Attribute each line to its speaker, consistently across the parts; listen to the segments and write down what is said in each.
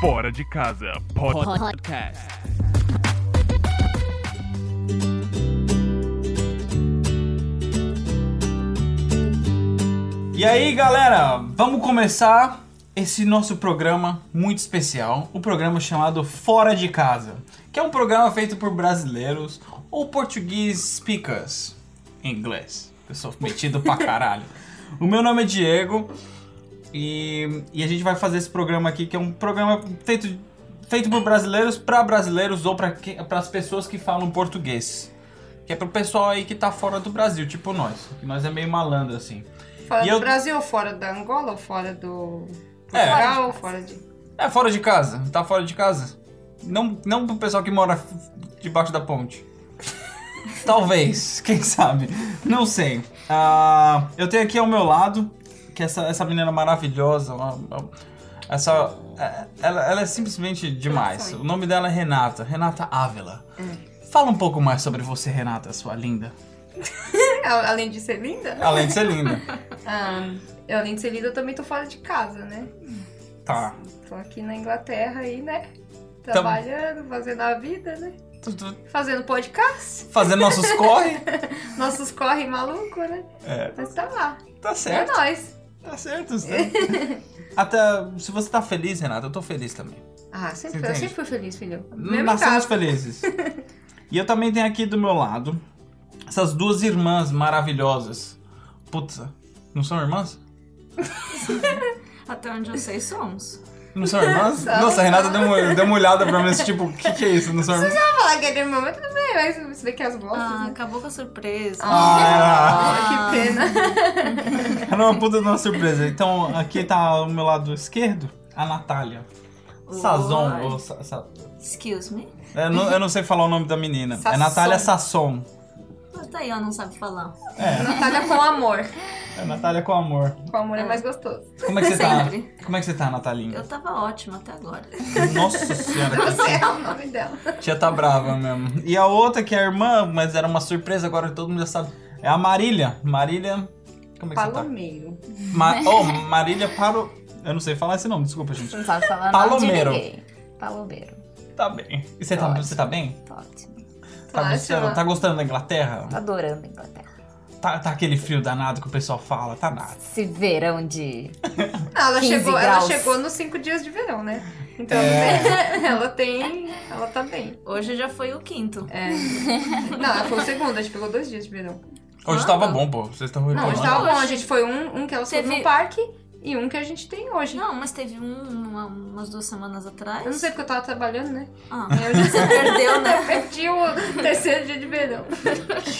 Speaker 1: Fora de Casa Pod- Podcast.
Speaker 2: E aí galera, vamos começar esse nosso programa muito especial, o programa chamado Fora de Casa, que é um programa feito por brasileiros ou português speakers em inglês. Eu sou metido pra caralho. O meu nome é Diego e, e a gente vai fazer esse programa aqui, que é um programa feito, feito por brasileiros para brasileiros ou para as pessoas que falam português. Que é pro pessoal aí que tá fora do Brasil, tipo nós. Que nós é meio malandro assim.
Speaker 3: Fora
Speaker 2: E
Speaker 3: do
Speaker 2: eu-
Speaker 3: Brasil, fora da Angola, ou fora do
Speaker 2: É.
Speaker 3: Portugal, ou fora de...
Speaker 2: É, fora de casa. Tá fora de casa. Não, não pro pessoal que mora f- debaixo da ponte. Talvez, quem sabe. Não sei. Ah, eu tenho aqui ao meu lado, que essa, essa menina maravilhosa, uma- uma- essa, é, ela, ela é simplesmente demais.
Speaker 3: Perfeito.
Speaker 2: O nome dela é Renata, Renata Ávila. Fala um pouco mais sobre você, Renata, sua linda.
Speaker 3: A- É, Além de ser linda,
Speaker 2: Além de ser linda.
Speaker 3: ah, eu, além de ser linda, eu também tô fora de casa, né?
Speaker 2: Tá.
Speaker 3: Tô aqui na Inglaterra aí, né? Trabalhando, fazendo a vida, né?
Speaker 2: Tu- tu-
Speaker 3: Fazendo podcast,
Speaker 2: Fazendo nossos corre.
Speaker 3: nossos corre maluco, né?
Speaker 2: É,
Speaker 3: Mas tá lá,
Speaker 2: tá certo.
Speaker 3: é nóis.
Speaker 2: Tá certo, você. Até se você tá feliz, Renata, eu tô feliz também.
Speaker 3: Ah, sempre,
Speaker 2: Você
Speaker 3: eu
Speaker 2: entende? Hum,
Speaker 3: sempre fui feliz, filho. Mesmo em
Speaker 2: Nascemos
Speaker 3: casa.
Speaker 2: felizes. e eu também tenho aqui do meu lado essas duas irmãs maravilhosas. Puta, não são irmãs?
Speaker 4: Até onde eu sei, somos.
Speaker 2: Não são irmãs?
Speaker 3: São.
Speaker 2: Nossa, a Renata deu uma, deu uma olhada pra mim, assim, tipo, o que, que é isso? Não são irmãs?
Speaker 3: Eu vou falar que é de mamãe, tudo bem, mas você vê que as vozes,
Speaker 4: Ah,
Speaker 3: né?
Speaker 4: acabou com a surpresa.
Speaker 2: Ah, é.
Speaker 3: Ah, que pena.
Speaker 2: era uma puta de uma surpresa. Então, aqui tá o meu lado esquerdo, a Natália. Sazon,
Speaker 4: Oi.
Speaker 2: ou Sa- Sa-
Speaker 4: Excuse me.
Speaker 2: eu, É, não, eu não sei falar o nome da menina. É
Speaker 3: Sasson.
Speaker 2: Natália Sasson.
Speaker 4: Mas Tá aí, ó, não sabe falar.
Speaker 3: Natália com amor.
Speaker 2: É Natália com amor.
Speaker 3: Com amor é mais gostoso.
Speaker 2: Como é que você tá?
Speaker 4: Sempre.
Speaker 2: Como é que você tá, Natalinha?
Speaker 4: Eu tava ótima até agora.
Speaker 2: Nossa senhora,
Speaker 3: Você é o nome dela.
Speaker 2: que tia tá brava mesmo. E a outra que é a irmã, mas era uma surpresa, agora todo mundo já sabe. É a Marília. Marília. Como é que
Speaker 3: Palomeiro.
Speaker 2: você tá? Ma oh, Marília Paro. Eu não sei falar esse nome, desculpa, gente.
Speaker 5: Não sabe falar
Speaker 2: Palomeiro.
Speaker 5: nome de ninguém. Palomeiro.
Speaker 2: Tá bem. E você tá,
Speaker 5: Ótimo.
Speaker 2: você tá bem?
Speaker 5: Tá ótimo.
Speaker 2: Tá
Speaker 3: Ótima.
Speaker 2: gostando, tá gostando da Inglaterra?
Speaker 5: Tô adorando a Inglaterra.
Speaker 2: Tá, tá aquele frio danado que o pessoal fala, tá nada.
Speaker 5: Esse verão de...
Speaker 3: Ah, Ela
Speaker 5: 15
Speaker 3: chegou, ela
Speaker 5: graus.
Speaker 3: chegou nos cinco dias de verão, né? Então
Speaker 2: É.
Speaker 3: ela tem. Ela tá bem.
Speaker 4: Hoje já foi o quinto.
Speaker 3: É. Não, ela foi o segundo, a gente pegou dois dias de verão.
Speaker 2: Hoje
Speaker 4: Ah,
Speaker 2: tava
Speaker 4: não.
Speaker 2: bom, pô. Vocês estão
Speaker 3: Não,
Speaker 2: reclamando.
Speaker 3: hoje tava bom, a
Speaker 4: Hoje-
Speaker 3: gente foi um, um que ela soube
Speaker 4: Teve-
Speaker 3: no parque e um que a gente tem hoje.
Speaker 4: Não, mas teve um uma- umas duas semanas atrás.
Speaker 3: Eu não sei porque eu tava trabalhando, né?
Speaker 4: Ah,
Speaker 3: Aí Eu já
Speaker 4: você perdeu, né?
Speaker 3: eu perdi o terceiro dia de verão.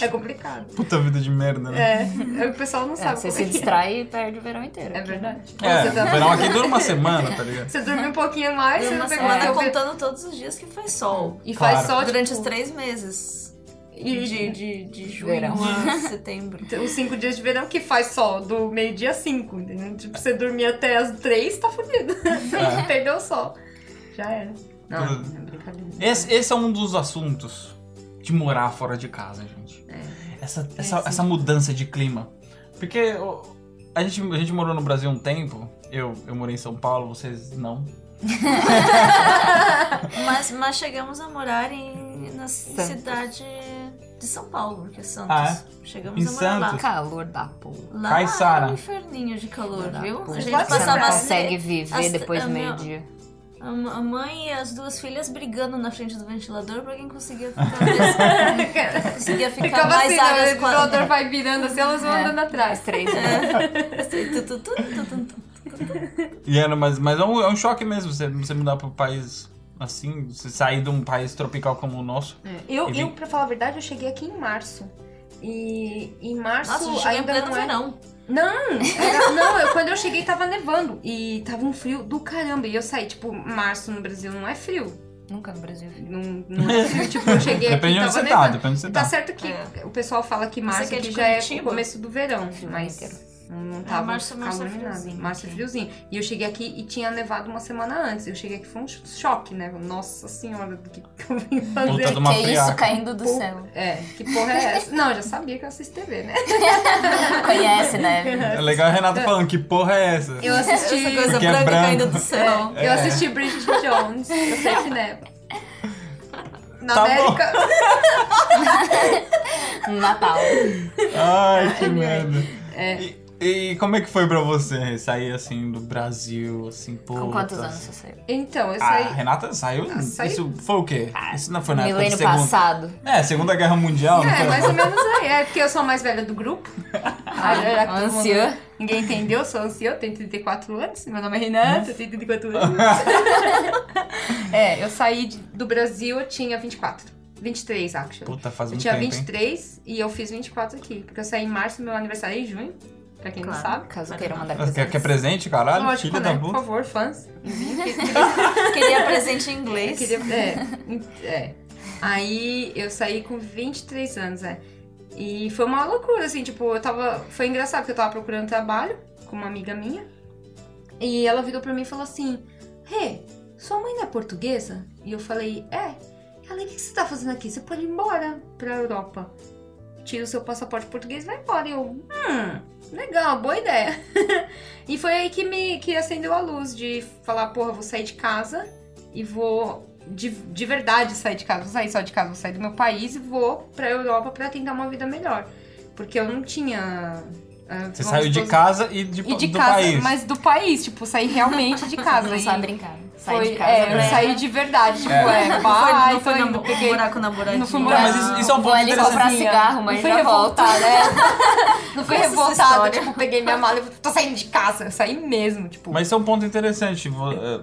Speaker 3: É complicado.
Speaker 2: Puta vida de merda, né?
Speaker 3: É, é, o pessoal não
Speaker 5: É,
Speaker 3: sabe
Speaker 5: você
Speaker 3: como
Speaker 5: se
Speaker 3: é que
Speaker 5: distrai e perde o verão inteiro.
Speaker 3: é. É
Speaker 5: aqui.
Speaker 3: verdade.
Speaker 2: É,
Speaker 3: você, tá-
Speaker 2: o verão aqui dura uma semana, tá ligado?
Speaker 3: você dormiu um pouquinho mais,
Speaker 4: Deu
Speaker 3: você
Speaker 4: uma
Speaker 3: não pegou
Speaker 4: semana
Speaker 3: até o verão.
Speaker 4: contando todos os dias que faz sol.
Speaker 3: E
Speaker 2: Claro.
Speaker 3: faz sol
Speaker 4: Durante
Speaker 3: tipo,
Speaker 4: os três meses.
Speaker 3: E-
Speaker 4: De, de, de junho
Speaker 5: Verão.
Speaker 4: a setembro.
Speaker 3: Então, os cinco dias de verão que faz sol do meio-dia a cinco, entendeu? Tipo, você dormir até as três, tá fudido.
Speaker 2: É.
Speaker 3: Perdeu o sol. Já era. Não,
Speaker 2: Tudo.
Speaker 3: é brincadeira.
Speaker 2: Esse, esse é um dos assuntos de morar fora de casa, gente. Essa, essa,
Speaker 3: É. sim.
Speaker 2: essa mudança de clima. Porque ó, a gente, a gente morou no Brasil um tempo. Eu, eu morei em São Paulo, vocês não.
Speaker 4: Mas, mas chegamos a morar em, na cidade de São Paulo, que é Santos.
Speaker 2: Ah,
Speaker 4: Chegamos
Speaker 2: Em
Speaker 4: a morar
Speaker 2: Santos?
Speaker 5: Calor da porra.
Speaker 4: lá. Lá
Speaker 2: Caissara.
Speaker 4: é um inferninho de calor,
Speaker 5: Da
Speaker 4: viu?
Speaker 5: porra.
Speaker 4: A gente
Speaker 3: Pode
Speaker 5: Você não
Speaker 4: passava
Speaker 3: ser.
Speaker 5: consegue viver
Speaker 4: as-
Speaker 5: depois
Speaker 4: a
Speaker 5: do
Speaker 4: minha-
Speaker 3: Ah,
Speaker 5: meio-dia.
Speaker 4: a, a mãe e as duas filhas brigando na frente do ventilador pra quem conseguia
Speaker 3: é
Speaker 4: ficar,
Speaker 3: um
Speaker 4: conseguia ficar
Speaker 3: Ficava
Speaker 4: mais
Speaker 3: assim, né?
Speaker 4: áreas
Speaker 3: o
Speaker 4: com a-
Speaker 3: ventilador vai virando assim, elas vão
Speaker 4: É.
Speaker 3: andando atrás. Três.
Speaker 4: Assim, tu, tu, tu, tu, tu, tu.
Speaker 2: E era, mas, mas é, um, é um choque mesmo você, você mudar pro país assim, você sair de um país tropical como o nosso.
Speaker 3: Eu,
Speaker 2: E
Speaker 3: eu,
Speaker 2: vem-
Speaker 3: pra falar a verdade, eu cheguei aqui em março. E em março
Speaker 4: Nossa, a gente chegou em
Speaker 3: ainda
Speaker 4: pleno
Speaker 3: não é...
Speaker 4: verão.
Speaker 3: Não, era- não, eu- quando eu cheguei tava nevando e tava um frio do caramba. E eu saí, tipo, março no Brasil não é frio.
Speaker 5: Nunca no Brasil. filho.
Speaker 3: Não, não é frio, tipo, eu cheguei
Speaker 2: Depende
Speaker 3: aqui
Speaker 2: de
Speaker 3: e
Speaker 2: onde
Speaker 3: tava
Speaker 2: você tá,
Speaker 3: nevando.
Speaker 2: depende de onde você
Speaker 3: Tá
Speaker 2: tá.
Speaker 3: certo que o pessoal fala que março
Speaker 4: que é
Speaker 3: aqui
Speaker 4: de
Speaker 3: já é o
Speaker 4: Curitiba?
Speaker 3: começo do verão, mas
Speaker 5: inteiro.
Speaker 3: Não tava
Speaker 4: março- março
Speaker 3: calor
Speaker 4: é
Speaker 3: nem nada.
Speaker 4: friozinho
Speaker 3: Março é
Speaker 4: aqui.
Speaker 3: friozinho. E eu cheguei aqui e tinha nevado uma semana antes. Eu cheguei aqui foi um cho- choque, né? Nossa senhora, do que, que é eu vim fazer?
Speaker 2: Puta de uma
Speaker 5: que é isso
Speaker 2: friaca.
Speaker 5: caindo do céu.
Speaker 3: É, que porra é essa? Não, eu já sabia que eu assisto TV, né?
Speaker 5: Conhece, né?
Speaker 2: É legal o Renato falando, que porra é essa?
Speaker 3: Eu assisti.
Speaker 4: Essa coisa é
Speaker 2: Porque é
Speaker 4: branca
Speaker 2: branco.
Speaker 4: caindo do céu.
Speaker 2: É.
Speaker 3: Eu assisti Bridget Jones. Eu sei que, né? Na
Speaker 2: Tá bom.
Speaker 3: América.
Speaker 5: Natal.
Speaker 2: Ai, que merda.
Speaker 3: né? É.
Speaker 2: E, e como é que foi pra você sair assim do Brasil, assim, pô.
Speaker 5: Com quantos
Speaker 2: tá-
Speaker 5: anos você saiu?
Speaker 3: Então, eu
Speaker 2: Ah,
Speaker 3: saí.
Speaker 2: Renata saiu.
Speaker 3: Ah, saí- Ah,
Speaker 2: Isso foi o quê? Isso não é foi na época de
Speaker 5: Milênio
Speaker 2: segunda.
Speaker 5: passado.
Speaker 2: É, Segunda Guerra Mundial, não
Speaker 3: É,
Speaker 2: foi?
Speaker 3: mais ou menos aí. É porque eu sou a mais velha do grupo. Ah, já que todo mundo-
Speaker 5: Anciã.
Speaker 3: Ninguém entendeu, eu sou anciã, eu tenho 34 anos. Meu nome é Renata, eu tenho 34 anos. é, eu saí de- do Brasil, eu tinha 24. 23, acho.
Speaker 2: Puta, faz
Speaker 3: Eu
Speaker 2: um
Speaker 3: tinha
Speaker 2: tempo, hein?
Speaker 3: 23 e eu fiz 24 aqui. Porque eu saí em março, meu aniversário é em junho. Pra quem não
Speaker 4: Claro.
Speaker 3: sabe.
Speaker 5: Caso queira mandar
Speaker 2: Mas Quer,
Speaker 5: presentes.
Speaker 2: quer presente, caralho?
Speaker 3: Lógico,
Speaker 2: Filha
Speaker 3: né?
Speaker 2: da
Speaker 3: Por
Speaker 2: puta.
Speaker 3: favor, fãs. enviem que-
Speaker 4: Queria presente em inglês.
Speaker 3: Queria- é, é. Aí eu saí com 23 anos, é. E foi uma loucura, assim, tipo, eu tava. Foi engraçado, porque eu tava procurando trabalho com uma amiga minha. E ela virou pra mim e falou assim: Rê, sua mãe não é portuguesa? E eu falei: É. Ela, o que você tá fazendo aqui? Você pode ir embora pra Europa. Tira o seu passaporte português e vai embora. E eu, hum, legal, boa ideia. e foi aí que me que acendeu a luz de falar, porra, vou sair de casa e vou de, de verdade sair de casa, vou sair só de casa, vou sair do meu país e vou pra Europa pra tentar uma vida melhor. Porque eu não tinha. ah,
Speaker 2: Você
Speaker 3: vamos
Speaker 2: saiu de
Speaker 3: supor-
Speaker 2: casa e de,
Speaker 3: E de
Speaker 2: do
Speaker 3: casa,
Speaker 2: país.
Speaker 3: mas do país, tipo, saí realmente de casa.
Speaker 5: Não
Speaker 3: e
Speaker 5: sabe brincar. Sai
Speaker 3: foi,
Speaker 5: de casa.
Speaker 3: é,
Speaker 5: né?
Speaker 3: eu saí de verdade, tipo, é,
Speaker 4: Não foi,
Speaker 3: vai,
Speaker 4: não foi
Speaker 3: tô
Speaker 4: na,
Speaker 3: indo,
Speaker 4: bu-
Speaker 3: peguei-
Speaker 4: buraco na buraquinha.
Speaker 3: Não fui
Speaker 2: Não,
Speaker 3: morar-
Speaker 2: mas isso, isso é um
Speaker 5: Vou
Speaker 2: ponto
Speaker 5: ali comprar
Speaker 2: interessante.
Speaker 5: cigarro,
Speaker 3: Não
Speaker 5: mas
Speaker 3: fui
Speaker 5: já volta.
Speaker 3: revoltada, né? Não fui
Speaker 5: Conheço essa
Speaker 3: revoltada,
Speaker 5: história.
Speaker 3: tipo, peguei minha mala e falei, tô saindo de casa. Eu saí mesmo, tipo.
Speaker 2: Mas isso é um ponto interessante. vo- eh,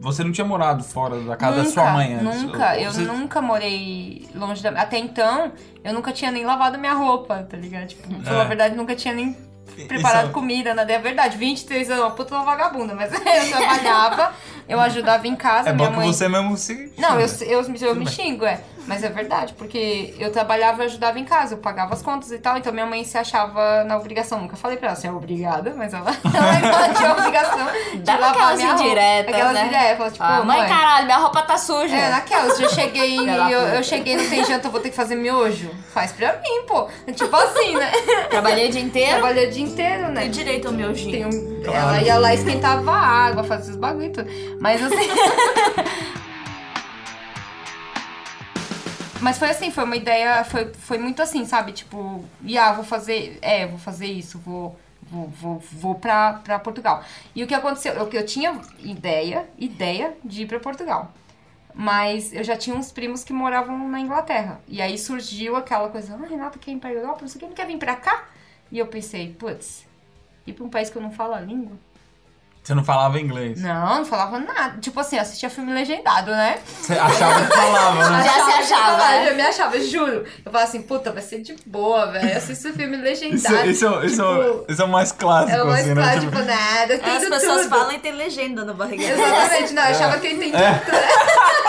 Speaker 2: Você não tinha morado fora da casa da
Speaker 3: nunca,
Speaker 2: sua mãe antes.
Speaker 3: Nunca, eu
Speaker 2: Você-
Speaker 3: nunca morei longe da. Até então, eu nunca tinha nem lavado minha roupa, tá ligado? Tipo, pela
Speaker 2: É.
Speaker 3: verdade, nunca tinha nem
Speaker 2: Isso
Speaker 3: preparado
Speaker 2: é-
Speaker 3: comida, nada. É verdade, 23 anos, uma puta uma vagabunda, mas eu trabalhava, eu ajudava em casa,
Speaker 2: É
Speaker 3: minha
Speaker 2: bom que
Speaker 3: mãe.
Speaker 2: você mesmo se.
Speaker 3: Não, eu,
Speaker 2: sei.
Speaker 3: eu, eu me xingo, é. Mas é verdade, porque eu trabalhava e ajudava em casa, eu pagava as contas e tal, então minha mãe se achava na obrigação. Nunca falei pra ela ser obrigada, mas ela, ela tinha a obrigação de
Speaker 5: Dá
Speaker 3: lavar
Speaker 5: aquelas
Speaker 3: minha roupa.
Speaker 5: indiretas,
Speaker 3: Aquelas
Speaker 5: né?
Speaker 3: indiretas, ela, tipo,
Speaker 5: Ah, mãe,
Speaker 3: mãe,
Speaker 5: caralho, minha roupa tá suja.
Speaker 3: é, naquelas, eu cheguei, eu,
Speaker 5: Pela puta.
Speaker 3: eu cheguei, não tem janta, eu vou ter que fazer miojo. Faz pra mim, pô. Tipo assim, né?
Speaker 5: Trabalhei o dia inteiro.
Speaker 3: Trabalhou o dia inteiro, né?
Speaker 4: Tem direito ao meu gin.
Speaker 3: Tem um- Ela ia lá, esquentava a água, fazia os bagulho e tudo. Mas assim. Mas foi assim, foi uma ideia, foi, foi muito assim, sabe? Tipo, ah, vou fazer, é, vou fazer isso, vou, vou, vou, vou pra, pra Portugal. E o que aconteceu? Eu, eu tinha ideia, ideia de ir pra Portugal. Mas eu já tinha uns primos que moravam na Inglaterra. E aí surgiu aquela coisa, ah, Renata quer ir pra Europa, não sei o que, não quer vir pra cá? E eu pensei, putz, ir pra um país que eu não falo a língua?
Speaker 2: Você não falava inglês.
Speaker 3: Não, não falava nada. Tipo assim, eu assistia filme legendado, né?
Speaker 2: Você achava que falava, né?
Speaker 5: Já se
Speaker 3: que
Speaker 5: achava,
Speaker 3: falava,
Speaker 5: né?
Speaker 3: Já me achava, juro. Eu falava assim, puta, vai ser de boa, velho. Assisto filme
Speaker 2: Isso,
Speaker 3: legendado.
Speaker 2: isso, é- isso, é-
Speaker 3: Tipo,
Speaker 2: isso é o mais clássico,
Speaker 3: eu vou
Speaker 2: assim,
Speaker 3: estar,
Speaker 2: né?
Speaker 3: tipo, nada, eu
Speaker 4: As
Speaker 3: entendo
Speaker 4: pessoas
Speaker 3: tudo.
Speaker 4: falam e tem legenda no barriguinho.
Speaker 3: Exatamente, não, eu
Speaker 2: É.
Speaker 3: achava que eu entendia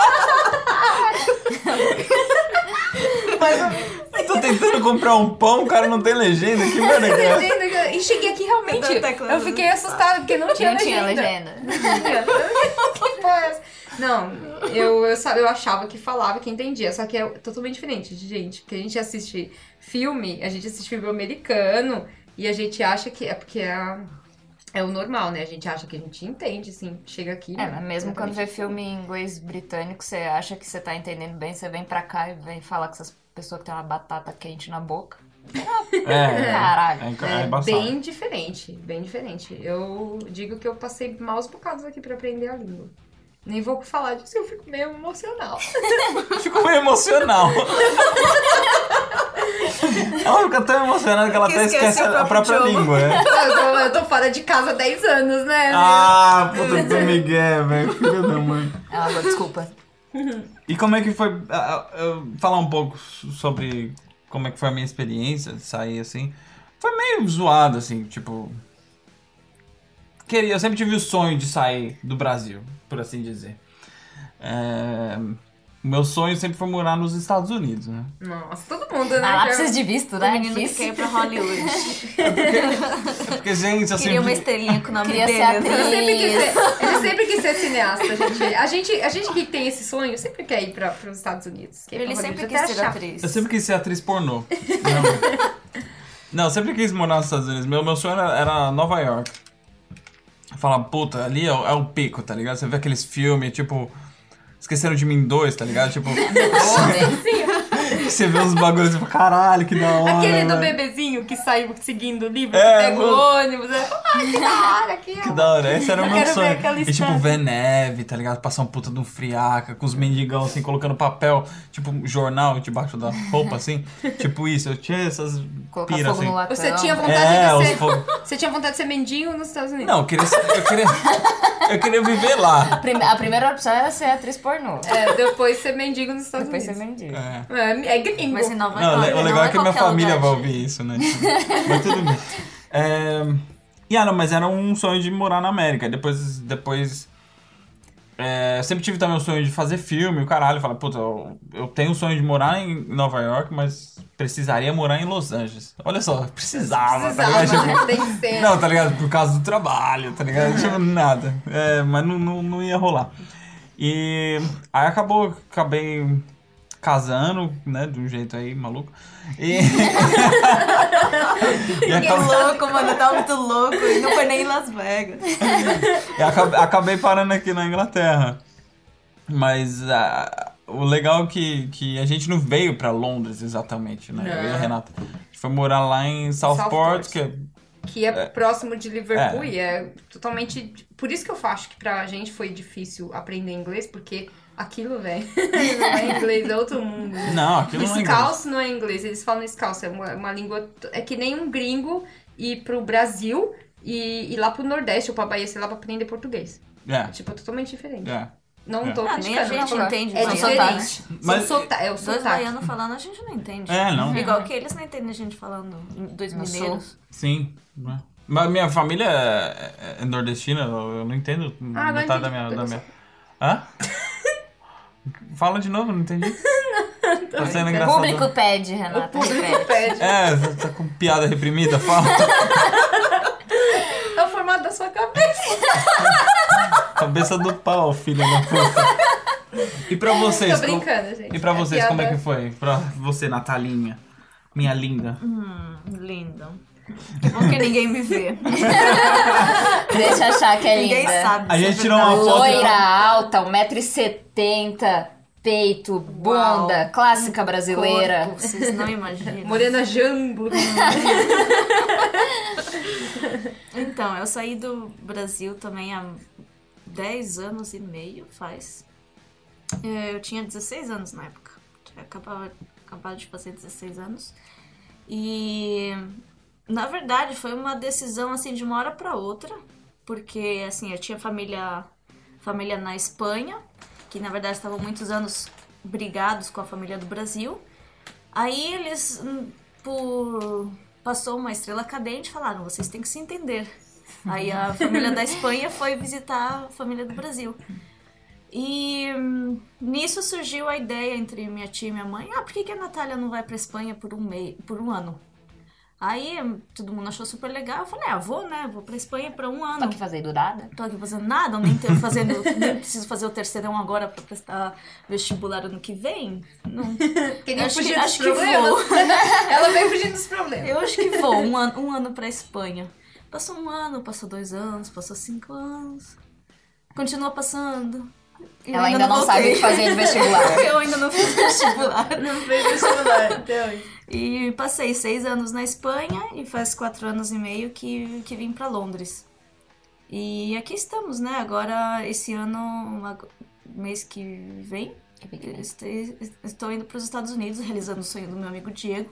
Speaker 2: Eu tô tentando comprar um pão, o cara não tem legenda. Que merda que é? essa?
Speaker 3: Entendendo que- E cheguei aqui realmente.
Speaker 4: Eu tô teclando.
Speaker 3: Eu fiquei assustada, porque não tinha
Speaker 5: Não tinha
Speaker 3: legenda.
Speaker 5: legenda.
Speaker 3: que porra é essa? Não, eu, eu, sa- eu achava que falava, que entendia. Só que é totalmente diferente de gente. Porque a gente assiste filme, a gente assiste filme americano e a gente acha que é porque é, é o normal, né? A gente acha que a gente entende, assim, chega aqui.
Speaker 5: É,
Speaker 3: né?
Speaker 5: mas mesmo quando
Speaker 3: Exatamente.
Speaker 5: vê filme em inglês britânico, você acha que você tá entendendo bem, você vem pra cá e vem falar com essas pessoas que tem uma batata quente na boca.
Speaker 2: É,
Speaker 5: Caralho.
Speaker 2: é, é
Speaker 3: É
Speaker 2: embaçado.
Speaker 3: bem diferente, bem diferente. Eu digo que eu passei maus bocados aqui pra aprender a língua. Nem vou falar disso, eu fico meio emocional.
Speaker 2: Ficou meio emocional. Ela fica tão emocionada que ela
Speaker 4: Que
Speaker 2: até
Speaker 4: esquece
Speaker 2: esquece
Speaker 4: o
Speaker 2: a
Speaker 4: próprio
Speaker 2: própria
Speaker 4: idioma.
Speaker 2: língua, né?
Speaker 3: eu, tô, eu tô fora de casa há 10 anos, né?
Speaker 2: Ah, puta do Miguel, velho. Filho da mãe.
Speaker 5: Ah, agora, desculpa.
Speaker 2: E como é que foi. ah, ah, eu- falar um pouco so- sobre como é que foi a minha experiência de sair assim. Foi meio zoado, assim, tipo. Queria, eu sempre tive o sonho de sair do Brasil, por assim dizer. É, Meu sonho sempre foi morar nos Estados Unidos, né?
Speaker 3: Nossa, todo mundo, né?
Speaker 5: Ah, lá
Speaker 3: Já-
Speaker 5: precisa de visto,
Speaker 4: O
Speaker 5: né?
Speaker 4: menino que
Speaker 5: Difícil.
Speaker 4: quer ir pra Hollywood.
Speaker 2: É Porque, gente, assim, eu
Speaker 4: Queria uma
Speaker 2: sempre.
Speaker 4: estrelinha com o nome
Speaker 5: Queria
Speaker 4: dele. assim.
Speaker 5: ser atriz.
Speaker 3: Ele sempre, quis ser, ele sempre quis ser cineasta, gente. A gente, a gente que tem esse sonho sempre quer ir para os Estados Unidos. Quer ir
Speaker 4: Ele
Speaker 3: pra
Speaker 4: sempre
Speaker 3: Hollywood, até
Speaker 4: quis ser
Speaker 3: achar.
Speaker 4: atriz.
Speaker 2: Eu sempre quis ser atriz pornô. Não, Não, eu sempre quis morar nos Estados Unidos. Meu, meu sonho era, era Nova York. Falar, puta, ali é, o- é o pico, tá ligado? Você vê aqueles filmes, tipo. Esqueceram de mim dois, tá ligado? Tipo,
Speaker 5: né?
Speaker 2: você vê os bagulhos e fala, caralho, que da hora.
Speaker 3: Aquele do
Speaker 2: velho."
Speaker 3: bebezinho que sai seguindo o livro,
Speaker 2: É,
Speaker 3: que pega
Speaker 2: mano.
Speaker 3: o ônibus. Né? Ai, que da hora, que
Speaker 2: Que da hora, esse era o meu
Speaker 3: quero ver
Speaker 2: sonho.
Speaker 3: aquela
Speaker 2: e tipo,
Speaker 3: estampa.
Speaker 2: ver neve, tá ligado? Passar um puta de um friaca, com os mendigão assim, colocando papel, tipo, um jornal debaixo da roupa, assim. tipo isso, eu tinha essas
Speaker 5: Colocar
Speaker 2: piras
Speaker 5: fogo
Speaker 2: assim.
Speaker 5: no latão.
Speaker 3: Você tinha vontade
Speaker 2: É,
Speaker 3: de
Speaker 2: os
Speaker 3: ser.
Speaker 2: fogo.
Speaker 3: Você tinha vontade de ser mendigo nos Estados Unidos?
Speaker 2: Não, eu queria, ser- eu queria. Eu queria viver lá.
Speaker 5: Prime- A primeira opção era ser atriz pornô.
Speaker 3: É, depois ser mendigo nos Estados
Speaker 5: Depois ser
Speaker 3: Unidos.
Speaker 5: mendigo.
Speaker 2: É.
Speaker 3: É, é gringo.
Speaker 4: Mas em Nova
Speaker 2: Não, o
Speaker 4: York.
Speaker 2: le- o legal
Speaker 4: não
Speaker 2: é que minha
Speaker 4: qualquer um
Speaker 2: família vai
Speaker 4: lugar.
Speaker 2: ouvir isso, né? Tipo, Mas tudo bem. É... E ah, não, mas era um sonho de morar na América. Depois. depois é, eu sempre tive também o sonho de fazer filme, o caralho. Falar, puta, eu, eu tenho o sonho de morar em Nova York, mas precisaria morar em Los Angeles. Olha só, precisava, tá ligado?
Speaker 3: Precisava,
Speaker 2: Tipo,
Speaker 3: né? Tem que ser.
Speaker 2: Não, tá ligado? Por causa do trabalho, tá ligado? Tipo, nada. É, mas não, não, não ia rolar. E aí acabou, acabei casando, né? De um jeito aí maluco. E. e
Speaker 4: Que
Speaker 2: acabei,
Speaker 4: Tá louco, mano. Tava muito louco. E não foi nem em Las Vegas.
Speaker 2: e acabe- acabei parando aqui na Inglaterra. Mas ah, o legal é que, que a gente não veio pra Londres exatamente, né? Eu e a
Speaker 3: Não.
Speaker 2: Renata. A gente foi morar lá em Southport,
Speaker 3: Southport.
Speaker 2: que é
Speaker 3: Que é, próximo de Liverpool e é totalmente. Por isso que eu acho que pra gente foi difícil aprender inglês, porque aquilo, velho, não é inglês, é outro mundo.
Speaker 2: Não, aquilo não é inglês.
Speaker 3: Scouse não é inglês, eles falam scouse, é uma, uma língua. t- É que nem um gringo ir pro Brasil e ir lá pro Nordeste ou pra Bahia, sei lá, pra aprender português.
Speaker 2: É,
Speaker 3: Tipo, é totalmente diferente.
Speaker 2: é.
Speaker 3: Não
Speaker 2: É.
Speaker 3: tô
Speaker 4: Ah, nem a
Speaker 3: criticando.
Speaker 4: gente
Speaker 5: não.
Speaker 4: entende.
Speaker 3: É
Speaker 4: são sotaques.
Speaker 3: diferente.
Speaker 2: Mas-
Speaker 3: São sota- É o
Speaker 4: Dois
Speaker 3: sotaque.
Speaker 4: baianos falando, a gente não entende.
Speaker 2: É, não.
Speaker 4: Igual que eles não entendem a gente falando. em- Dois
Speaker 5: No sul.
Speaker 4: mineiros.
Speaker 2: Sim. né? Mas minha família é é nordestina, eu eu não entendo
Speaker 3: Ah, não
Speaker 2: metade da
Speaker 3: entendi.
Speaker 2: minha, da
Speaker 3: Eu
Speaker 2: minha. Hã? Fala de novo, não entendi. tá sendo
Speaker 5: O
Speaker 2: engraçado.
Speaker 5: público pede,
Speaker 3: O
Speaker 4: né?
Speaker 5: Renata.
Speaker 3: público pede.
Speaker 2: É, você tá com piada reprimida, fala.
Speaker 3: É o formato da sua cabeça.
Speaker 2: Cabeça do pau, filha da puta. E pra vocês?
Speaker 3: Tô
Speaker 2: como-
Speaker 3: brincando, gente.
Speaker 2: E pra vocês, como é que
Speaker 3: piada-
Speaker 2: foi? Pra você, Natalinha. Minha linda.
Speaker 3: Uhum.
Speaker 4: Hum, lindo. Que bom que ninguém me vê.
Speaker 5: Deixa achar que é linda.
Speaker 4: ninguém sabe.
Speaker 2: A
Speaker 4: se é
Speaker 2: gente tirou uma
Speaker 4: verdade.
Speaker 2: foto-
Speaker 5: Loira alta, 1,70m, peito, bunda,
Speaker 4: Uau.
Speaker 5: clássica brasileira.
Speaker 4: Corpo, Vocês não imaginam.
Speaker 3: Morena Jambo.
Speaker 4: Então, eu saí do Brasil também há 10 anos e meio, faz. É, Eu tinha 16 anos na época. Tinha acabado, acabado de fazer 16 anos. E na verdade foi uma decisão assim de uma hora pra outra, porque assim, eu tinha família família na Espanha, que na verdade estavam muitos anos brigados com a família do Brasil. Aí eles hum, por passou uma estrela cadente e falaram: vocês têm que se entender. Aí a família da Espanha foi visitar a família do Brasil. E hum, nisso surgiu a ideia entre minha tia e minha mãe: ah, por que, que a Natália não vai pra Espanha por um, mei por um ano? Aí hum, todo mundo achou super legal. Eu falei: ah, vou, né? Vou pra Espanha pra um
Speaker 5: Tô
Speaker 4: ano.
Speaker 5: aqui fazendo nada.
Speaker 4: Tô aqui fazendo nada, nem, tô fazendo, nem preciso fazer o terceirão agora pra prestar vestibular ano que vem. Não,
Speaker 3: Queria
Speaker 4: Acho
Speaker 3: fugir
Speaker 4: que-
Speaker 3: dos
Speaker 4: acho que
Speaker 3: problemas. Ela veio fugindo dos problemas.
Speaker 4: Eu acho que vou um ano, um ano pra Espanha. Passou um ano, passou dois anos, passou cinco anos. Continua passando. Eu
Speaker 5: Ela ainda não sabe o que
Speaker 4: voltei.
Speaker 5: fazer de vestibular.
Speaker 4: Eu ainda não fiz vestibular.
Speaker 3: Não fez vestibular até hoje.
Speaker 4: E passei seis anos na Espanha e faz quatro anos e meio que, que vim pra Londres. E aqui estamos, né? Agora, esse ano, ag- mês que vem, este- estou indo para os Estados Unidos, realizando o sonho do meu amigo Diego.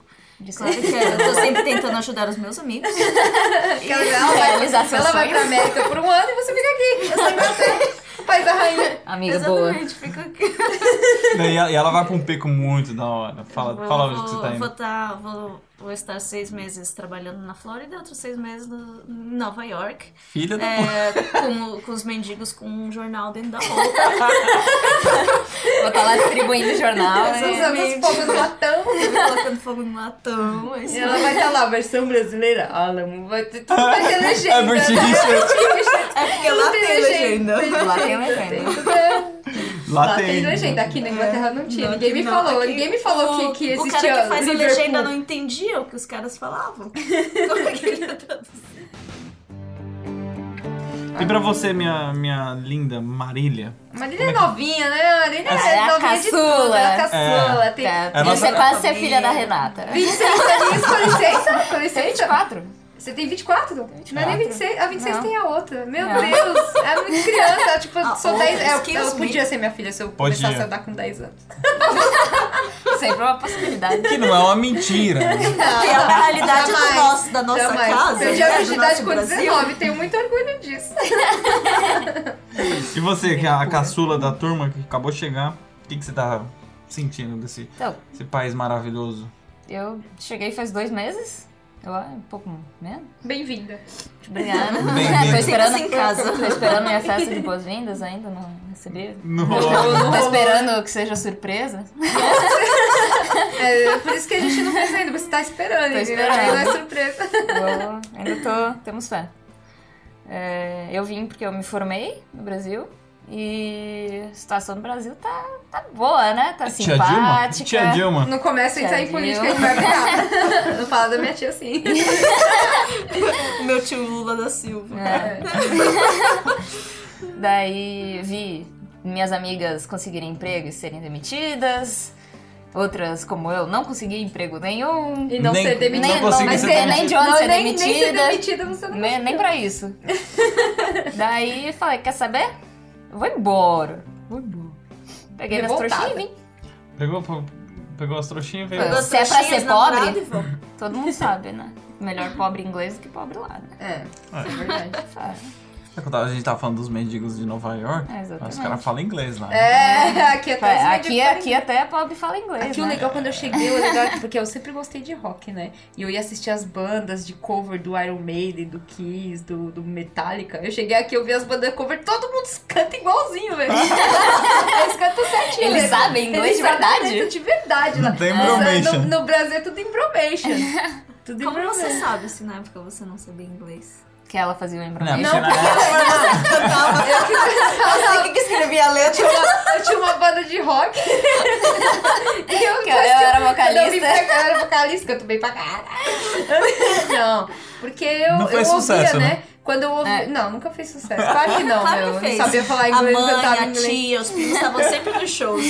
Speaker 4: Claro que é. eu tô sempre tentando ajudar os meus amigos.
Speaker 3: Ela, é vai-
Speaker 5: realizar seu
Speaker 3: ela vai
Speaker 5: sonho.
Speaker 3: pra América por um ano e você fica aqui. Eu sou Inglaterra, o país da rainha.
Speaker 5: Amiga boa.
Speaker 4: Exatamente, fica aqui.
Speaker 2: E ela, e ela vai pra um pico muito da hora. Fala,
Speaker 4: Vou-
Speaker 2: fala onde
Speaker 4: vou,
Speaker 2: que você tá
Speaker 4: Vou,
Speaker 2: indo.
Speaker 4: tá- vou- vou estar seis meses trabalhando na Flórida, outros seis meses no- em Nova York,
Speaker 2: Filha da puta.
Speaker 4: é, com, o- com os mendigos com um jornal dentro da roupa.
Speaker 5: Vou estar lá distribuindo jornal.
Speaker 4: Exatamente.
Speaker 5: né?
Speaker 3: Usando fogo no latão.
Speaker 4: colocando fogo no latão. é isso
Speaker 3: E ela vai estar lá, versão brasileira. Alamo, vai ter tudo vai ter legenda.
Speaker 2: É
Speaker 3: né?
Speaker 2: British.
Speaker 4: É porque lá
Speaker 3: tem
Speaker 4: tem
Speaker 3: legenda.
Speaker 4: legenda.
Speaker 5: Lá tem
Speaker 3: Tem
Speaker 5: legenda.
Speaker 3: tudo, é.
Speaker 2: Lá
Speaker 3: tem
Speaker 2: tem.
Speaker 3: legenda. Aqui na Inglaterra não tinha.
Speaker 4: Não,
Speaker 3: Ninguém
Speaker 4: aqui
Speaker 3: me
Speaker 4: não.
Speaker 3: falou.
Speaker 4: Aqui
Speaker 3: Ninguém me falou
Speaker 4: o,
Speaker 3: que, que
Speaker 4: o
Speaker 3: existia
Speaker 4: cara que faz a
Speaker 3: Liverpool.
Speaker 4: legenda não entendia o que os caras falavam. Como é que ele tá ia traduzir?
Speaker 2: E pra você, minha, minha linda Marília?
Speaker 3: Marília é novinha, né? Marília é,
Speaker 5: Ela é a
Speaker 3: novinha de tudo. Ela
Speaker 5: caçula.
Speaker 3: é a caçula. Tem...
Speaker 5: Tá.
Speaker 2: É
Speaker 5: Você
Speaker 2: nossa-
Speaker 5: é quase ser filha
Speaker 4: né?
Speaker 5: da Renata. né?
Speaker 3: 26 aninhos, com licença, com licença.
Speaker 5: 24.
Speaker 3: Você tem 24? Não é nem 26, a 26
Speaker 5: Não.
Speaker 3: tem a outra. Meu
Speaker 5: Não.
Speaker 3: Deus, ela é muito criança, ela, tipo,
Speaker 4: A
Speaker 3: sou
Speaker 4: outra,
Speaker 3: 10, ela,
Speaker 4: excuse
Speaker 3: ela
Speaker 4: me.
Speaker 3: podia ser minha filha se eu
Speaker 2: Podia.
Speaker 3: começasse a andar com 10 anos.
Speaker 5: Sempre uma possibilidade.
Speaker 2: Que não é uma mentira. né?
Speaker 4: Que é uma realidade
Speaker 3: Ah, jamais,
Speaker 4: do nosso, da nossa
Speaker 3: Jamais.
Speaker 4: casa.
Speaker 3: Eu já
Speaker 4: né, do
Speaker 3: fiz idade
Speaker 4: nosso
Speaker 3: com
Speaker 4: Brasil.
Speaker 3: 19, tenho muito orgulho disso.
Speaker 2: E você, que é a caçula da turma que acabou de chegar, o que, que você tá sentindo desse
Speaker 5: Então,
Speaker 2: esse país maravilhoso?
Speaker 5: eu cheguei faz dois meses. Eu acho um pouco menos.
Speaker 3: Bem-vinda.
Speaker 5: Obrigada.
Speaker 2: Bem-vinda.
Speaker 5: tô esperando
Speaker 4: Sinta-se em casa.
Speaker 5: Tô esperando minha festa de boas-vindas ainda, não recebi.
Speaker 2: Não
Speaker 5: Tô Tá esperando que seja surpresa.
Speaker 3: É, por isso que a gente não fez ainda, você tá esperando.
Speaker 5: Tô
Speaker 3: entendeu?
Speaker 5: esperando.
Speaker 3: Aí Não é surpresa.
Speaker 5: Eu ainda tô. Temos fé. É, eu vim porque eu me formei no Brasil e a situação do Brasil tá, tá boa, né? Tá
Speaker 2: Tia Dilma?
Speaker 5: simpática.
Speaker 2: Tia Dilma.
Speaker 3: Não começa a entrar em
Speaker 5: Tadinho.
Speaker 3: política, a gente vai brigar. Não fala da minha tia assim.
Speaker 4: O meu tio Lula da Silva.
Speaker 5: É. Daí vi minhas amigas conseguirem emprego e serem demitidas. Outras, como eu, não consegui emprego nenhum.
Speaker 3: E não
Speaker 2: Nem-
Speaker 3: ser demitida.
Speaker 5: nem-
Speaker 2: não
Speaker 5: mas
Speaker 2: ser
Speaker 5: tem- nem de onde
Speaker 3: não,
Speaker 5: ser
Speaker 3: nem, Nem ser
Speaker 5: demitida.
Speaker 3: demitida você não
Speaker 5: Nem, nem pra isso. Daí falei, quer saber? Eu Vou embora. Vou embora. Peguei minhas
Speaker 3: Revoltada.
Speaker 5: trouxinhas e vim.
Speaker 2: Pegou, pegou as trouxinhas e veio.
Speaker 5: Foi.
Speaker 4: Das
Speaker 5: Se é pra
Speaker 4: trouxinhas
Speaker 5: ser
Speaker 4: namorado
Speaker 5: pobre?
Speaker 4: e vamos.
Speaker 5: Todo mundo sabe, né? Melhor pobre inglês do que pobre lá, né?
Speaker 3: É, isso é verdade.
Speaker 5: Sabe?
Speaker 2: É quando A gente tava falando dos mendigos de Nova York.
Speaker 5: É,
Speaker 2: mas
Speaker 5: exatamente.
Speaker 2: os caras falam inglês lá.
Speaker 3: É, aqui é até os
Speaker 5: Aqui, aqui,
Speaker 3: médicos falam
Speaker 5: até é pobre fala inglês.
Speaker 3: Aqui o
Speaker 5: né?
Speaker 3: legal quando eu cheguei, o legal é que- porque eu sempre gostei de rock, né? E eu ia assistir as bandas de cover do Iron Maiden, do Kiss, do, do Metallica. Eu cheguei aqui, eu vi as bandas cover, todo mundo canta igualzinho, velho. Eles cantam certinho.
Speaker 5: Eles
Speaker 3: né?
Speaker 5: sabem inglês de
Speaker 3: sabem
Speaker 5: verdade?
Speaker 3: inglês De verdade. lá.
Speaker 2: Não tem
Speaker 3: Mas,
Speaker 2: bromation.
Speaker 3: ah, No, no Brasil é tudo imbromation. Tudo
Speaker 4: Como você
Speaker 3: imbromation.
Speaker 4: sabe se na época você não sabia inglês?
Speaker 5: Que ela fazia o embrulho.
Speaker 2: Não,
Speaker 3: Não,
Speaker 2: você não-
Speaker 3: porque eu tava... Eu que
Speaker 4: Eu sei que escrevia a letra.
Speaker 3: Eu tinha uma banda de rock. e eu,
Speaker 5: Que eu era vocalista.
Speaker 3: Eu, vim pra cá, eu era vocalista, canto bem pra caralho. Não, porque eu,
Speaker 2: Não
Speaker 3: eu
Speaker 2: fez
Speaker 3: ouvia,
Speaker 2: sucesso,
Speaker 3: né?
Speaker 2: né?
Speaker 3: Quando eu ouvi.
Speaker 5: É.
Speaker 3: Não, nunca fez sucesso. Claro que não,
Speaker 4: Claro
Speaker 3: meu.
Speaker 4: que
Speaker 3: Eu
Speaker 4: fez.
Speaker 3: Não sabia falar
Speaker 4: A
Speaker 3: inglês,
Speaker 4: mãe,
Speaker 3: cantava
Speaker 4: a
Speaker 3: inglês.
Speaker 4: tia, os primos estavam sempre nos shows.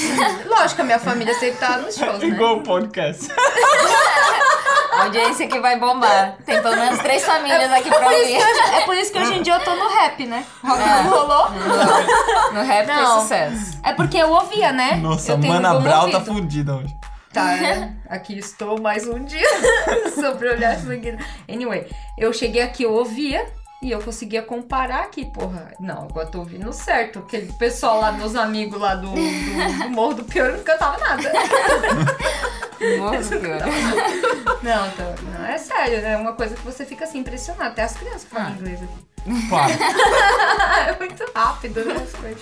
Speaker 3: Lógico, que a minha família sempre tá nos shows, né?
Speaker 2: Igual o podcast.
Speaker 5: A audiência que vai bombar. Tem pelo menos três famílias aqui pra ouvir. É.
Speaker 4: É por isso que hoje em dia eu tô no rap, né?
Speaker 3: Rock and rolou.
Speaker 5: No rap tem
Speaker 3: Não.
Speaker 5: sucesso.
Speaker 3: É porque eu ouvia, né?
Speaker 2: Nossa,
Speaker 3: eu tenho um
Speaker 2: Mana
Speaker 3: bom
Speaker 2: Brau tá
Speaker 3: ouvido.
Speaker 2: fundida hoje.
Speaker 3: Tá, aqui estou mais um dia sobre olhar sanguíneo. Anyway, eu cheguei aqui, eu ouvia e eu conseguia comparar aqui, porra. Não, agora tô ouvindo certo. Aquele pessoal lá, meus amigos lá do, do, do Morro do Pior não cantava nada.
Speaker 5: Morro do pior.
Speaker 3: Não, então, não, é sério, né? É uma coisa que você fica assim impressionado. Até as crianças falam
Speaker 2: Ah.
Speaker 3: inglês aqui.
Speaker 2: Claro.
Speaker 3: É muito rápido, né? As coisas.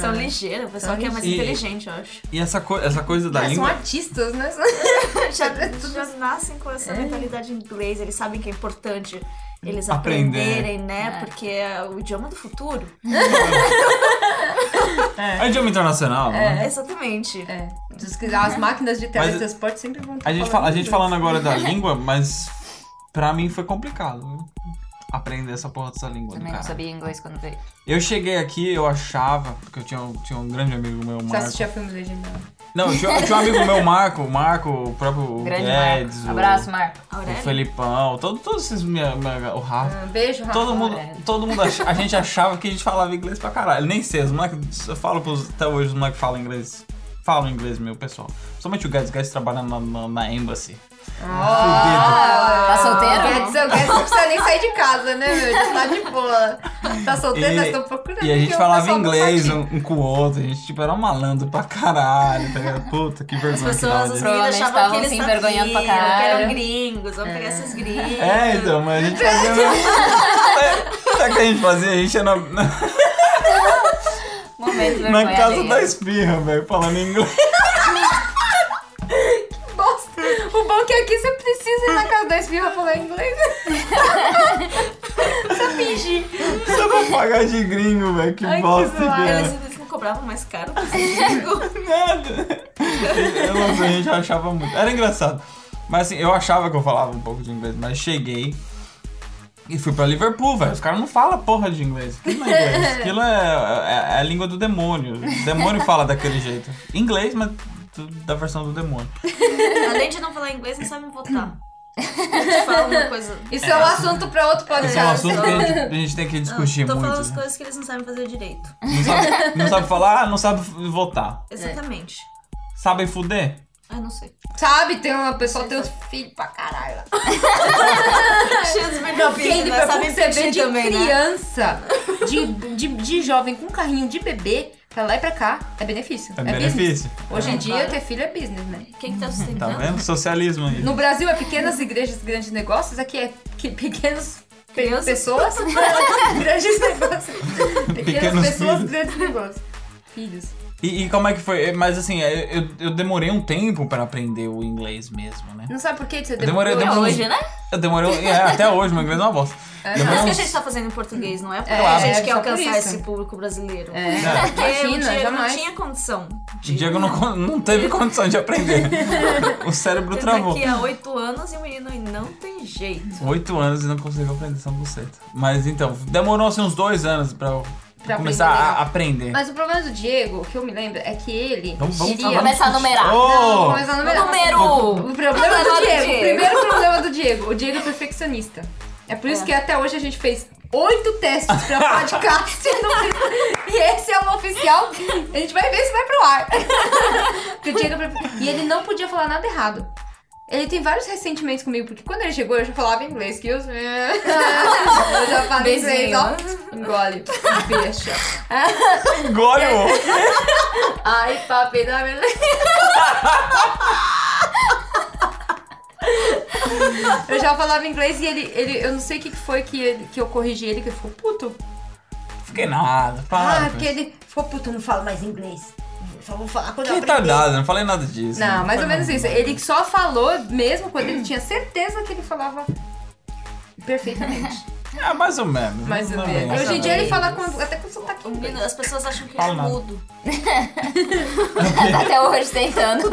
Speaker 4: São ligeiros, o pessoal que é mais
Speaker 2: E-
Speaker 4: inteligente, eu acho.
Speaker 2: E essa, co- essa coisa da
Speaker 3: Mas são
Speaker 2: língua.
Speaker 3: artistas, né?
Speaker 4: Já, já nascem com essa mentalidade em inglês, eles sabem que é importante eles
Speaker 2: Aprender.
Speaker 4: aprenderem, né?
Speaker 5: É.
Speaker 4: Porque é o idioma do futuro.
Speaker 2: É idioma internacional, né?
Speaker 4: Exatamente.
Speaker 3: É, diz que as máquinas de teletransporte sempre vão estar
Speaker 2: A gente, fala- a gente
Speaker 3: inglês.
Speaker 2: falando agora da língua, mas pra mim foi complicado. viu? Aprender essa porra dessa língua. do
Speaker 5: Também não
Speaker 2: cara.
Speaker 5: sabia inglês quando veio.
Speaker 2: Eu cheguei aqui, eu achava, porque eu tinha, um- tinha um grande amigo meu,
Speaker 3: Você
Speaker 2: Marco.
Speaker 3: assistia filme legendário?
Speaker 2: Não, eu tinha, eu tinha um amigo meu, Marco, o Marco, o próprio
Speaker 5: Grande
Speaker 2: Guedes,
Speaker 5: Marco.
Speaker 2: o-
Speaker 5: Abraço, Marco.
Speaker 2: o,
Speaker 4: Aurélio?
Speaker 2: Felipão, todo, todos esses. Minha, minha- o Rafa.
Speaker 5: Ah,
Speaker 3: Um beijo, Rafa.
Speaker 2: Todo mundo,
Speaker 5: Aurélio.
Speaker 2: todo mundo ach- a gente achava que a gente falava inglês pra caralho. Nem sei, os moleques, eu falo pros, até hoje os moleques falam inglês, falam inglês, meu pessoal. Somente o Guedes, o Guedes trabalhando na, na, na Embassy.
Speaker 5: Tá
Speaker 3: Quer
Speaker 5: solteiro?
Speaker 3: dizer, eu quero- você não precisa nem sair de casa, né, meu? Você tá de boa. Tá solteiro, nós estamos procurando.
Speaker 2: e a gente
Speaker 3: porque o
Speaker 2: falava
Speaker 3: pessoal não
Speaker 2: inglês
Speaker 3: sabe.
Speaker 2: um, um com o outro, a gente tipo, era um malandro pra caralho, tá ligado? Puta, que vergonha.
Speaker 4: As
Speaker 2: que dava
Speaker 4: pessoas, os
Speaker 2: disso.
Speaker 5: dava
Speaker 4: meninos
Speaker 5: disso.
Speaker 4: achavam que eles
Speaker 5: Provavelmente estavam se envergonhando pra
Speaker 4: sabiam, que
Speaker 5: caralho.
Speaker 4: eram gringos, vamos pegar esses gringos.
Speaker 2: É, então, mas a gente fazia. É, Sabe o que a gente fazia? A gente ia na, na,
Speaker 5: Momento
Speaker 2: na
Speaker 5: vergonha
Speaker 2: casa
Speaker 5: alheia.
Speaker 2: da espirra, velho, falando inglês. um-
Speaker 3: Bosta. O bom é que aqui você precisa ir na casa da espirra falar inglês. Só fingir.
Speaker 2: Só pra pagar de gringo, velho, que
Speaker 3: Ai, que
Speaker 2: bosta que é.
Speaker 3: zoado.
Speaker 2: era.
Speaker 4: Eles, eles não cobravam mais caro pra ser gringo.
Speaker 2: nada. Eu não sei, a gente achava muito. Era engraçado. Mas assim, eu achava que eu falava um pouco de inglês, mas cheguei e fui pra Liverpool, velho. Os caras não falam porra de inglês. Aquilo não é inglês. Aquilo é, é- é a língua do demônio. O demônio fala daquele jeito. Inglês, mas do- da versão do demônio.
Speaker 4: Além de não falar inglês, não sabem votar. Eu te falo uma coisa.
Speaker 3: Isso é um assunto pra outro podcast.
Speaker 2: Esse é um assunto que a gente, a gente tem que discutir
Speaker 4: Ah, tô
Speaker 2: muito.
Speaker 4: falando as
Speaker 2: né?
Speaker 4: coisas que eles não sabem fazer direito.
Speaker 2: Não sabe, não sabe falar, ah, não sabe votar.
Speaker 4: Exatamente.
Speaker 2: Sabem fuder?
Speaker 4: Ah, não sei.
Speaker 3: Sabe, tem uma pessoa tem uns filhos pra caralho lá.
Speaker 4: Cheio dos
Speaker 3: Quem
Speaker 4: benefícios,
Speaker 3: de
Speaker 4: né? Sabem
Speaker 3: você vê
Speaker 4: pedir
Speaker 3: um de
Speaker 4: também, né?
Speaker 3: criança, de, de, de jovem com um carrinho de bebê, pra lá e pra cá, é benefício.
Speaker 2: É,
Speaker 3: business.
Speaker 2: benefício.
Speaker 3: Hoje em dia,
Speaker 4: claro.
Speaker 3: ter filho é business, né?
Speaker 4: Quem que tá
Speaker 2: Tá
Speaker 4: sustentando?
Speaker 2: vendo? Socialismo aí.
Speaker 3: No Brasil é pequenas igrejas, grandes negócios. Aqui é que- pequenos pe-
Speaker 4: Crianças.
Speaker 3: pessoas, grandes negócios. Pequenas
Speaker 2: Pequenos
Speaker 3: pessoas,
Speaker 2: filhos.
Speaker 3: grandes negócios. Filhos.
Speaker 2: E, e como é que foi? Mas assim, eu, eu demorei um tempo pra aprender o inglês mesmo, né?
Speaker 3: Não sabe por que você
Speaker 2: Eu demorei, eu
Speaker 3: demorou?
Speaker 2: demorei-
Speaker 5: Hoje, né?
Speaker 2: Eu demorei. é, até hoje, meu inglês é uma bosta.
Speaker 4: Por
Speaker 2: Demorei
Speaker 4: isso que a
Speaker 2: uns-
Speaker 4: gente tá fazendo em português, não é porque
Speaker 3: É,
Speaker 4: a gente
Speaker 3: é
Speaker 4: quer
Speaker 3: só por
Speaker 4: alcançar
Speaker 3: isso.
Speaker 4: esse público brasileiro.
Speaker 3: É,
Speaker 2: É.
Speaker 4: Porque o
Speaker 3: imagina,
Speaker 4: Diego
Speaker 3: jamais.
Speaker 4: não tinha condição
Speaker 2: O
Speaker 4: de...
Speaker 2: Diego não, não teve condição de aprender. o cérebro
Speaker 4: Ele tá
Speaker 2: travou.
Speaker 4: aqui há oito anos e o menino não tem jeito.
Speaker 2: Oito anos e não conseguiu aprender essa buceta. Mas então, demorou assim, uns dois anos pra eu
Speaker 3: Pra
Speaker 2: começar
Speaker 3: aprender.
Speaker 2: a aprender.
Speaker 3: Mas o problema do Diego, que eu me lembro, é que ele
Speaker 2: Vamos- vamos
Speaker 3: queria...
Speaker 2: falar-
Speaker 5: Começar a numerar.
Speaker 2: Ô!
Speaker 3: Não, vamos começar no número.
Speaker 5: Número!
Speaker 3: O problema do
Speaker 5: Problema do
Speaker 3: Diego.
Speaker 5: Diego.
Speaker 3: O primeiro problema do Diego. O Diego é perfeccionista. É por isso que até hoje a gente fez oito testes pra podcast. e não- e esse é o oficial. A gente vai ver se vai pro ar. Porque o Diego é perfe- E ele não podia falar nada errado. Ele tem vários ressentimentos comigo, porque quando ele chegou eu já falava inglês, que eu, eu já falei inglês, ó. Engole, bicha.
Speaker 2: Engole o ovo.
Speaker 3: Ai, papi, dá minha... Eu já falava inglês e ele, ele eu não sei o que que foi que, ele- que eu corrigi ele, que ele ficou puto.
Speaker 2: Fiquei nada. Para.
Speaker 3: ah, porque ele ficou puto, eu não falo mais inglês. Eu Só vou falar quando eu
Speaker 2: Que
Speaker 3: aprender.
Speaker 2: tardado, não falei nada disso.
Speaker 3: Não, mais
Speaker 2: falei
Speaker 3: ou menos
Speaker 2: nada.
Speaker 3: isso. Ele só falou mesmo quando ele tinha certeza que ele falava perfeitamente.
Speaker 2: É, mais ou menos.
Speaker 3: Mais ou
Speaker 2: bem.
Speaker 3: menos. Hoje em dia ele fala com, até com sotaque
Speaker 4: O menino-
Speaker 3: inglês.
Speaker 4: As pessoas acham que
Speaker 2: Fala
Speaker 4: ele é
Speaker 2: nada.
Speaker 4: mudo.
Speaker 5: Tá até hoje tentando.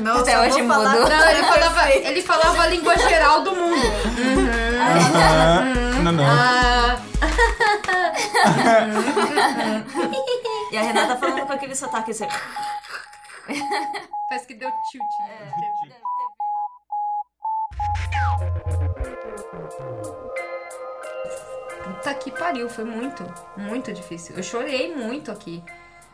Speaker 4: Não,
Speaker 5: Até
Speaker 4: só
Speaker 5: hoje
Speaker 4: vou falar-
Speaker 5: mudou.
Speaker 3: Não, ele falava, ele falava a língua geral do mundo.
Speaker 2: Aham. Não, não.
Speaker 3: é Ah,
Speaker 4: E a Renata falando com aquele sotaque assim.
Speaker 3: parece que deu tilt. Né? Puta que pariu, foi muito, muito difícil. Eu chorei muito aqui.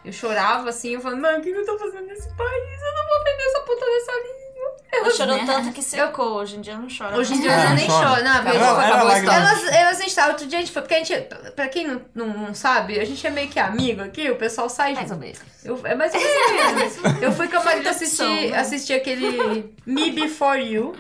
Speaker 3: Eu chorava assim, eu falando, mano, o que eu tô fazendo nesse país? Eu não vou aprender essa puta dessa língua.
Speaker 4: Ela
Speaker 3: Elas,
Speaker 4: chorou tanto que secou. Hoje em dia não chora.
Speaker 3: hoje em
Speaker 4: mais.
Speaker 3: dia
Speaker 2: Ah,
Speaker 3: eu nem
Speaker 2: chora.
Speaker 3: choro. Não,
Speaker 5: Acabou,
Speaker 3: eu-
Speaker 2: Ela-
Speaker 5: acabou a
Speaker 2: ela-
Speaker 5: história.
Speaker 3: elas, elas instalam outro dia, a gente foi, porque a gente, pra quem não, não, não sabe, a gente é meio que amigo aqui, o pessoal sai
Speaker 5: Mais
Speaker 3: junto.
Speaker 5: ou menos.
Speaker 3: Eu, é mais ou menos isso mesmo. Eu fui com a Marita assistir,
Speaker 4: São, né?
Speaker 3: assistir aquele Me Before You,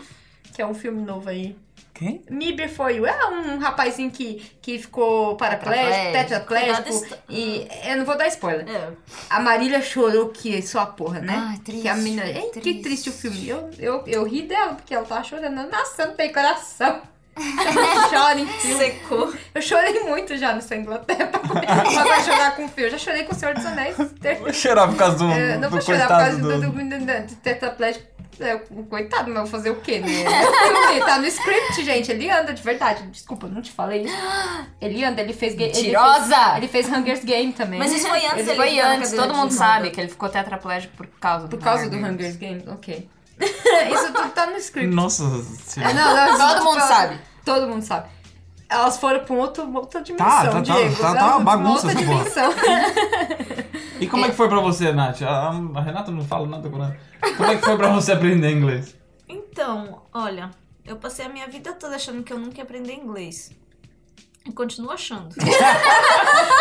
Speaker 3: que é um filme novo aí.
Speaker 2: Quem?
Speaker 3: Me Before You é um rapazinho que, que ficou paraplégico,
Speaker 4: Tetraplégico.
Speaker 3: tetraplégico.
Speaker 4: Cuidado,
Speaker 3: E eu não vou dar spoiler.
Speaker 4: É,
Speaker 3: A Marília chorou que só a porra, né?
Speaker 5: Ai, Ah, triste,
Speaker 3: Que a menina. Ei, que
Speaker 5: triste.
Speaker 3: triste o filme. Eu, eu, eu ri dela, porque ela tava chorando. Nossa, não tem coração. Não Chora em filme.
Speaker 4: secou.
Speaker 3: Eu chorei muito já no Sem Inglaterra pra pra chorar com o filme. Eu já chorei com o Senhor dos Anéis.
Speaker 2: Vou chorar por causa do,
Speaker 3: É, não
Speaker 2: do
Speaker 3: vou chorar por
Speaker 2: coitado
Speaker 3: causa
Speaker 2: do...
Speaker 3: do, do, do, do tetraplégico. É, o coitado, mas vou fazer o quê, né? Ele tá no script, gente. Ele anda de verdade. Desculpa, eu não te falei isso. Ele anda, ele fez. ga- Ele fez,
Speaker 5: Mentirosa!
Speaker 3: ele fez Hunger's Game também.
Speaker 4: Mas isso foi antes
Speaker 5: Ele
Speaker 4: ele
Speaker 5: foi
Speaker 4: ficar na
Speaker 5: antes,
Speaker 4: cadeira
Speaker 5: todo
Speaker 4: de
Speaker 5: mundo
Speaker 4: roda.
Speaker 5: sabe que ele ficou tetraplégico por causa do
Speaker 3: Por causa do
Speaker 5: Hunger Games.
Speaker 3: Hunger's Games, ok. isso tudo tá no script.
Speaker 2: Nossa senhora.
Speaker 3: Não, não, isso
Speaker 5: Todo
Speaker 3: tudo
Speaker 5: mundo
Speaker 3: tá-
Speaker 5: sabe.
Speaker 3: Todo mundo sabe. Elas foram pra um outro, uma outra dimensão,
Speaker 2: tá, tá,
Speaker 3: Diego.
Speaker 2: tá, tá
Speaker 3: Elas-
Speaker 2: uma bagunça
Speaker 3: outra
Speaker 2: essa porra.
Speaker 3: dimensão.
Speaker 2: E Ah, como é que foi pra você, Nath? A, a Renata não fala nada com nada. Como é que foi pra você aprender inglês?
Speaker 4: Então, olha, eu passei a minha vida toda achando que eu nunca ia aprender inglês. E continuo achando.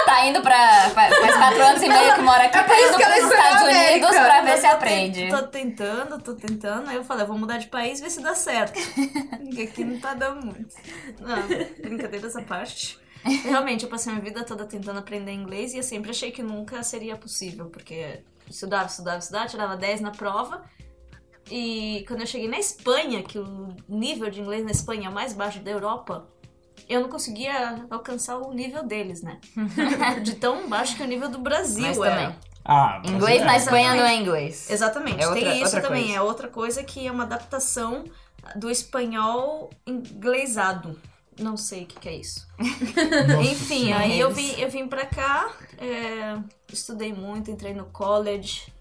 Speaker 5: Tá indo pra. fa- Faz quatro anos e meio que mora aqui, tá
Speaker 3: isso
Speaker 5: indo
Speaker 3: que ela
Speaker 5: pros
Speaker 3: escolheu a
Speaker 5: Estados Unidos
Speaker 3: América.
Speaker 5: pra ver se
Speaker 4: Eu tô
Speaker 5: aprende.
Speaker 4: ten- Tô tentando, tô tentando. Aí eu falei, eu vou mudar de país, ver se dá certo. Porque aqui não tá dando muito. Não, brincadeira essa parte. Realmente, eu passei minha vida toda tentando aprender inglês e eu sempre achei que nunca seria possível, porque estudava, estudava, estudava, tirava 10 na prova. E quando eu cheguei na Espanha, que o nível de inglês na Espanha é o mais baixo da Europa, eu não conseguia alcançar o nível deles, né? de tão baixo que o nível do Brasil é.
Speaker 5: Mas
Speaker 4: era.
Speaker 5: também.
Speaker 2: Ah, mas-
Speaker 5: Inglês na
Speaker 2: é.
Speaker 5: Espanha não é inglês.
Speaker 4: Exatamente.
Speaker 5: É outra-
Speaker 4: Tem isso
Speaker 5: outra
Speaker 4: também.
Speaker 5: coisa.
Speaker 4: É outra coisa que é uma adaptação do espanhol inglesado. Não sei o que, que é isso.
Speaker 2: é,
Speaker 4: Enfim, aí eu vim, eu vim pra cá, é, estudei muito, entrei no college.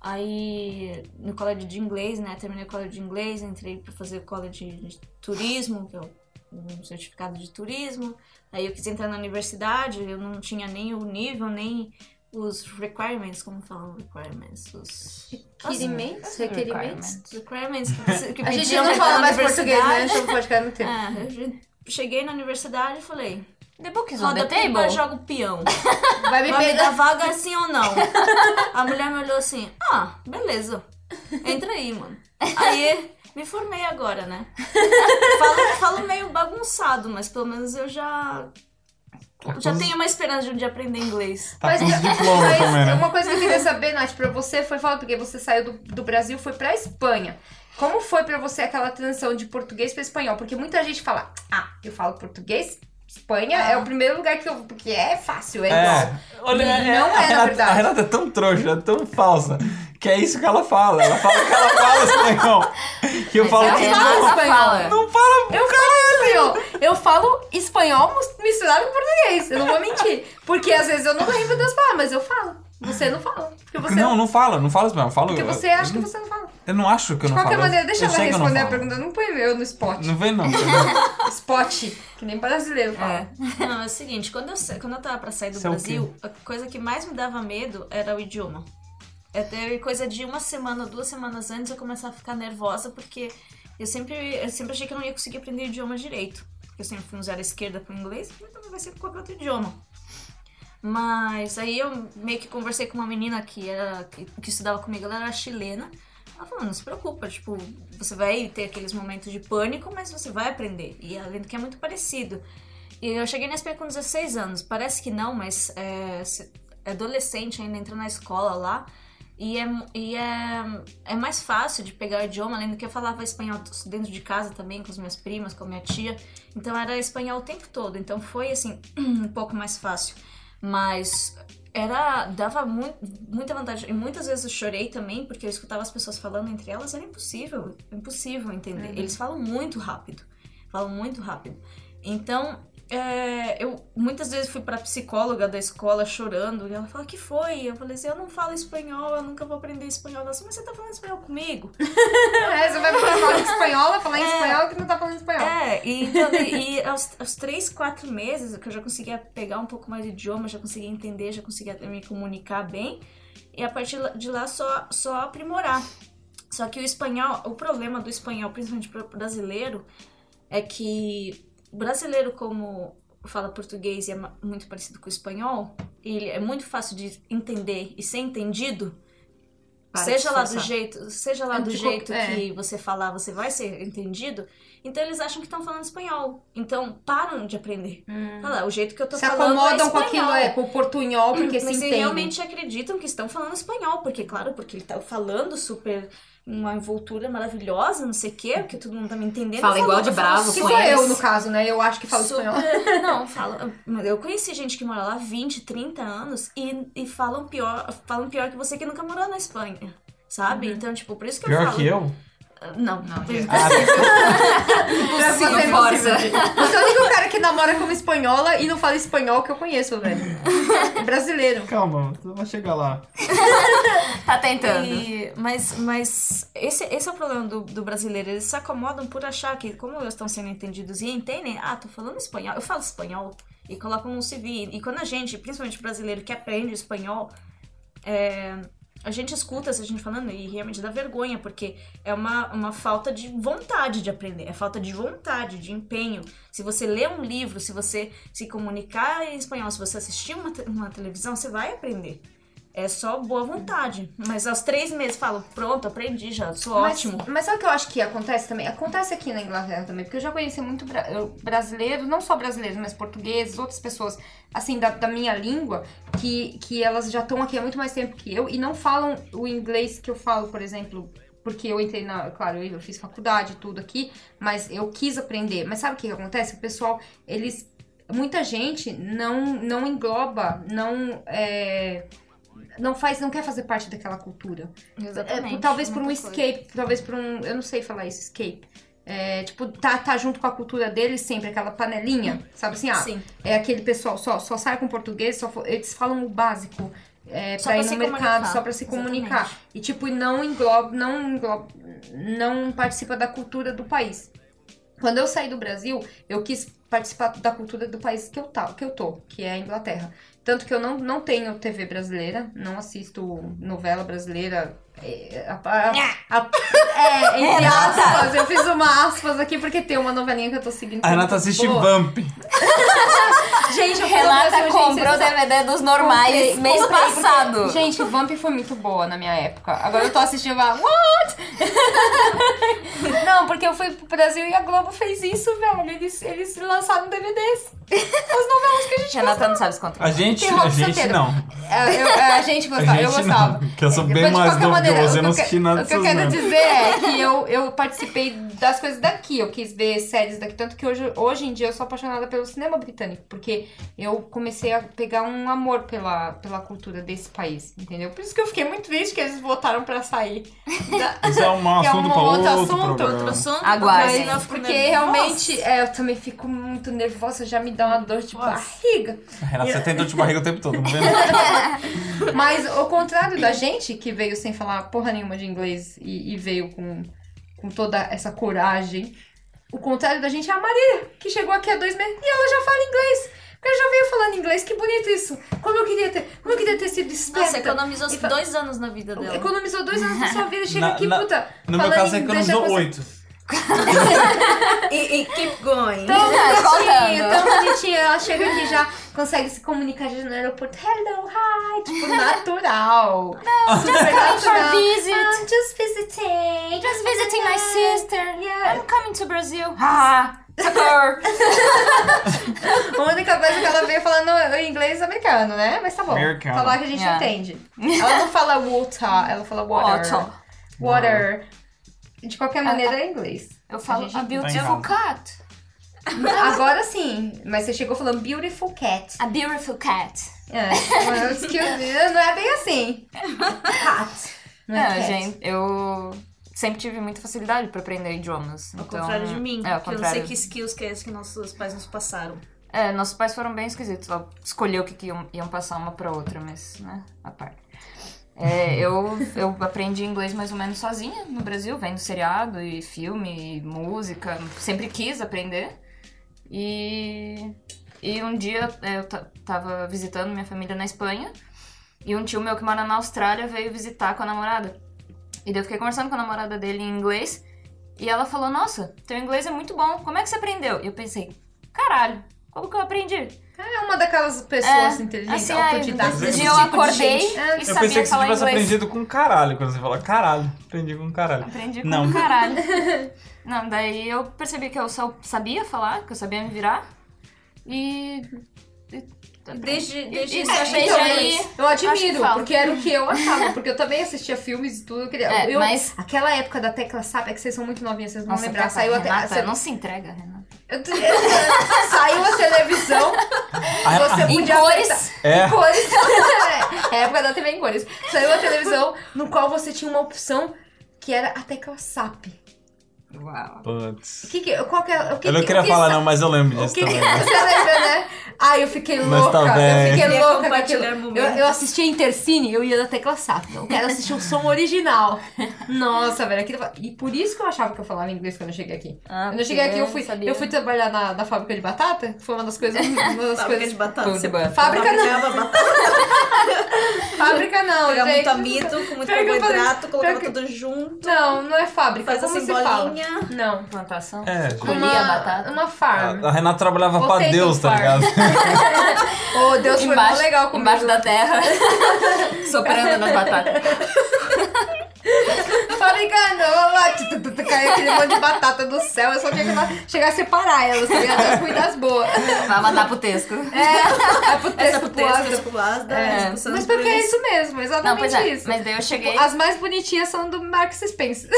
Speaker 4: Aí, no college de inglês, né? Terminei o college de inglês, entrei pra fazer o college de turismo, que é um certificado de turismo. Aí eu quis entrar na universidade, eu não tinha nem o nível, nem os requirements, como falam requirements? Os
Speaker 3: Requerimentos? Requerimentos?
Speaker 4: requirements que, preci- que
Speaker 3: A gente
Speaker 4: pediam
Speaker 3: não
Speaker 4: pra entrar
Speaker 3: fala mais
Speaker 4: na
Speaker 3: português, né?
Speaker 4: universidade.
Speaker 3: Então pode ficar no tempo.
Speaker 4: É, eu che- cheguei na universidade e falei,
Speaker 5: The book is on
Speaker 4: roda
Speaker 5: the
Speaker 4: pipa,
Speaker 5: table.
Speaker 4: jogo peão.
Speaker 3: Vai me
Speaker 4: Vai me
Speaker 3: pegar.
Speaker 4: dar vaga assim ou não? A mulher me olhou assim, ah, beleza. Entra aí, mano. Aí, me formei agora, né? Falo, falo meio bagunçado, mas pelo menos eu já... Já tenho uma esperança de um dia aprender inglês.
Speaker 2: Tá com os diplomas também, né?
Speaker 3: é, uma coisa que eu queria saber, Nath, pra você foi falar, porque você saiu do, do Brasil foi pra Espanha. Como foi pra você aquela transição de português pra espanhol? Porque muita gente fala, ah, eu falo português, Espanha é o primeiro lugar que eu. Porque é fácil, é, igual.
Speaker 2: É. Olha,
Speaker 3: Não é,
Speaker 2: a
Speaker 3: na
Speaker 2: Renata,
Speaker 3: verdade.
Speaker 2: A Renata é tão trouxa, é tão falsa, que é isso que ela fala. Ela fala que ela fala espanhol. Que eu
Speaker 5: Mas
Speaker 2: falo
Speaker 3: é
Speaker 5: ela
Speaker 2: que
Speaker 5: fala
Speaker 2: não.
Speaker 5: espanhol.
Speaker 2: Não fala.
Speaker 3: Eu falo espanhol. Eu falo espanhol mus- misturado com português. Eu não vou mentir. Porque às vezes eu não lembro das palavras, mas eu falo. Você não fala. Porque você,
Speaker 2: Não, não fala, não fala espanhol. Eu falo,
Speaker 3: porque
Speaker 2: eu-
Speaker 3: você
Speaker 2: eu
Speaker 3: acha que
Speaker 2: não-
Speaker 3: você não fala.
Speaker 2: Eu não acho que eu
Speaker 3: De
Speaker 2: não falo.
Speaker 3: qualquer
Speaker 2: eu-
Speaker 3: maneira, deixa
Speaker 2: eu
Speaker 3: ela
Speaker 2: sei que eu não
Speaker 3: responder a
Speaker 2: falo.
Speaker 3: pergunta. Não põe eu no spot.
Speaker 2: Não vem, não. entendeu?
Speaker 3: Spot, que nem brasileiro fala.
Speaker 4: Não, é o seguinte, quando eu, sa- quando eu tava pra sair do
Speaker 2: Isso é o
Speaker 4: Brasil, a coisa que mais me dava medo era o idioma. Até coisa de uma semana, duas semanas antes eu começava a ficar nervosa, porque eu sempre, eu sempre achei que eu não ia conseguir aprender o idioma direito. Porque eu sempre fui um zero à esquerda pro inglês, mas também vai ser com qualquer outro idioma. Mas aí eu meio que conversei com uma menina que era que, que estudava comigo, ela era chilena. Ela falou, não se preocupa, tipo, você vai ter aqueles momentos de pânico, mas você vai aprender. E além do que é muito parecido. E eu cheguei na Espanha com 16 anos. Parece que não, mas é, se- é adolescente ainda, entra na escola lá. E, é, mu- e é, é mais fácil de pegar o idioma, além do que eu falava espanhol dentro de casa também, com as minhas primas, com a minha tia. Então era espanhol o tempo todo. Então foi, assim, um pouco mais fácil. Mas era dava mu- muita vantagem. E muitas vezes eu chorei também, porque eu escutava as pessoas falando entre elas, era impossível, impossível entender. Eles falam muito rápido, falam muito rápido. Então, é, eu muitas vezes fui pra psicóloga da escola chorando, e ela fala, que foi? Eu falei assim, eu não falo espanhol, eu nunca vou aprender espanhol. Ela assim, mas você tá falando espanhol comigo?
Speaker 3: É, você vai falar em espanhol, vai falar em
Speaker 4: É.
Speaker 3: espanhol que não tá falando espanhol.
Speaker 4: É, e, então, e e aos, aos três, quatro meses que eu já conseguia pegar um pouco mais de idioma, já conseguia entender, já conseguia me comunicar bem. E a partir de lá só, só aprimorar. Só que o espanhol, o problema do espanhol, principalmente para brasileiro, é que o brasileiro, como fala português e é ma- muito parecido com o espanhol, ele é muito fácil de entender e ser entendido.
Speaker 5: Para de
Speaker 4: seja lá do
Speaker 5: forçar.
Speaker 4: jeito, seja lá do
Speaker 3: De qual-
Speaker 4: jeito
Speaker 3: é.
Speaker 4: que você falar, você vai ser entendido. Então eles acham que estão falando espanhol. Então param de aprender. Olha lá, o jeito que eu tô
Speaker 3: Se
Speaker 4: falando é
Speaker 3: acomodam
Speaker 4: espanhol.
Speaker 3: com aquilo, é, com o portunhol, porque
Speaker 4: Mas
Speaker 3: se
Speaker 4: eles
Speaker 3: entendem.
Speaker 4: realmente acreditam que estão falando espanhol, porque, claro, porque ele tá falando super uma envoltura maravilhosa, não sei o quê, porque todo mundo tá me entendendo.
Speaker 5: Fala
Speaker 4: Eu falo-
Speaker 5: igual de
Speaker 4: eu falo
Speaker 5: bravo
Speaker 3: Que
Speaker 4: super-
Speaker 5: com
Speaker 3: sou
Speaker 5: eles.
Speaker 3: eu, no caso, né? Eu acho que falo
Speaker 4: super-
Speaker 3: espanhol.
Speaker 4: É, Não, fala. Mas eu conheci gente que mora lá 20, 30 anos e, e falam pior, falam pior que você que nunca morou na Espanha. Sabe? Então, tipo, por isso que eu
Speaker 2: Pior
Speaker 4: falo.
Speaker 2: que eu?
Speaker 4: Não, não.
Speaker 5: Não, gente.
Speaker 2: Ah,
Speaker 3: Pra você
Speaker 5: Não
Speaker 3: é
Speaker 5: força.
Speaker 3: impossível. Você é o único cara que namora como espanhola e não fala espanhol que eu conheço, velho. É brasileiro.
Speaker 2: calma, tu vai chegar lá.
Speaker 5: Tá tentando.
Speaker 4: E- mas mas esse, esse é o problema do, do brasileiro. Eles se acomodam por achar que, como eles estão sendo entendidos e entendem, ah, tô falando espanhol, eu falo espanhol. E colocam um CV. E quando a gente, principalmente brasileiro, que aprende espanhol, é, a gente escuta essa gente falando e realmente dá vergonha, porque é uma, uma falta de vontade de aprender, é falta de vontade, de empenho. Se você lê um livro, se você se comunicar em espanhol, se você assistir uma, te- uma televisão, você vai aprender. É só boa vontade. Mas aos três meses falo, pronto, aprendi já, sou ótimo.
Speaker 3: Mas, mas sabe o que eu acho que acontece também? Acontece aqui na Inglaterra também, porque eu já conheci muito bra- eu- brasileiros, não só brasileiros, mas portugueses, outras pessoas, assim, da, da minha língua, que, que elas já estão aqui há muito mais tempo que eu e não falam o inglês que eu falo, por exemplo. Porque eu entrei na. Claro, eu eu fiz faculdade e tudo aqui, mas eu quis aprender. Mas sabe o que que acontece? O pessoal, eles. Muita gente não, não engloba, não. é, não faz, não quer fazer parte daquela cultura. É, por- talvez por um
Speaker 4: muita coisa.
Speaker 3: escape, talvez por um. Eu não sei falar isso, escape. É, tipo, tá, tá junto com a cultura deles sempre, aquela panelinha, sabe assim? Ah,
Speaker 4: Sim.
Speaker 3: é aquele pessoal, só, só sai com português, só fo- eles falam o básico. É,
Speaker 4: Só
Speaker 3: pra
Speaker 4: pra
Speaker 3: ir
Speaker 4: se
Speaker 3: no mercado,
Speaker 4: comunicar.
Speaker 3: só pra se
Speaker 4: Exatamente.
Speaker 3: comunicar. E tipo, não engloba, não engloba, não participa da cultura do país. Quando eu saí do Brasil, eu quis participar da cultura do país que eu, tá, que eu tô, que é a Inglaterra. Tanto que eu não, não tenho TV brasileira, não assisto novela brasileira. é, A, a- a- é, entre aspas, eu fiz uma aspas aqui porque tem uma novelinha que eu tô seguindo. que
Speaker 2: A
Speaker 3: é
Speaker 2: Renata
Speaker 3: muito
Speaker 2: assiste
Speaker 3: boa.
Speaker 2: Vamp.
Speaker 3: Gente, eu fui no Brasil,
Speaker 5: Renata
Speaker 3: gente,
Speaker 5: comprou o
Speaker 3: vocês-
Speaker 5: DVD dos normais
Speaker 3: Comprei,
Speaker 5: mês
Speaker 3: comprei, porque,
Speaker 5: passado.
Speaker 3: é Gente, Vamp foi muito boa na minha época. Agora eu tô assistindo lá. What? Não, porque eu fui pro Brasil e a Globo fez isso, velho. Eles, eles lançaram um DVDs. As novelas que a gente
Speaker 5: Renata não sabe se
Speaker 2: A
Speaker 5: controlar.
Speaker 2: gente,
Speaker 3: Tem Rock
Speaker 2: a gente
Speaker 3: Santeiro.
Speaker 2: não.
Speaker 3: É, eu- é, a gente
Speaker 2: A
Speaker 3: gostava,
Speaker 2: gente
Speaker 3: eu gostava.
Speaker 2: não. Que eu sou
Speaker 3: É,
Speaker 2: bem
Speaker 3: mas de
Speaker 2: mais
Speaker 3: qualquer
Speaker 2: novo que
Speaker 3: maneira,
Speaker 2: você,
Speaker 3: eu
Speaker 2: não
Speaker 3: que-
Speaker 2: assisti nada
Speaker 3: O que eu
Speaker 2: dessas
Speaker 3: quero
Speaker 2: merda.
Speaker 3: dizer é que eu, eu participei das coisas daqui. Eu quis ver séries daqui. Tanto que hoje, hoje em dia eu sou apaixonada pelo cinema britânico. Porque eu comecei a pegar um amor pela, pela cultura desse país, entendeu? Por isso que eu fiquei muito triste que eles votaram pra sair. da-
Speaker 2: Isso é um
Speaker 3: Que é um
Speaker 2: assunto pra
Speaker 3: outro
Speaker 2: outro,
Speaker 3: assunto, outro
Speaker 2: programa.
Speaker 4: Assunto,
Speaker 5: Aguardem,
Speaker 4: mas eu fico
Speaker 3: Porque
Speaker 4: nervosa.
Speaker 3: realmente é, eu também fico muito nervosa, já me dá uma dor de
Speaker 4: Nossa.
Speaker 3: barriga.
Speaker 2: Renata, você tem dor de barriga o tempo todo, não vê? não?
Speaker 3: Mas ao contrário da gente, que veio sem falar porra nenhuma de inglês e, e veio com, com toda essa coragem, o contrário da gente é a Maria, que chegou aqui há dois meses e ela já fala inglês. Porque ela já veio falando inglês, que bonito isso. Como eu queria ter, como eu queria ter sido
Speaker 4: Nossa,
Speaker 3: esperta.
Speaker 4: economizou
Speaker 3: E fa-
Speaker 4: dois anos na vida dela.
Speaker 3: Economizou dois anos da sua vida, chega
Speaker 2: Na-
Speaker 3: aqui,
Speaker 2: na-
Speaker 3: puta.
Speaker 2: No meu caso, é que eu não
Speaker 3: deixa
Speaker 2: dou
Speaker 3: com-
Speaker 2: oito.
Speaker 4: E, e keep going.
Speaker 3: Tão bonitinho,
Speaker 5: contando.
Speaker 3: tão bonitinho. Ela chega aqui já consegue se comunicar já no aeroporto. Hello, hi. Tipo, natural. Não, super natural. I'm just visiting.
Speaker 5: Just visiting my sister.
Speaker 3: Yeah.
Speaker 5: I'm coming to Brazil. Ah, socorro.
Speaker 3: A única coisa que ela veio falando é inglês americano, né? Mas tá bom.
Speaker 2: Americano.
Speaker 3: Tá lá que a gente
Speaker 5: Yeah.
Speaker 3: entende. Ela não fala water, ela fala water.
Speaker 5: Water.
Speaker 3: Water. De qualquer maneira é inglês.
Speaker 5: Eu falo
Speaker 3: A gente-
Speaker 5: a
Speaker 2: Tá
Speaker 5: beautiful
Speaker 2: em
Speaker 5: cat.
Speaker 3: Agora sim, mas você chegou falando beautiful cat.
Speaker 5: A beautiful cat.
Speaker 3: É, mas excuse me, não é bem assim. Cat. Não é
Speaker 5: Não,
Speaker 3: cat.
Speaker 5: gente, eu sempre tive muita facilidade pra aprender idiomas.
Speaker 4: Ao
Speaker 5: então,
Speaker 4: contrário de mim,
Speaker 5: É, ao
Speaker 4: que eu não sei
Speaker 5: contrário.
Speaker 4: que skills que é esse que nossos pais nos passaram.
Speaker 5: É, nossos pais foram bem esquisitos. ao Escolher o que, que iam, iam passar uma pra outra, mas, né, a parte. É, eu, eu aprendi inglês mais ou menos sozinha no Brasil, vendo seriado e filme e música. Sempre quis aprender. E, e um dia é, eu ta- tava visitando minha família na Espanha e um tio meu que mora na Austrália veio visitar com a namorada. E daí eu fiquei conversando com a namorada dele em inglês e ela falou: Nossa, teu inglês é muito bom, como é que você aprendeu? E eu pensei: Caralho, como que eu aprendi?
Speaker 3: É uma daquelas pessoas
Speaker 5: É,
Speaker 3: inteligentes,
Speaker 5: assim, ai,
Speaker 3: autodidatas.
Speaker 2: desse
Speaker 5: um dia
Speaker 4: tipo
Speaker 5: eu
Speaker 4: de
Speaker 5: acordei
Speaker 4: gente.
Speaker 5: e
Speaker 2: Eu pensei
Speaker 5: sabia
Speaker 2: que você
Speaker 5: falar
Speaker 2: tivesse
Speaker 5: inglês.
Speaker 2: aprendido com caralho, quando você fala caralho. Aprendi com caralho.
Speaker 5: Aprendi com
Speaker 2: Não.
Speaker 5: caralho. Não, daí eu percebi que eu só sabia falar, que eu sabia me virar. E.
Speaker 3: É,
Speaker 5: e-
Speaker 4: Desde, desde
Speaker 5: e-
Speaker 4: isso, eu
Speaker 5: é,
Speaker 4: achei
Speaker 5: então,
Speaker 4: que
Speaker 5: mas-
Speaker 4: era
Speaker 5: aí,
Speaker 3: eu
Speaker 5: acho que
Speaker 3: admiro,
Speaker 5: fala.
Speaker 3: porque era o que eu achava, porque eu também assistia filmes e tudo, eu queria...
Speaker 5: É,
Speaker 3: eu-
Speaker 5: mas-
Speaker 3: Aquela época da tecla sabe, é que vocês são muito novinhas, vocês vão
Speaker 5: Nossa,
Speaker 3: lembrar,
Speaker 5: Renata,
Speaker 3: saiu até...
Speaker 5: Renata,
Speaker 3: sa-
Speaker 5: não se entrega, Renata.
Speaker 3: eu- eu- saiu a televisão, você
Speaker 5: Em
Speaker 3: podia...
Speaker 5: cores.
Speaker 3: apertar-
Speaker 2: Ah, É.
Speaker 3: Em cores. é, é a época da TV em cores. Saiu a televisão no qual você tinha uma opção que era a tecla SAP.
Speaker 5: Uau.
Speaker 2: Putz.
Speaker 3: Que que, qual que é, o que,
Speaker 2: Eu não
Speaker 3: que-
Speaker 2: queria
Speaker 3: o que
Speaker 2: falar,
Speaker 3: sa-
Speaker 2: não, mas eu lembro
Speaker 3: O
Speaker 2: disso
Speaker 3: que, que
Speaker 2: também. né?
Speaker 3: você lembra, né? Ai, eu fiquei
Speaker 2: Mas
Speaker 3: louca.
Speaker 2: também.
Speaker 3: eu fiquei
Speaker 4: Queria
Speaker 3: louca. com aquilo.
Speaker 4: compartilhar
Speaker 3: Eu,
Speaker 4: momentos.
Speaker 3: eu assistia Intercine, eu ia da tecla SAP. Eu quero assistir o som original. Nossa, velho. Aquilo... E por isso que eu achava que eu falava inglês quando eu cheguei aqui.
Speaker 5: Ah,
Speaker 3: Quando eu cheguei aqui, eu fui,
Speaker 5: sabia.
Speaker 3: eu fui trabalhar na, na fábrica de batata. que Foi uma das coisas... Uma das
Speaker 4: Fábrica
Speaker 3: coisas...
Speaker 4: de batata.
Speaker 5: Tudo
Speaker 4: Você
Speaker 5: bom.
Speaker 3: Fábrica não.
Speaker 4: fabricava batata,
Speaker 3: Fábrica não,
Speaker 4: pegava
Speaker 3: gente.
Speaker 4: muito amido, com
Speaker 3: Pior
Speaker 4: muito
Speaker 3: que eu falei-
Speaker 4: carboidrato, colocava
Speaker 3: pior que-
Speaker 4: tudo junto,
Speaker 3: Não, não é fábrica.
Speaker 4: faz
Speaker 3: Como
Speaker 4: assim
Speaker 3: se fala?
Speaker 4: bolinha.
Speaker 3: Não.
Speaker 5: Plantação?
Speaker 2: É,
Speaker 5: Colhia
Speaker 3: Uma,
Speaker 5: batata.
Speaker 3: uma farm.
Speaker 2: a Renata trabalhava pra
Speaker 3: Potato
Speaker 2: Deus, tá
Speaker 3: farm.
Speaker 2: ligado?
Speaker 3: Ô, Oh, Deus foi muito legal comigo.
Speaker 5: embaixo da terra, soprando nas batatas.
Speaker 3: Fabricando, ó lá, tu, tu, tu, tu, caiu aquele monte de batata do céu. Eu só tinha que lá- chegar a separar elas, tá ligado? As ruins das boas.
Speaker 5: Vai matar pro texto.
Speaker 3: É, é pro
Speaker 4: Essa
Speaker 3: texto, pro
Speaker 4: putesca,
Speaker 3: ácido.
Speaker 4: essa pulada,
Speaker 5: É.
Speaker 4: essa
Speaker 3: Mas porque é isso mesmo,
Speaker 5: Não,
Speaker 3: exatamente
Speaker 5: pois é.
Speaker 3: isso. Ah,
Speaker 5: Mas daí eu cheguei.
Speaker 3: As mais bonitinhas são do Marks Spencer.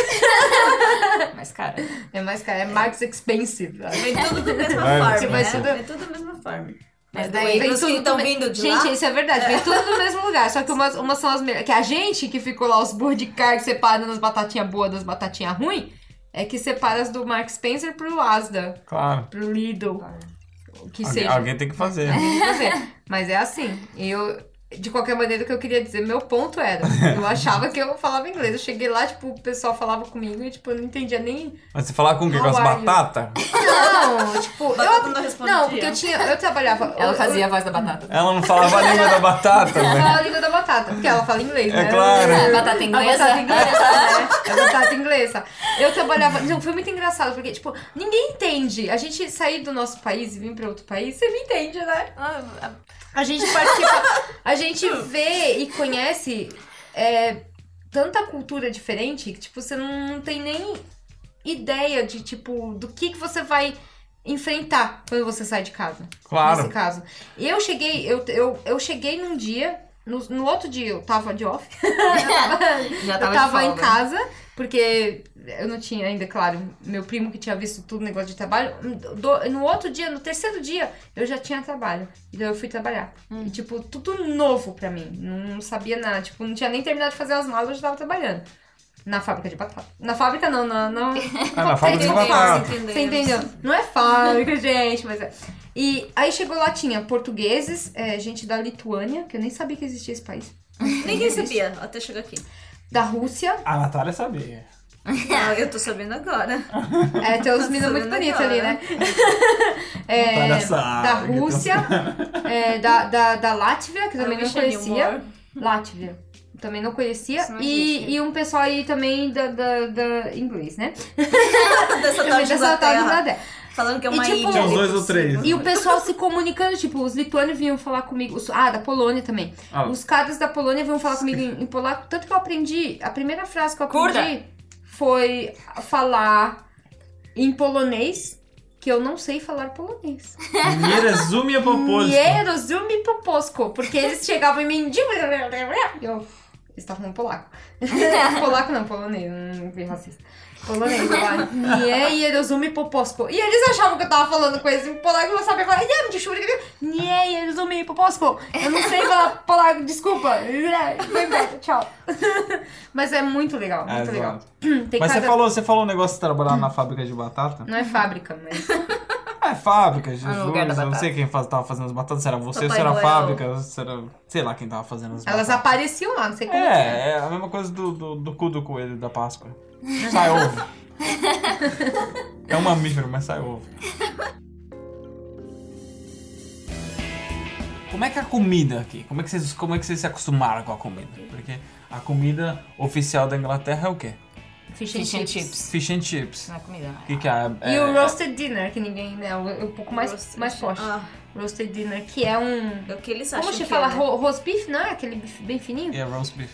Speaker 5: Mas, cara,
Speaker 3: É mais cara, é Marks Expensive. acho.
Speaker 4: Vem tudo da mesma
Speaker 2: Vai,
Speaker 4: forma,
Speaker 2: você
Speaker 4: né?
Speaker 3: vai se dar-
Speaker 4: Vem tudo da mesma forma.
Speaker 5: mas
Speaker 3: Daí
Speaker 5: daí.
Speaker 3: vem
Speaker 4: pros que
Speaker 3: tudo
Speaker 4: tão
Speaker 3: É, do me-
Speaker 4: vindo de
Speaker 3: Gente,
Speaker 4: lá?
Speaker 3: isso é verdade, vem tudo do mesmo lugar. Só que umas, umas são as melhores. Que a gente que ficou lá, os burros de carne separando as batatinhas boas das batatinhas ruins, é que separa as do Mark Spencer pro Asda,
Speaker 2: Claro.
Speaker 3: pro Lidl. O que
Speaker 2: Alguém,
Speaker 3: seja. É.
Speaker 2: alguém tem que fazer. né?
Speaker 3: Vamos fazer. Mas é assim, eu. De qualquer maneira, o que eu queria dizer, meu ponto era. Eu achava que eu falava inglês. Eu cheguei lá, tipo, o pessoal falava comigo e, tipo, eu não entendia nem.
Speaker 2: Mas você falar com o quê? Com as
Speaker 3: How are you?
Speaker 2: batatas?
Speaker 3: Não, tipo.
Speaker 4: Batata não
Speaker 3: Eu,
Speaker 4: respondia.
Speaker 3: não, porque eu tinha. Eu trabalhava.
Speaker 5: Ela
Speaker 3: eu-
Speaker 5: fazia a voz da batata.
Speaker 2: Ela não falava a língua da batata,
Speaker 3: Eu
Speaker 2: velho.
Speaker 3: falava a língua da batata, porque ela fala inglês,
Speaker 2: né? É
Speaker 3: né?
Speaker 2: claro.
Speaker 5: É, batata
Speaker 3: A
Speaker 5: inglesa.
Speaker 3: batata inglesa, né? A batata inglesa. Eu trabalhava. Não, foi muito engraçado, porque, tipo, ninguém entende. A gente sair do nosso país e vir pra outro país, você me entende, né?
Speaker 4: Ah,
Speaker 3: A gente participa, a gente vê e conhece é, tanta cultura diferente que, tipo, você não tem nem ideia de, tipo, do que, que você vai enfrentar quando você sai de casa. Nesse
Speaker 2: Claro.
Speaker 3: caso. E eu cheguei, eu, eu, eu cheguei num dia, no, no outro dia eu tava de off,
Speaker 5: Já
Speaker 3: eu
Speaker 5: tava,
Speaker 3: tava
Speaker 5: de
Speaker 3: em
Speaker 5: folga.
Speaker 3: casa, porque eu não tinha ainda, claro, meu primo que tinha visto tudo, negócio de trabalho. Do- no outro dia, no terceiro dia, eu já tinha trabalho. Então eu fui trabalhar.
Speaker 5: Hum.
Speaker 3: E, tipo, tudo novo pra mim. Não sabia nada. Tipo, não tinha nem terminado de fazer as malas, eu já tava trabalhando. Na fábrica de batata. Na fábrica não, na, na,
Speaker 2: Ah, na fábrica de
Speaker 3: Entendeu?
Speaker 2: batata.
Speaker 4: Entendeu?
Speaker 3: Você entendeu? Não é fábrica, gente, mas é. E aí chegou lá, tinha portugueses, é, gente da Lituânia, que eu nem sabia que existia esse país.
Speaker 4: Ninguém sabia até chegar aqui.
Speaker 3: É. Da Rússia,
Speaker 2: A Ah, Natália sabia.
Speaker 4: Não, Ah, eu tô sabendo agora.
Speaker 3: é, tem uns meninos muito
Speaker 4: sabendo
Speaker 3: bonitos
Speaker 4: agora.
Speaker 3: ali, né? É,
Speaker 2: Natália sabe.
Speaker 3: da Rússia, é, da, da, da Látvia, que também
Speaker 4: Eu
Speaker 3: não
Speaker 4: mexi ali,
Speaker 3: conhecia.
Speaker 4: humor.
Speaker 3: Látvia. Também não conhecia.
Speaker 5: Isso não
Speaker 3: e,
Speaker 5: existe.
Speaker 3: e um pessoal aí também da, da, da inglês, né?
Speaker 4: Dessa tal
Speaker 3: Dessa tal
Speaker 4: de
Speaker 3: de
Speaker 4: Inglaterra.
Speaker 3: Inglaterra.
Speaker 4: Falando que é
Speaker 3: E
Speaker 4: uma
Speaker 3: tipo-
Speaker 4: ilha.
Speaker 3: Tinha
Speaker 2: uns
Speaker 4: ali
Speaker 2: dois
Speaker 4: por
Speaker 2: ou três.
Speaker 4: cima.
Speaker 3: E o pessoal se comunicando, tipo, os lituanos vinham falar comigo. os- ah, da Polônia também.
Speaker 2: Ah.
Speaker 3: Os caras da Polônia vinham falar comigo em, em polaco. Tanto que eu aprendi, a primeira frase que eu aprendi foi falar em polonês, que eu não sei falar polonês.
Speaker 2: Nie resumia
Speaker 3: E
Speaker 2: propósito.
Speaker 3: Erosumi Poposko, porque eles chegavam em mim de... e Eu estava falando polaco. polaco não, polonês, não fui racista. Polonês, lá. Nie Erosumi Poposko. E eles achavam que eu tava falando coisa em polaco, eu não sabia falar. "Jem, de churi, Nie Erosumi Poposko. Eu não sei falar polaco, desculpa. Foi embora, tchau. Mas é muito legal,
Speaker 2: É,
Speaker 3: muito legal.
Speaker 2: exato.
Speaker 3: Tem
Speaker 2: Mas você
Speaker 3: cada...
Speaker 2: falou, você falou um negócio de trabalhar na fábrica de batata?
Speaker 3: Não é fábrica, mas...
Speaker 2: É
Speaker 3: Ah,
Speaker 2: fábrica,
Speaker 5: no
Speaker 2: Jesus.
Speaker 5: lugar da
Speaker 2: Eu não
Speaker 5: batata.
Speaker 2: sei quem faz, tava fazendo as batatas. Se era você,
Speaker 4: Papai
Speaker 2: se era a
Speaker 4: Noel.
Speaker 2: fábrica, se era. Sei lá quem tava fazendo as
Speaker 3: Elas
Speaker 2: batatas.
Speaker 3: apareciam lá, não sei como que é.
Speaker 2: É, é a mesma coisa do, do, do cu do coelho da Páscoa. Sai ovo. É um mamífero, mas sai ovo. Como é que é a comida aqui? Como é que vocês, como é que vocês se acostumaram com a comida? Porque a comida oficial da Inglaterra é o quê?
Speaker 3: Fish and
Speaker 5: Fish and
Speaker 3: chips.
Speaker 5: chips.
Speaker 2: Fish and chips.
Speaker 5: Na comida. né?
Speaker 2: O que, que é?
Speaker 3: E
Speaker 2: É-
Speaker 3: o Roasted Dinner, que ninguém, né? o- Um pouco mais,
Speaker 4: Roasted.
Speaker 3: mais forte.
Speaker 4: Ah,
Speaker 3: Roasted Dinner, que é um.
Speaker 4: é o que eles acham
Speaker 3: Como se
Speaker 4: que
Speaker 3: fala?
Speaker 4: é, né?
Speaker 3: Ro- roast beef, não é? Aquele bife bem fininho?
Speaker 2: é roast beef.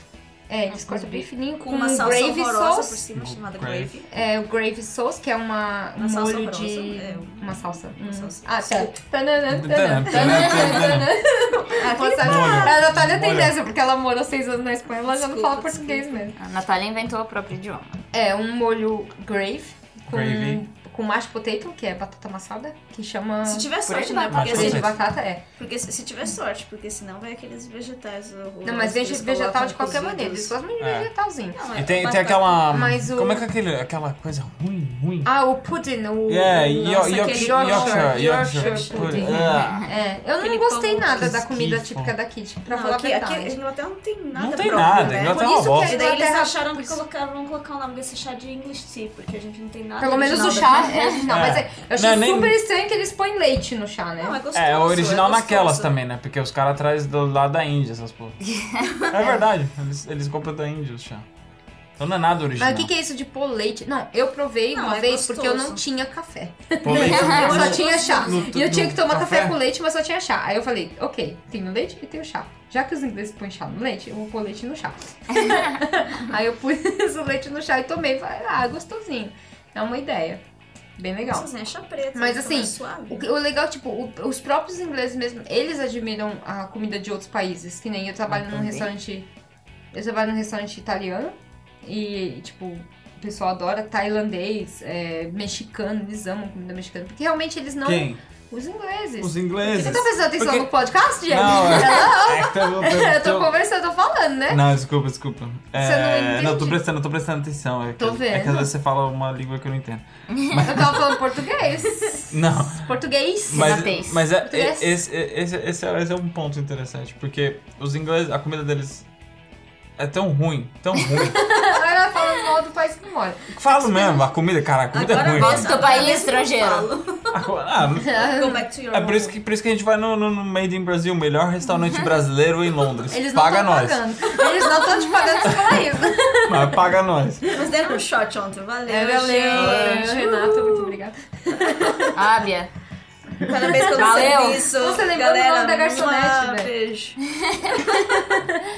Speaker 3: É, eles cortam bem fininho
Speaker 4: Com uma salsa
Speaker 3: gravy
Speaker 4: horrorosa por
Speaker 3: sauce.
Speaker 4: cima, chamada
Speaker 2: Gravy.
Speaker 4: gravy.
Speaker 3: É, o gravy sauce, que é uma, um
Speaker 4: Uma salsa
Speaker 3: molho de.
Speaker 4: horrorosa, é, um-
Speaker 3: Uma salsa. Hum.
Speaker 4: salsa.
Speaker 3: Ah, tá.
Speaker 4: Desculpa.
Speaker 3: Tananã, tananã,
Speaker 2: Tananã,
Speaker 3: tananã, tananã.
Speaker 4: Ah,
Speaker 3: tá- Uma salsa-
Speaker 2: Molho.
Speaker 3: A Natália tem
Speaker 2: Molho.
Speaker 3: dessa, porque ela morou seis anos na Espanha, ela já não
Speaker 4: Desculpa,
Speaker 3: fala português mesmo.
Speaker 5: A Natália inventou o próprio idioma.
Speaker 3: É um molho grave com,
Speaker 2: Gravy.
Speaker 3: com com mashed potato, que é batata amassada, que chama...
Speaker 4: Se tiver
Speaker 3: purê
Speaker 4: sorte,
Speaker 3: de
Speaker 4: né?
Speaker 3: batata.
Speaker 4: Porque,
Speaker 3: Purê de
Speaker 2: gente-
Speaker 3: batata, é.
Speaker 4: Porque se, se tiver sorte, porque senão vai aqueles vegetais horrorosos.
Speaker 3: Não, mas
Speaker 4: que eles
Speaker 3: veja vegetal
Speaker 4: colocam
Speaker 3: de qualquer
Speaker 4: cozidos.
Speaker 3: maneira. Eles gostam de
Speaker 2: É.
Speaker 3: vegetalzinho.
Speaker 4: Não, é
Speaker 2: E tem, tem
Speaker 4: batata.
Speaker 2: aquela.
Speaker 3: Mas o-
Speaker 2: Como é que é aquele, aquela coisa ruim, ruim?
Speaker 3: Ah, o pudding, o...
Speaker 2: É, Yo-
Speaker 4: nossa,
Speaker 2: Yorkshire,
Speaker 4: aquele
Speaker 2: Yorkshire,
Speaker 3: Yorkshire,
Speaker 2: Yorkshire,
Speaker 3: Yorkshire
Speaker 2: pudding.
Speaker 3: pudding.
Speaker 2: Ah,
Speaker 3: É, eu não
Speaker 4: Aquele
Speaker 3: gostei
Speaker 4: pão
Speaker 3: nada da
Speaker 2: esquifo.
Speaker 3: comida típica daqui, tipo, pra
Speaker 4: Não,
Speaker 3: falar
Speaker 4: aqui, é
Speaker 3: a verdade.
Speaker 4: aqui em Inglaterra não tem nada
Speaker 2: Não tem
Speaker 4: próprio,
Speaker 2: nada,
Speaker 4: né?
Speaker 2: Inglaterra é
Speaker 3: Por
Speaker 2: uma
Speaker 3: isso
Speaker 2: bosta.
Speaker 3: que
Speaker 4: E daí eles
Speaker 3: Inglaterra-
Speaker 4: acharam
Speaker 3: por
Speaker 4: que
Speaker 3: isso-
Speaker 4: colocaram, vamos colocar o nome desse chá de English Tea, porque a gente não tem nada. né?
Speaker 3: Pelo menos o
Speaker 4: original
Speaker 3: chá
Speaker 4: daqui.
Speaker 3: é original, mas
Speaker 2: É.
Speaker 3: é, eu achei
Speaker 2: Não, nem-
Speaker 3: super estranho que eles põem leite no chá, né?
Speaker 4: Não, é gostoso.
Speaker 2: É, o original
Speaker 4: é gostoso.
Speaker 2: naquelas também, né? Porque os caras trazem do lado da Índia essas porra. é verdade, eles, eles compram da Índia o chá. Então não é nada original.
Speaker 3: Mas o que, que é isso de pôr leite? Não, eu provei
Speaker 4: Não,
Speaker 3: uma
Speaker 4: é
Speaker 3: vez porque eu
Speaker 4: gostoso.
Speaker 3: não tinha café.
Speaker 2: Pô, leite,
Speaker 3: é? Eu
Speaker 2: não-
Speaker 3: só tinha chá.
Speaker 2: No-
Speaker 3: E eu
Speaker 2: no
Speaker 3: tinha que tomar café?
Speaker 2: café?
Speaker 3: com leite, mas só tinha chá. Aí eu falei, ok, tem o leite e tem o chá. Já que os ingleses põem chá no leite, eu vou pôr leite no chá. Aí eu pus o leite no chá e tomei. Falei, ah, gostosinho. É uma ideia. Bem legal.
Speaker 4: Nossa, assim, é chá preto.
Speaker 3: Mas
Speaker 4: então
Speaker 3: assim,
Speaker 4: é suave.
Speaker 3: O, que- o legal, tipo, o- os próprios ingleses mesmo, eles admiram a comida de outros países. Que nem eu trabalho
Speaker 5: Eu
Speaker 3: num
Speaker 5: também.
Speaker 3: restaurante. Eu trabalho num restaurante italiano e, tipo, o pessoal adora tailandês, é, mexicano, eles amam comida mexicana. Porque realmente eles não.
Speaker 2: Quem?
Speaker 3: Os ingleses.
Speaker 2: Os
Speaker 3: Você
Speaker 2: ingleses.
Speaker 3: tá prestando atenção
Speaker 2: Porque-
Speaker 3: no podcast, gente?
Speaker 2: Não, é, é que tá-
Speaker 3: eu tô conversando, eu tô falando, né?
Speaker 2: Não, desculpa, desculpa. É, não,
Speaker 3: não
Speaker 2: tô
Speaker 3: entende?
Speaker 2: prestando, tô prestando atenção. É que,
Speaker 3: Tô
Speaker 2: É que às
Speaker 3: vendo.
Speaker 2: vezes você fala uma língua que eu não entendo.
Speaker 3: Eu tava falando português.
Speaker 2: Não.
Speaker 3: Português.
Speaker 2: Mas,
Speaker 5: Matês.
Speaker 2: mas é,
Speaker 3: Português.
Speaker 2: é- esse, é- esse, esse, é, esse é um ponto interessante, porque os ingleses, a comida deles é tão ruim, tão ruim.
Speaker 3: Agora ela falando mal do país que não mora.
Speaker 2: Falo mesmo, a comida, cara, a comida é
Speaker 4: Agora
Speaker 2: ruim.
Speaker 4: mesmo,
Speaker 5: Gosto do país
Speaker 4: agora mesmo eu
Speaker 5: estrangeiro.
Speaker 4: falo.
Speaker 2: A co- ah,
Speaker 4: Go back to your
Speaker 2: é por isso,
Speaker 4: home.
Speaker 2: que, por isso que a gente vai no, no, no Made in Brasil, o melhor restaurante brasileiro em Londres.
Speaker 3: Uhum. Eles não
Speaker 2: paga
Speaker 3: estão
Speaker 2: nós.
Speaker 3: pagando. Eles não estão te pagando pra falar isso.
Speaker 2: Mas paga nós.
Speaker 4: Mas deram um shot ontem, valeu.
Speaker 2: É,
Speaker 3: valeu,
Speaker 4: gente.
Speaker 3: Renato, muito obrigada.
Speaker 5: Ábia.
Speaker 4: Parabéns pelo
Speaker 5: Valeu.
Speaker 4: serviço.
Speaker 3: Você lembrou
Speaker 4: galera, um
Speaker 3: o nome da garçonete, né?
Speaker 4: Mua,
Speaker 3: velho.
Speaker 4: Beijo.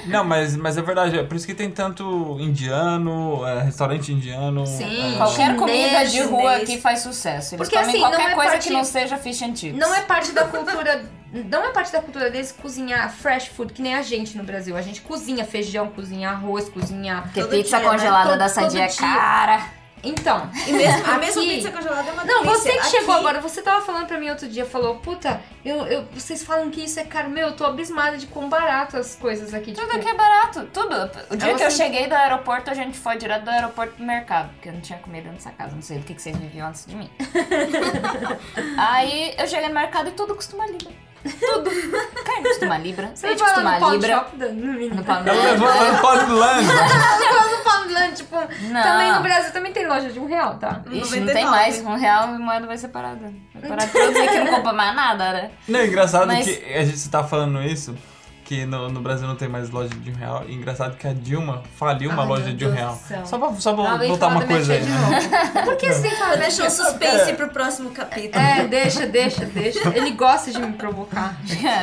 Speaker 2: Não, mas, mas é verdade, é por isso que tem tanto indiano, é, restaurante indiano.
Speaker 3: Sim.
Speaker 2: é,
Speaker 5: Qualquer
Speaker 3: Chinês,
Speaker 5: comida de rua
Speaker 4: chinês.
Speaker 5: aqui faz sucesso. Eles
Speaker 3: Porque,
Speaker 5: comem
Speaker 3: assim, não
Speaker 5: qualquer
Speaker 3: é
Speaker 5: coisa
Speaker 3: parte-
Speaker 5: que não seja fish and chips.
Speaker 3: Não é parte da cultura. Não é parte da cultura deles cozinhar fresh food, que nem a gente no Brasil. A gente cozinha feijão, cozinha arroz, cozinha.
Speaker 5: Porque
Speaker 4: Todo
Speaker 5: pizza
Speaker 4: dia, né?
Speaker 5: congelada
Speaker 3: Todo-
Speaker 5: da sadia é
Speaker 3: todo dia.
Speaker 5: cara.
Speaker 3: Então.
Speaker 4: E mesmo, a mesma
Speaker 3: aqui-
Speaker 4: pizza congelada é uma
Speaker 3: Não,
Speaker 4: delícia.
Speaker 3: você que chegou
Speaker 4: Aqui-
Speaker 3: agora, você tava falando pra mim outro dia, falou, puta, eu, eu- vocês falam que isso é caro. Meu, eu tô abismada de quão barato as coisas aqui.
Speaker 5: Tudo
Speaker 3: tipo,
Speaker 5: aqui é barato, tudo. O dia
Speaker 3: Eu
Speaker 5: que eu
Speaker 3: sempre-
Speaker 5: cheguei do aeroporto, a gente foi direto do aeroporto pro mercado, porque eu não tinha comida nessa casa, não sei do que, que vocês viviam antes de mim. Aí eu cheguei no mercado e tudo costuma libra. Tudo. Carne costuma libra,
Speaker 3: Você
Speaker 5: leite
Speaker 3: vai lá no
Speaker 5: costuma
Speaker 3: pound
Speaker 5: libra.
Speaker 3: shop da- no menino.
Speaker 5: No pau-
Speaker 2: é, Eu levo lá no Podland.
Speaker 3: No pound land, tipo,
Speaker 5: Não.
Speaker 3: também no Brasil também tem loja de um real, tá?
Speaker 5: Ixi,
Speaker 4: 99.
Speaker 5: não tem mais. Com um real, a moeda vai ser parada. Vai parar de produzir que não compra mais nada, né?
Speaker 2: Não, é engraçado
Speaker 5: Mas-
Speaker 2: que a gente tá falando isso, que no, no Brasil não tem mais loja de um real. E engraçado que a Dilma faliu uma
Speaker 3: Ai,
Speaker 2: loja
Speaker 3: meu
Speaker 2: de um
Speaker 3: Deus
Speaker 2: real.
Speaker 3: do céu.
Speaker 2: Só pra, só pra
Speaker 3: Alguém
Speaker 2: botar
Speaker 3: fala
Speaker 2: uma
Speaker 3: da minha
Speaker 2: coisa aí.
Speaker 3: tia de
Speaker 2: né?
Speaker 3: novo. Por que você tem que falar da minha
Speaker 4: Deixa o
Speaker 3: tia?
Speaker 4: suspense pro próximo capítulo.
Speaker 3: É, deixa, deixa, deixa. Ele gosta de me provocar.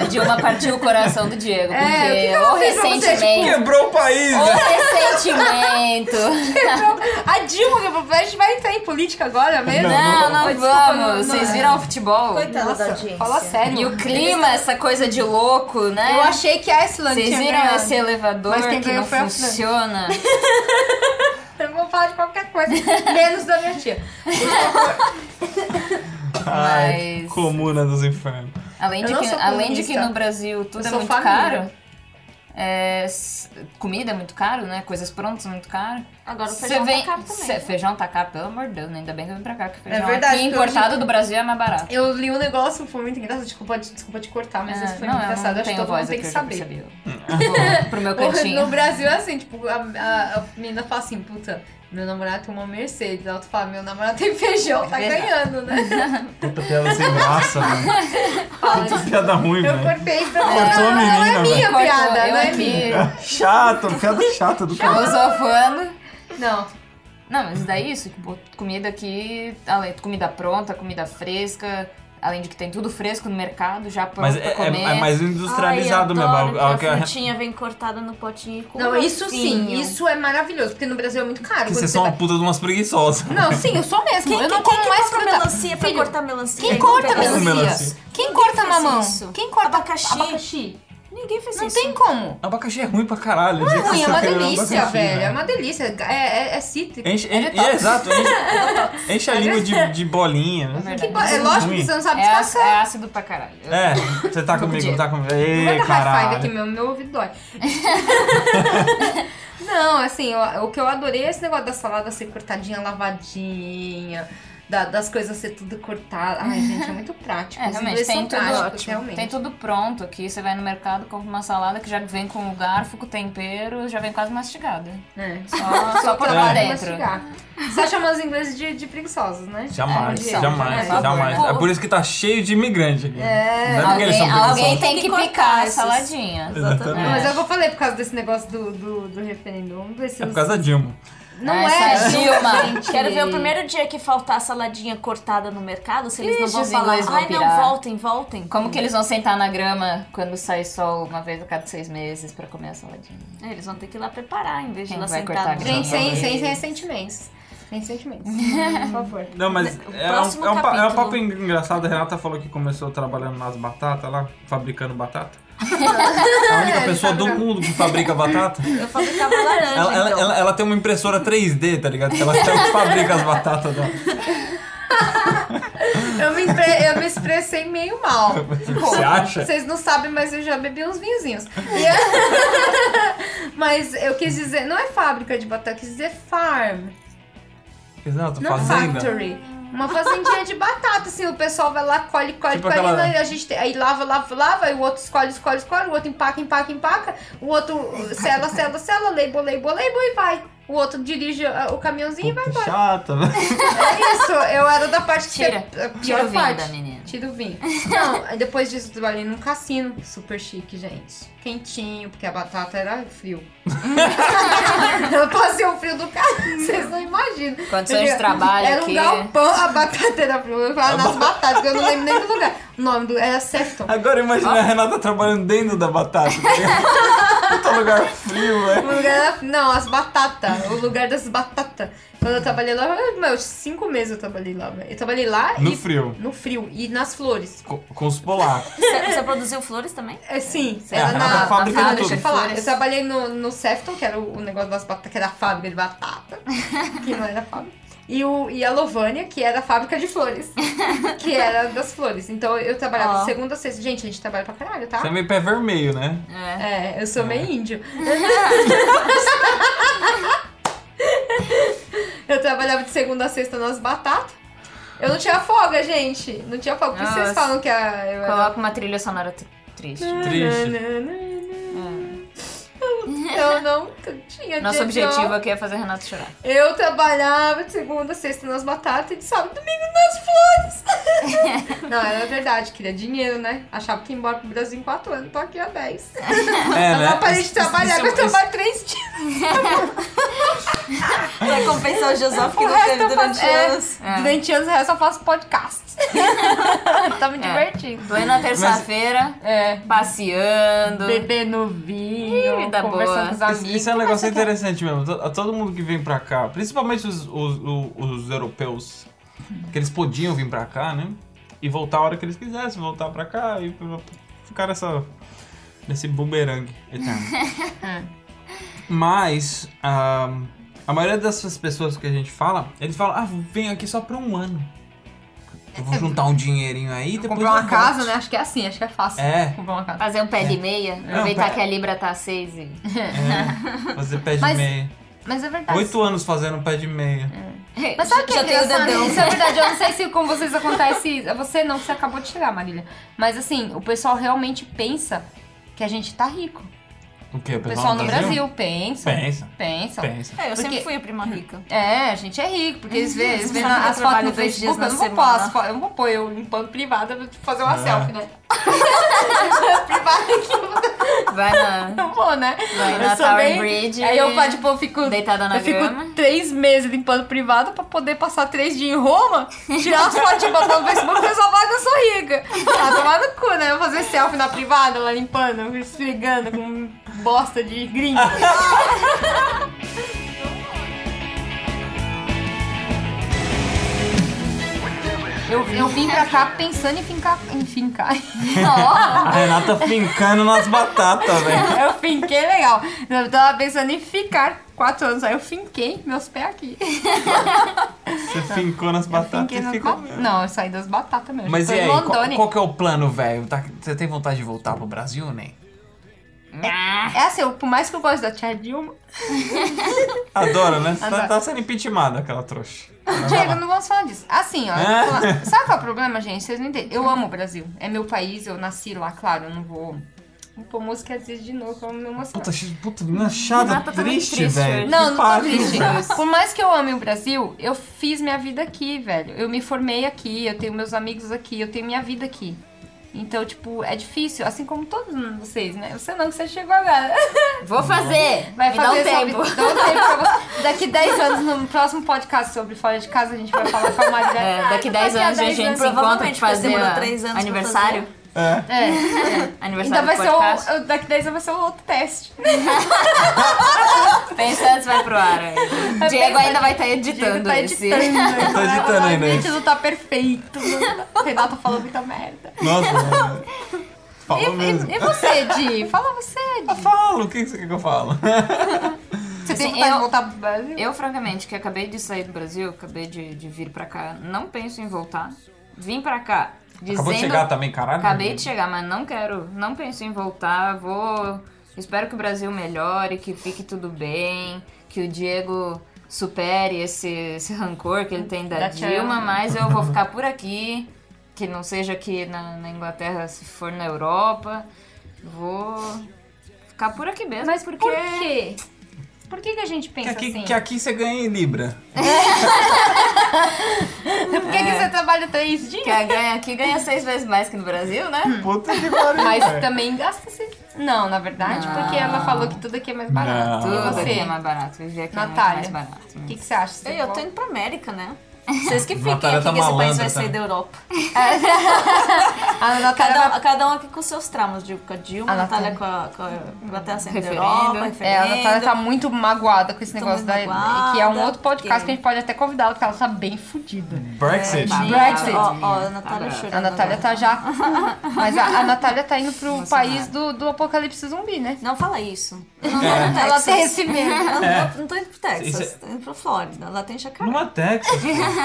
Speaker 5: Dilma partiu o coração do Diego,
Speaker 3: É, o que que
Speaker 5: porque
Speaker 3: ela
Speaker 5: o
Speaker 3: fez pra você? Tipo,
Speaker 5: ressentimento.
Speaker 2: Quebrou o país! né?
Speaker 5: O ressentimento.
Speaker 3: A Dilma, meu papai, a gente vai entrar em política agora mesmo?
Speaker 5: Não,
Speaker 3: Oi,
Speaker 5: não
Speaker 3: desculpa, não- não
Speaker 5: vamos. Vocês
Speaker 3: é.
Speaker 5: viram o futebol?
Speaker 4: Coitada da
Speaker 3: Nossa,
Speaker 4: audiência.
Speaker 3: fala sério.
Speaker 5: E o clima, essa coisa de louco, né?
Speaker 3: Eu achei que a Islândia
Speaker 5: Vocês
Speaker 3: tinha
Speaker 5: viram
Speaker 3: ganhado.
Speaker 5: esse elevador
Speaker 3: Mas quem
Speaker 5: que
Speaker 3: ganhou
Speaker 5: não
Speaker 3: foi a França.
Speaker 5: funciona?
Speaker 3: Eu vou falar de qualquer coisa, menos da minha tia.
Speaker 2: Ai,
Speaker 5: Mas-
Speaker 2: Comuna dos infernos.
Speaker 5: Além
Speaker 3: Eu
Speaker 5: de,
Speaker 3: não
Speaker 5: que,
Speaker 3: sou
Speaker 5: além de que
Speaker 3: comunista.
Speaker 5: no Brasil
Speaker 3: Eu
Speaker 5: tudo é
Speaker 3: sou
Speaker 5: muito
Speaker 3: família.
Speaker 5: caro. é, s- comida é muito caro, né? Coisas prontas é muito caro.
Speaker 4: Agora o
Speaker 5: Cê
Speaker 4: feijão
Speaker 5: vem-
Speaker 4: tá caro também.
Speaker 5: cê-
Speaker 4: né?
Speaker 5: Feijão tá caro, pelo amor de Deus, né? ainda bem que eu vim pra
Speaker 2: É
Speaker 5: cá. Que feijão
Speaker 3: verdade,
Speaker 5: aqui
Speaker 3: porque
Speaker 5: importado
Speaker 3: hoje-
Speaker 5: do Brasil é mais barato.
Speaker 3: Eu li um negócio, foi muito engraçado. Desculpa, desculpa te cortar, mas
Speaker 5: É,
Speaker 3: isso foi
Speaker 5: não,
Speaker 3: muito
Speaker 5: eu
Speaker 3: engraçado.
Speaker 5: não
Speaker 3: Acho que
Speaker 5: tenho
Speaker 3: todo
Speaker 5: voz
Speaker 3: mundo tem que
Speaker 5: aqui, eu já
Speaker 3: saber.
Speaker 5: percebi. Vou pro meu
Speaker 3: No
Speaker 5: cantinho.
Speaker 3: Brasil é assim, tipo, a, a- a menina fala assim, puta, meu namorado tem uma Mercedes. Ela fala, meu namorado tem feijão, tá
Speaker 5: É Verdade.
Speaker 3: ganhando, né?
Speaker 2: Puta piada sem graça, mano.
Speaker 3: Fala,
Speaker 2: Puta piada ruim,
Speaker 3: eu
Speaker 2: velho.
Speaker 3: cortei pra
Speaker 2: Cortou a menina,
Speaker 3: Não é minha
Speaker 5: Cortou,
Speaker 3: piada,
Speaker 5: eu
Speaker 3: não é
Speaker 5: aqui.
Speaker 3: minha.
Speaker 2: Chato, piada chata do cara.
Speaker 5: Filosofando.
Speaker 3: Não.
Speaker 5: Não, mas daí é isso, tipo, comida aqui, além comida pronta, comida fresca, além de que tem tudo fresco no mercado, já pronto
Speaker 2: Mas é,
Speaker 5: pra
Speaker 2: é,
Speaker 5: comer.
Speaker 2: é mais industrializado
Speaker 4: Ai,
Speaker 2: mesmo.
Speaker 4: adoro
Speaker 2: algo- algo
Speaker 4: que
Speaker 2: que é a-
Speaker 4: a frutinha vem cortada no potinho e com
Speaker 5: um
Speaker 3: Não, isso sim,
Speaker 4: golfinho.
Speaker 3: isso é maravilhoso, porque no Brasil é muito caro.
Speaker 2: que
Speaker 3: quando
Speaker 2: vocês
Speaker 3: você
Speaker 2: são
Speaker 3: vai-
Speaker 2: uma puta de umas preguiçosas.
Speaker 3: Não, sim, eu sou mesmo.
Speaker 4: Quem,
Speaker 3: eu não
Speaker 4: quem,
Speaker 3: como
Speaker 4: quem
Speaker 3: mais
Speaker 4: compra
Speaker 3: fruta.
Speaker 4: melancia pra
Speaker 3: Filho,
Speaker 4: cortar melancia?
Speaker 3: Quem
Speaker 4: Quem compra
Speaker 3: corta
Speaker 2: melancia?
Speaker 3: melancia? Quem corta
Speaker 4: faz
Speaker 3: mamão?
Speaker 4: isso?
Speaker 3: Quem corta
Speaker 4: Abacaxi?
Speaker 3: abacaxi?
Speaker 4: Ninguém fez
Speaker 5: Não
Speaker 4: isso.
Speaker 5: tem como.
Speaker 2: Abacaxi é ruim pra caralho. Não
Speaker 3: É ruim, é uma delícia,
Speaker 2: abacaxi,
Speaker 3: velho. É
Speaker 2: velho.
Speaker 3: uma delícia. É, é, é cítrico.
Speaker 2: Enche, enche, é, exato, enche, enche a língua de, de bolinha. né?
Speaker 5: verdade.
Speaker 3: Que bo- é lógico que
Speaker 2: Ruim.
Speaker 3: você não sabe
Speaker 5: É, ácido-
Speaker 3: descascar.
Speaker 5: é ácido pra caralho.
Speaker 2: É, você tá comigo, não tá comigo.
Speaker 3: Vai
Speaker 2: Ei,
Speaker 3: dar é high five aqui,
Speaker 2: caralho.
Speaker 3: meu, meu ouvido dói. Não, assim, ó, o que eu adorei é esse negócio da salada ser cortadinha, lavadinha, da- das coisas ser tudo cortada. Ai, gente, é muito prático.
Speaker 5: É,
Speaker 3: Os
Speaker 5: realmente,
Speaker 3: inglês
Speaker 5: tem
Speaker 3: são
Speaker 5: tudo,
Speaker 3: práticos,
Speaker 4: ótimo.
Speaker 3: realmente.
Speaker 5: tem tudo pronto aqui. Você vai no mercado, compra uma salada que já vem com o garfo, com o tempero, já vem quase mastigada.
Speaker 3: É.
Speaker 5: Só, só por
Speaker 3: Pra
Speaker 5: lá
Speaker 3: lá
Speaker 5: dentro.
Speaker 3: mastigar. Você tá chamando os ingleses de, de preguiçosos, né?
Speaker 2: Jamais,
Speaker 5: É,
Speaker 3: não,
Speaker 2: jamais,
Speaker 5: não, não.
Speaker 2: jamais. É por isso que tá cheio de imigrante aqui. É, não é porque eles
Speaker 5: Alguém,
Speaker 2: são
Speaker 5: alguém
Speaker 2: preguiçosos.
Speaker 5: tem que
Speaker 4: Tem que
Speaker 5: picar a
Speaker 4: cortar esses.
Speaker 5: saladinha.
Speaker 2: Exatamente.
Speaker 3: Mas eu vou falar por causa desse negócio do, do, do referendo. Vamos ver se
Speaker 2: É por
Speaker 3: os-
Speaker 2: causa da Dilma.
Speaker 3: Não
Speaker 5: Essa
Speaker 3: é.
Speaker 5: Dilma.
Speaker 4: Quero ver o primeiro dia que faltar saladinha cortada no mercado, se eles não
Speaker 5: Ixi,
Speaker 4: vão
Speaker 5: os
Speaker 4: falar,
Speaker 5: ingleses vão
Speaker 4: ai
Speaker 5: pirar."
Speaker 4: não, voltem, voltem.
Speaker 5: Como que eles vão sentar na grama quando sai sol uma vez a cada seis meses pra comer a saladinha?
Speaker 4: É, Eles vão ter que ir lá preparar, em vez de
Speaker 5: Quem
Speaker 4: ir lá
Speaker 5: vai
Speaker 4: sentar.
Speaker 5: cortar
Speaker 4: no-
Speaker 5: a grama?
Speaker 3: Gente, sem, sem, sem ressentimentos. Sem ressentimentos. Por favor.
Speaker 2: Não, mas
Speaker 4: O
Speaker 2: é um,
Speaker 4: próximo
Speaker 2: é, um, pa- é um
Speaker 4: capítulo.
Speaker 2: papo engraçado. A Renata falou que começou trabalhando nas batatas lá, fabricando batata. É a única
Speaker 3: É,
Speaker 2: pessoa do
Speaker 3: fabricando.
Speaker 2: mundo que fabrica batata.
Speaker 4: Eu fabricava laranja,
Speaker 2: Ela, ela,
Speaker 4: então.
Speaker 2: ela- ela tem uma impressora 3D, tá ligado? Que Ela, ela fabrica as batatas dela.
Speaker 3: Eu me, empre- eu me expressei meio mal.
Speaker 2: Você acha?
Speaker 3: Vocês não sabem, mas eu já bebi uns vinhozinhos. E é- mas eu quis dizer, não é fábrica de batata, eu quis dizer farm.
Speaker 2: Exato,
Speaker 3: Não
Speaker 2: fazenda.
Speaker 3: factory. Uma fazendinha de batata, assim, o pessoal vai lá, colhe, colhe,
Speaker 2: Tipo
Speaker 3: colhe,
Speaker 2: aquela-
Speaker 3: e a gente tem- aí lava, lava, lava, aí o outro escolhe, escolhe, escolhe, o outro empaca, empaca, empaca, o outro sela, sela, sela, label, label, label e vai. O outro dirige ah, o caminhãozinho e vai.
Speaker 2: Puta, chata, né?
Speaker 3: É isso, eu era da parte que-
Speaker 5: Tira.
Speaker 3: a pior
Speaker 5: Tira o vinho
Speaker 3: parte.
Speaker 5: da menina.
Speaker 3: Tira o vinho. Não, aí depois disso eu trabalhei num cassino, super chique, gente. Quentinho, porque a batata era frio. eu passei o frio do cara, vocês não imaginam.
Speaker 5: Condições de trabalho
Speaker 3: Era um
Speaker 5: aqui.
Speaker 3: galpão, a batata era frio. Eu falava nas batatas, que eu não lembro nem do lugar. O nome do, era Sefton.
Speaker 2: Agora imagina a Renata trabalhando dentro da batata, tá ligado? Puta lugar frio, né?
Speaker 3: O
Speaker 2: velho.
Speaker 3: lugar era- não, as batatas. O lugar das batatas. Quando eu trabalhei lá, meu, cinco meses eu trabalhei lá, velho. Eu trabalhei lá
Speaker 2: No
Speaker 3: e.
Speaker 2: frio.
Speaker 3: No frio. E nas flores.
Speaker 2: Com, com os polacos.
Speaker 4: Você, você produziu flores também?
Speaker 3: É, sim,
Speaker 2: É,
Speaker 3: era
Speaker 2: a
Speaker 3: na,
Speaker 2: Renata fabrica
Speaker 3: na-
Speaker 2: de
Speaker 3: deixa eu
Speaker 2: tudo.
Speaker 3: falar.
Speaker 5: Flores.
Speaker 3: Eu trabalhei no, no Sefton, que era o, o negócio das batatas, que era a fábrica de batata, que não era fábrica. E, o, e a Lovânia, que era a fábrica de flores, que era das flores. Então eu trabalhava
Speaker 4: Ó.
Speaker 3: de segunda a sexta. Gente, a gente trabalha pra caralho, tá?
Speaker 2: Você é meio pé vermelho, né?
Speaker 4: É.
Speaker 3: É, eu sou meio índio. eu trabalhava de segunda a sexta nas batatas. Eu não tinha folga, gente. Não tinha folga. Por isso vocês
Speaker 5: Nossa.
Speaker 3: falam que a, eu era
Speaker 5: Coloca uma trilha sonora tr- triste.
Speaker 3: Uhum.
Speaker 2: Triste.
Speaker 3: É. Eu não tinha
Speaker 5: Nosso
Speaker 3: dia de
Speaker 5: objetivo
Speaker 3: off.
Speaker 5: aqui é fazer Renato chorar.
Speaker 3: Eu trabalhava de segunda, a sexta nas batatas e de sábado e domingo nas flores. não, era verdade, queria dinheiro, né? Achava que ia embora pro Brasil em 4 anos, tô aqui há 10.
Speaker 2: É,
Speaker 3: eu
Speaker 2: né?
Speaker 3: Uhum. não parei de
Speaker 2: Isso- isso-
Speaker 3: trabalhar,
Speaker 2: isso-
Speaker 3: mas trabalho 3 dias.
Speaker 4: Pra compensar o Joseph que
Speaker 3: O
Speaker 4: não
Speaker 3: resto
Speaker 4: teve
Speaker 3: eu
Speaker 4: durante
Speaker 3: faço- é,
Speaker 4: anos.
Speaker 3: Durante anos reais eu faço podcast. tá me
Speaker 5: É.
Speaker 3: divertindo.
Speaker 5: Plena terça-feira,
Speaker 3: É.
Speaker 5: passeando.
Speaker 3: Bebendo vinho,
Speaker 5: Ih, vida
Speaker 3: conversando
Speaker 5: boa.
Speaker 3: com os
Speaker 2: Isso,
Speaker 3: amigos.
Speaker 2: isso é um negócio interessante mesmo. To- Todo mundo que vem pra cá, principalmente os, os, os- os europeus, que eles podiam vir pra cá, né? E voltar a hora que eles quisessem, voltar pra cá e pra- ficar nessa, nesse bumerangue eterno. Mas ah, a maioria dessas pessoas que a gente fala, eles falam, ah, vem aqui só pra um ano. Eu vou juntar um dinheirinho aí e depois.
Speaker 3: É Comprar uma
Speaker 2: eu
Speaker 3: casa,
Speaker 2: volto."
Speaker 3: né? Acho que é assim, acho que é fácil.
Speaker 2: É.
Speaker 3: Comprar uma casa.
Speaker 5: Fazer um pé de meia,
Speaker 3: É.
Speaker 2: pé-
Speaker 5: aproveitar que a Libra tá a seis e...
Speaker 2: É, fazer pé de
Speaker 3: Mas-
Speaker 2: meia.
Speaker 3: Mas é verdade.
Speaker 2: Oito anos fazendo pé de meia.
Speaker 3: Mas sabe o que é
Speaker 4: Já tem o
Speaker 3: engraçado?
Speaker 4: dedão.
Speaker 3: Isso é verdade, eu não sei se com vocês acontece. É Você não, que você acabou de chegar, Marília. Mas assim, o pessoal realmente pensa que a gente tá rico.
Speaker 2: O que? O
Speaker 3: O pessoal no Brasil Então. pensa.
Speaker 2: Pensa.
Speaker 3: Pensa.
Speaker 2: Pensa.
Speaker 4: É, eu sempre
Speaker 3: Porque-
Speaker 4: fui a prima rica.
Speaker 3: É, a gente é rico, porque eles vê, eles vê
Speaker 4: Uhum. Sabe que eu
Speaker 3: as fotos
Speaker 4: trabalho
Speaker 3: no
Speaker 4: dois dias
Speaker 3: Facebook, eu não vou
Speaker 4: na
Speaker 3: pôr
Speaker 4: semana.
Speaker 3: as fotos, eu não vou pôr eu limpando privada pra fazer uma
Speaker 2: É.
Speaker 3: selfie, né? privada aqui,
Speaker 5: Vai na,
Speaker 3: eu não vou, né?
Speaker 5: vai na
Speaker 3: eu sou
Speaker 5: Tower
Speaker 3: bem-
Speaker 5: Bridge.
Speaker 3: Aí eu, fa- tipo, eu fico
Speaker 5: Deitada Ah, na
Speaker 3: eu fico
Speaker 5: grama.
Speaker 3: três meses limpando privado pra poder passar três dias em Roma, tirar as fotos e botar no Facebook e salvar que eu sou rica. Ah, tomar no cu, né? Eu fazer selfie na privada, lá limpando, esfregando com bosta de gringo. Eu, eu vim pra cá pensando em fincar. Em fincar.
Speaker 2: A Renata fincando nas batatas, velho.
Speaker 3: eu finquei legal. Eu tava pensando em ficar quatro anos. Aí eu finquei meus pés aqui.
Speaker 2: Você fincou nas batatas
Speaker 3: Então. Finquei
Speaker 2: e
Speaker 3: nas
Speaker 2: ficou.
Speaker 3: batatas. Não, eu saí das batatas mesmo.
Speaker 2: É. Mas
Speaker 3: Tô
Speaker 2: e
Speaker 3: em
Speaker 2: aí, qual,
Speaker 3: Londônia.
Speaker 2: qual que é o plano, velho? Tá- Você tem vontade de voltar pro Brasil, né?
Speaker 3: É assim, eu- por mais que eu goste da tia Dilma,
Speaker 2: Adoro, né? Você tá,
Speaker 3: Adoro.
Speaker 2: tá sendo impeachmentada, aquela trouxa. Mas vai
Speaker 3: Diego,
Speaker 2: lá.
Speaker 3: não vamos falar disso. Assim, ó. eu
Speaker 2: É?
Speaker 3: vou falar- Sabe qual é o problema, gente? Vocês não entendem. Eu amo o Brasil. É meu país, eu nasci lá, claro, eu não vou. Vou pôr música às vezes de novo, eu amo me emocionar.
Speaker 2: Puta, é ch- puta, menina chata,
Speaker 4: Renata tá muito
Speaker 2: triste,
Speaker 4: triste
Speaker 2: velho.
Speaker 4: hoje.
Speaker 3: Não,
Speaker 2: Que
Speaker 3: não tô
Speaker 2: pariu,
Speaker 3: triste.
Speaker 2: velho.
Speaker 3: Por mais que eu ame o Brasil, eu fiz minha vida aqui, velho. Eu me formei aqui, eu tenho meus amigos aqui, eu tenho minha vida aqui. Então, tipo, é difícil, assim como todos vocês, né? Você não, que você chegou agora.
Speaker 4: Vou fazer!
Speaker 3: Vai
Speaker 4: Me
Speaker 3: fazer
Speaker 4: dá um
Speaker 3: sobre-
Speaker 4: tempo.
Speaker 3: dá um tempo pra você. Daqui 10 anos, no próximo podcast sobre fora de casa, a gente vai falar com a Maria.
Speaker 5: É, daqui 10 anos a gente se encontra pra
Speaker 4: Provavelmente, porque
Speaker 5: fazer
Speaker 4: demorou
Speaker 5: a-
Speaker 4: três anos pra
Speaker 5: aniversário.
Speaker 2: É.
Speaker 3: É. Ainda
Speaker 5: Aniversário
Speaker 3: vai
Speaker 5: do
Speaker 3: ser o,
Speaker 5: podcast.
Speaker 3: eu- daqui 10 anos vai ser o outro teste.
Speaker 5: Pensa antes vai pro ar. aí. Diego ainda vai estar editando
Speaker 3: tá
Speaker 5: esse.
Speaker 3: editando. né?
Speaker 2: Tá editando
Speaker 3: Ah,
Speaker 2: ainda.
Speaker 3: gente, não tá perfeito. não tá- O Renato falou muita merda.
Speaker 2: Nossa, velho.
Speaker 3: E,
Speaker 2: Falou mesmo.
Speaker 3: e- e você, Di? Fala você,
Speaker 2: Eu
Speaker 3: Di.
Speaker 2: falo, o que que você quer que eu falo?
Speaker 3: Você tem
Speaker 5: Assim,
Speaker 3: vontade de
Speaker 5: eu-
Speaker 3: voltar pro Brasil?
Speaker 5: Eu, francamente, que acabei de sair do Brasil, acabei de, de vir pra cá, não penso em voltar. Vim pra cá dizendo.
Speaker 2: Acabou de chegar né? também, caralho.
Speaker 5: Acabei de chegar, mas não quero, não penso em voltar. Vou. Espero que o Brasil melhore, que fique tudo bem, que o Diego supere esse, esse rancor que ele tem da,
Speaker 3: Da
Speaker 5: Dilma,
Speaker 3: Dilma.
Speaker 5: mas eu vou ficar por aqui. Que não seja aqui na, na Inglaterra, se for na Europa. Vou ficar por aqui mesmo.
Speaker 3: Mas
Speaker 5: porque
Speaker 3: por quê?
Speaker 5: por que, que a gente
Speaker 2: Que
Speaker 5: pensa
Speaker 2: aqui,
Speaker 5: assim?
Speaker 2: que aqui você ganha em Libra.
Speaker 3: Por que, que
Speaker 2: É.
Speaker 3: você trabalha três dias?
Speaker 5: Que a ganha aqui ganha seis vezes mais que no Brasil, né?
Speaker 2: Puta que pariu.
Speaker 3: Mas
Speaker 2: velho.
Speaker 3: também gasta se Não, na verdade,
Speaker 5: Não.
Speaker 3: porque ela falou que tudo aqui é mais barato.
Speaker 2: Não.
Speaker 3: E
Speaker 5: Tudo
Speaker 3: você?
Speaker 5: aqui é mais barato. Viver aqui
Speaker 3: Natália.
Speaker 5: é muito mais barato.
Speaker 3: O que, que você acha? Você
Speaker 4: Ei, Eu tô
Speaker 3: volta?
Speaker 4: indo pra América, né? Vocês que fiquem
Speaker 2: Natália
Speaker 4: aqui
Speaker 2: tá
Speaker 4: que esse país
Speaker 2: malandra,
Speaker 4: vai sair
Speaker 2: tá?
Speaker 4: da Europa.
Speaker 3: A Natália vai
Speaker 4: Cada, um- cada um aqui com seus traumas, de com a Dilma,
Speaker 3: A
Speaker 4: a Natália com a, com a Inglaterra saindo da
Speaker 5: Referendo.
Speaker 4: Europa,
Speaker 5: É, a
Speaker 3: É, a
Speaker 4: referendo.
Speaker 3: Natália tá muito magoada com esse
Speaker 4: Tô
Speaker 3: negócio da.
Speaker 4: muito magoada,
Speaker 3: Que é um outro podcast
Speaker 4: porque-
Speaker 3: que a gente pode até convidar, porque ela tá bem fudida.
Speaker 2: Brexit.
Speaker 4: É,
Speaker 5: Tá
Speaker 3: Brexit.
Speaker 5: brava,
Speaker 4: Ó, ó,
Speaker 5: menina,
Speaker 4: a Natália
Speaker 5: brava.
Speaker 4: chorando.
Speaker 3: A Natália tá já. Mas a, a Natália tá indo pro país do, do apocalipse zumbi, né?
Speaker 4: Não fala isso. Eu não vou pro
Speaker 2: É.
Speaker 4: Texas.
Speaker 3: Ela tem esse medo.
Speaker 4: Eu não, vou- não tô indo pro Texas,
Speaker 2: Isso é-
Speaker 4: tô indo pra Flórida. Lá tem jacaré.
Speaker 2: Não é Texas. pô. É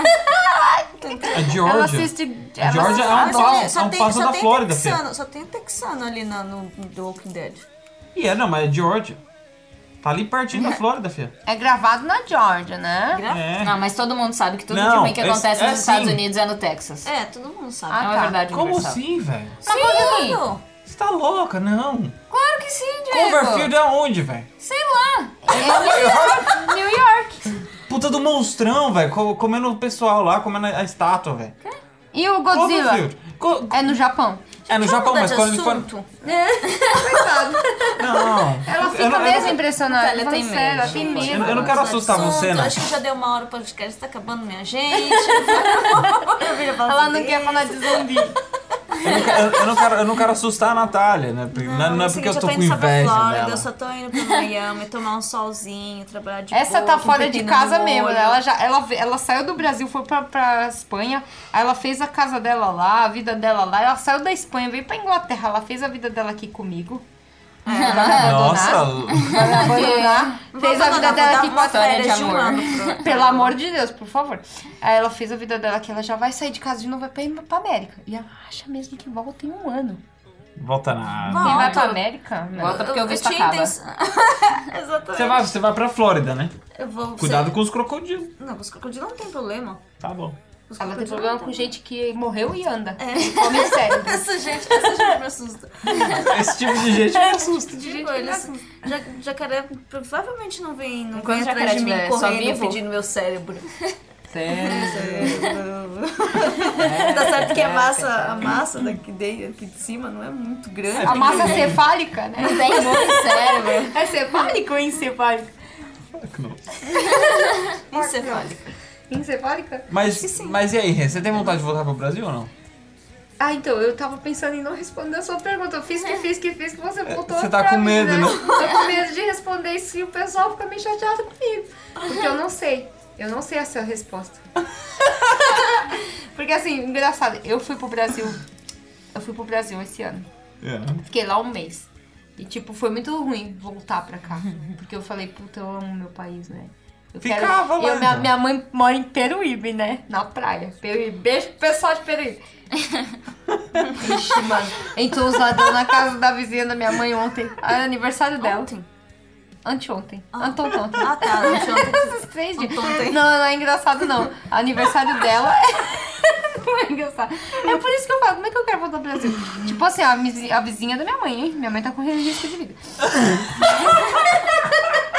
Speaker 3: Ela
Speaker 2: Georgia.
Speaker 3: assiste.
Speaker 2: A
Speaker 3: ela-
Speaker 2: Georgia é um
Speaker 4: Ah, só tem-
Speaker 2: passo,
Speaker 4: só
Speaker 2: é um
Speaker 4: tem-
Speaker 2: passo
Speaker 4: só
Speaker 2: da
Speaker 4: tem
Speaker 2: Flórida, filho.
Speaker 4: texano, Só tem texano ali na- no, no The Walking Dead.
Speaker 2: E é, não, mas é Georgia. Tá ali pertinho da Flórida, filha.
Speaker 3: É gravado na Georgia, né?
Speaker 4: Gra-
Speaker 2: É.
Speaker 5: Não, mas todo mundo sabe que tudo
Speaker 2: Não,
Speaker 5: de ruim que
Speaker 2: é-
Speaker 5: acontece
Speaker 2: é
Speaker 5: nos Estados
Speaker 2: sim.
Speaker 5: Unidos é no Texas.
Speaker 4: É, todo mundo sabe.
Speaker 5: É
Speaker 3: Ah,
Speaker 5: uma
Speaker 3: tá.
Speaker 5: verdade
Speaker 2: Como
Speaker 5: universal.
Speaker 2: assim, velho?
Speaker 5: Sim!
Speaker 4: Claro.
Speaker 2: Você tá louca? Não.
Speaker 5: Claro que sim, Diego!
Speaker 2: Cloverfield é onde, velho?
Speaker 5: Sei lá!
Speaker 3: É New York.
Speaker 2: Puta do monstrão, velho. co- Comendo o pessoal lá, comendo a a estátua, velho.
Speaker 3: E o Godzilla?
Speaker 2: Cloverfield. Co-
Speaker 3: É no Japão.
Speaker 2: É no
Speaker 4: Vamos
Speaker 2: Japão,
Speaker 4: mudar
Speaker 2: mas
Speaker 4: de
Speaker 2: quando eles foram.
Speaker 4: assunto?
Speaker 2: Não.
Speaker 3: Ela
Speaker 2: Eu
Speaker 3: fica
Speaker 2: não- eu
Speaker 3: mesmo
Speaker 2: não-
Speaker 3: impressionada.
Speaker 5: Ela
Speaker 3: Ela
Speaker 5: tem
Speaker 3: tem
Speaker 5: medo.
Speaker 3: sério, ela tem
Speaker 2: Eu,
Speaker 3: medo.
Speaker 2: não- eu não quero assustar
Speaker 4: Assunto,
Speaker 2: você, né? não.
Speaker 4: Acho que já deu uma hora o podcast, tá acabando minha gente.
Speaker 3: Ela não quer falar de zumbi.
Speaker 2: Eu não, quero, eu, não quero, eu não quero assustar a Natália, né? Porque- Não, não,
Speaker 4: Assim,
Speaker 2: é porque eu tô com inveja
Speaker 4: Flórida,
Speaker 2: dela.
Speaker 4: Eu só tô indo pra Miami tomar um solzinho, trabalhar de
Speaker 3: Essa
Speaker 4: boa,
Speaker 3: tá
Speaker 4: com
Speaker 3: fora de
Speaker 4: pepino no
Speaker 3: casa mesmo,
Speaker 4: molho.
Speaker 3: né? Ela, já, ela, ela saiu do Brasil, foi pra, pra Espanha, aí ela fez a casa dela lá, a vida dela lá. Ela saiu da Espanha, veio pra Inglaterra, ela fez a vida dela aqui comigo. É. Vai me abandonar,
Speaker 2: Nossa,
Speaker 3: vai me abandonar.
Speaker 4: Vou
Speaker 3: fez a vida
Speaker 4: abandonar, vou
Speaker 3: dela
Speaker 4: dar
Speaker 3: aqui
Speaker 4: uma
Speaker 3: com a
Speaker 4: férias de um
Speaker 5: amor.
Speaker 4: ano.
Speaker 3: Pelo amor de Deus, por favor. Aí ela fez a vida dela aqui, ela já vai sair de casa de novo, vai pra, ir pra América. E ela acha mesmo que volta em um ano.
Speaker 2: volta nada.
Speaker 4: Volta.
Speaker 3: E vai pra
Speaker 5: Volta.
Speaker 3: América? né?
Speaker 5: Volta porque o visto
Speaker 4: tinha
Speaker 5: acaba.
Speaker 4: intenção- Exatamente.
Speaker 2: Você vai, você vai pra Flórida, né?
Speaker 4: Eu vou...
Speaker 2: Cuidado com os crocodilos.
Speaker 4: Não, os crocodilos não tem problema.
Speaker 2: Tá bom.
Speaker 4: Os
Speaker 3: Ela tem
Speaker 4: crocodilos
Speaker 3: problema
Speaker 4: não
Speaker 3: com
Speaker 4: tem
Speaker 3: gente que morreu e anda. Homem sério.
Speaker 4: Essa gente, essa gente me assusta.
Speaker 2: Esse tipo de gente me assusta.
Speaker 4: Tipo, eles, ja- jacaré provavelmente não vem, não
Speaker 5: Enquanto
Speaker 4: vem
Speaker 5: jacaré
Speaker 4: atrás de mim
Speaker 5: tiver só
Speaker 4: correndo,
Speaker 5: vivo.
Speaker 4: pedindo meu cérebro.
Speaker 5: É. Sim.
Speaker 4: tá certo que a massa, a massa daqui, de, aqui de cima não é muito grande.
Speaker 3: A massa cefálica, né?
Speaker 5: Não tem muito cérebro.
Speaker 3: É cefálico ou encefálico?
Speaker 4: Encefálica.
Speaker 3: Encefálica?
Speaker 2: Mas, mas e aí, Rê? Você tem vontade de voltar pro Brasil ou não?
Speaker 3: Ah, então, eu tava pensando em não responder a sua pergunta. Eu
Speaker 5: É.
Speaker 3: fiz que fiz que fiz que você voltou
Speaker 2: você tá
Speaker 3: pra
Speaker 2: com
Speaker 3: mim,
Speaker 2: medo, né?
Speaker 3: Tô com medo de responder isso e o pessoal fica meio chateado comigo. Porque eu não sei. Eu não sei a sua resposta. Porque assim, engraçado, eu fui pro Brasil. Eu fui pro Brasil esse ano.
Speaker 2: É.
Speaker 3: Fiquei lá um mês. E, tipo, foi muito ruim voltar pra cá. Porque eu falei, puta, eu amo meu país, né? Eu
Speaker 2: Ficava lá,
Speaker 3: eu- minha,
Speaker 2: então.
Speaker 3: minha mãe mora em Peruíbe, né? Na praia. Peruíbe. Beijo pro pessoal de Peruíbe. Ixi, mano. Entrou ousadão na casa da vizinha da minha mãe ontem. Era aniversário dela. Ontem? Anteontem. Anteontem.
Speaker 4: Ah, tá. não tinha outra-
Speaker 3: Esses três dias.
Speaker 4: Anteontem.
Speaker 3: Não, não é engraçado, não. Aniversário dela não é engraçado. É por isso que eu falo, como é que eu quero voltar pro Brasil? Tipo assim, a, mizi- a vizinha da minha mãe, hein? Minha mãe tá correndo risco de vida.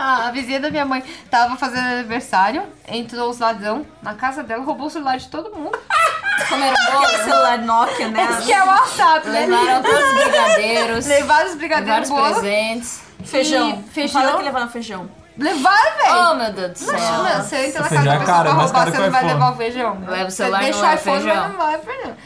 Speaker 3: Ah, a vizinha da minha mãe tava fazendo aniversário, entrou os ladrão na casa dela, roubou o celular de todo mundo.
Speaker 4: Comeram aquele celular Nokia, né?
Speaker 3: Que é o WhatsApp, né?
Speaker 5: Levaram todos os brigadeiros,
Speaker 3: Levaram os brigadeiros,
Speaker 5: vários
Speaker 3: bolo.
Speaker 5: presentes.
Speaker 4: Feijão.
Speaker 3: E
Speaker 4: Não
Speaker 3: feijão?
Speaker 4: Fala que levaram feijão.
Speaker 3: Levaram, velho!
Speaker 5: Oh, meu Deus do céu.
Speaker 3: Mano, você entra na
Speaker 2: Esse
Speaker 3: casa
Speaker 2: já
Speaker 3: da
Speaker 2: é
Speaker 3: pessoa
Speaker 2: caro,
Speaker 3: pra
Speaker 2: mais
Speaker 3: roubar,
Speaker 2: caro
Speaker 3: você
Speaker 2: que o
Speaker 3: não vai
Speaker 2: iPhone.
Speaker 3: levar o feijão.
Speaker 5: Leva o celular,
Speaker 3: Deixa
Speaker 5: não leva
Speaker 3: o iPhone,
Speaker 5: feijão.
Speaker 3: mas não leva o feijão.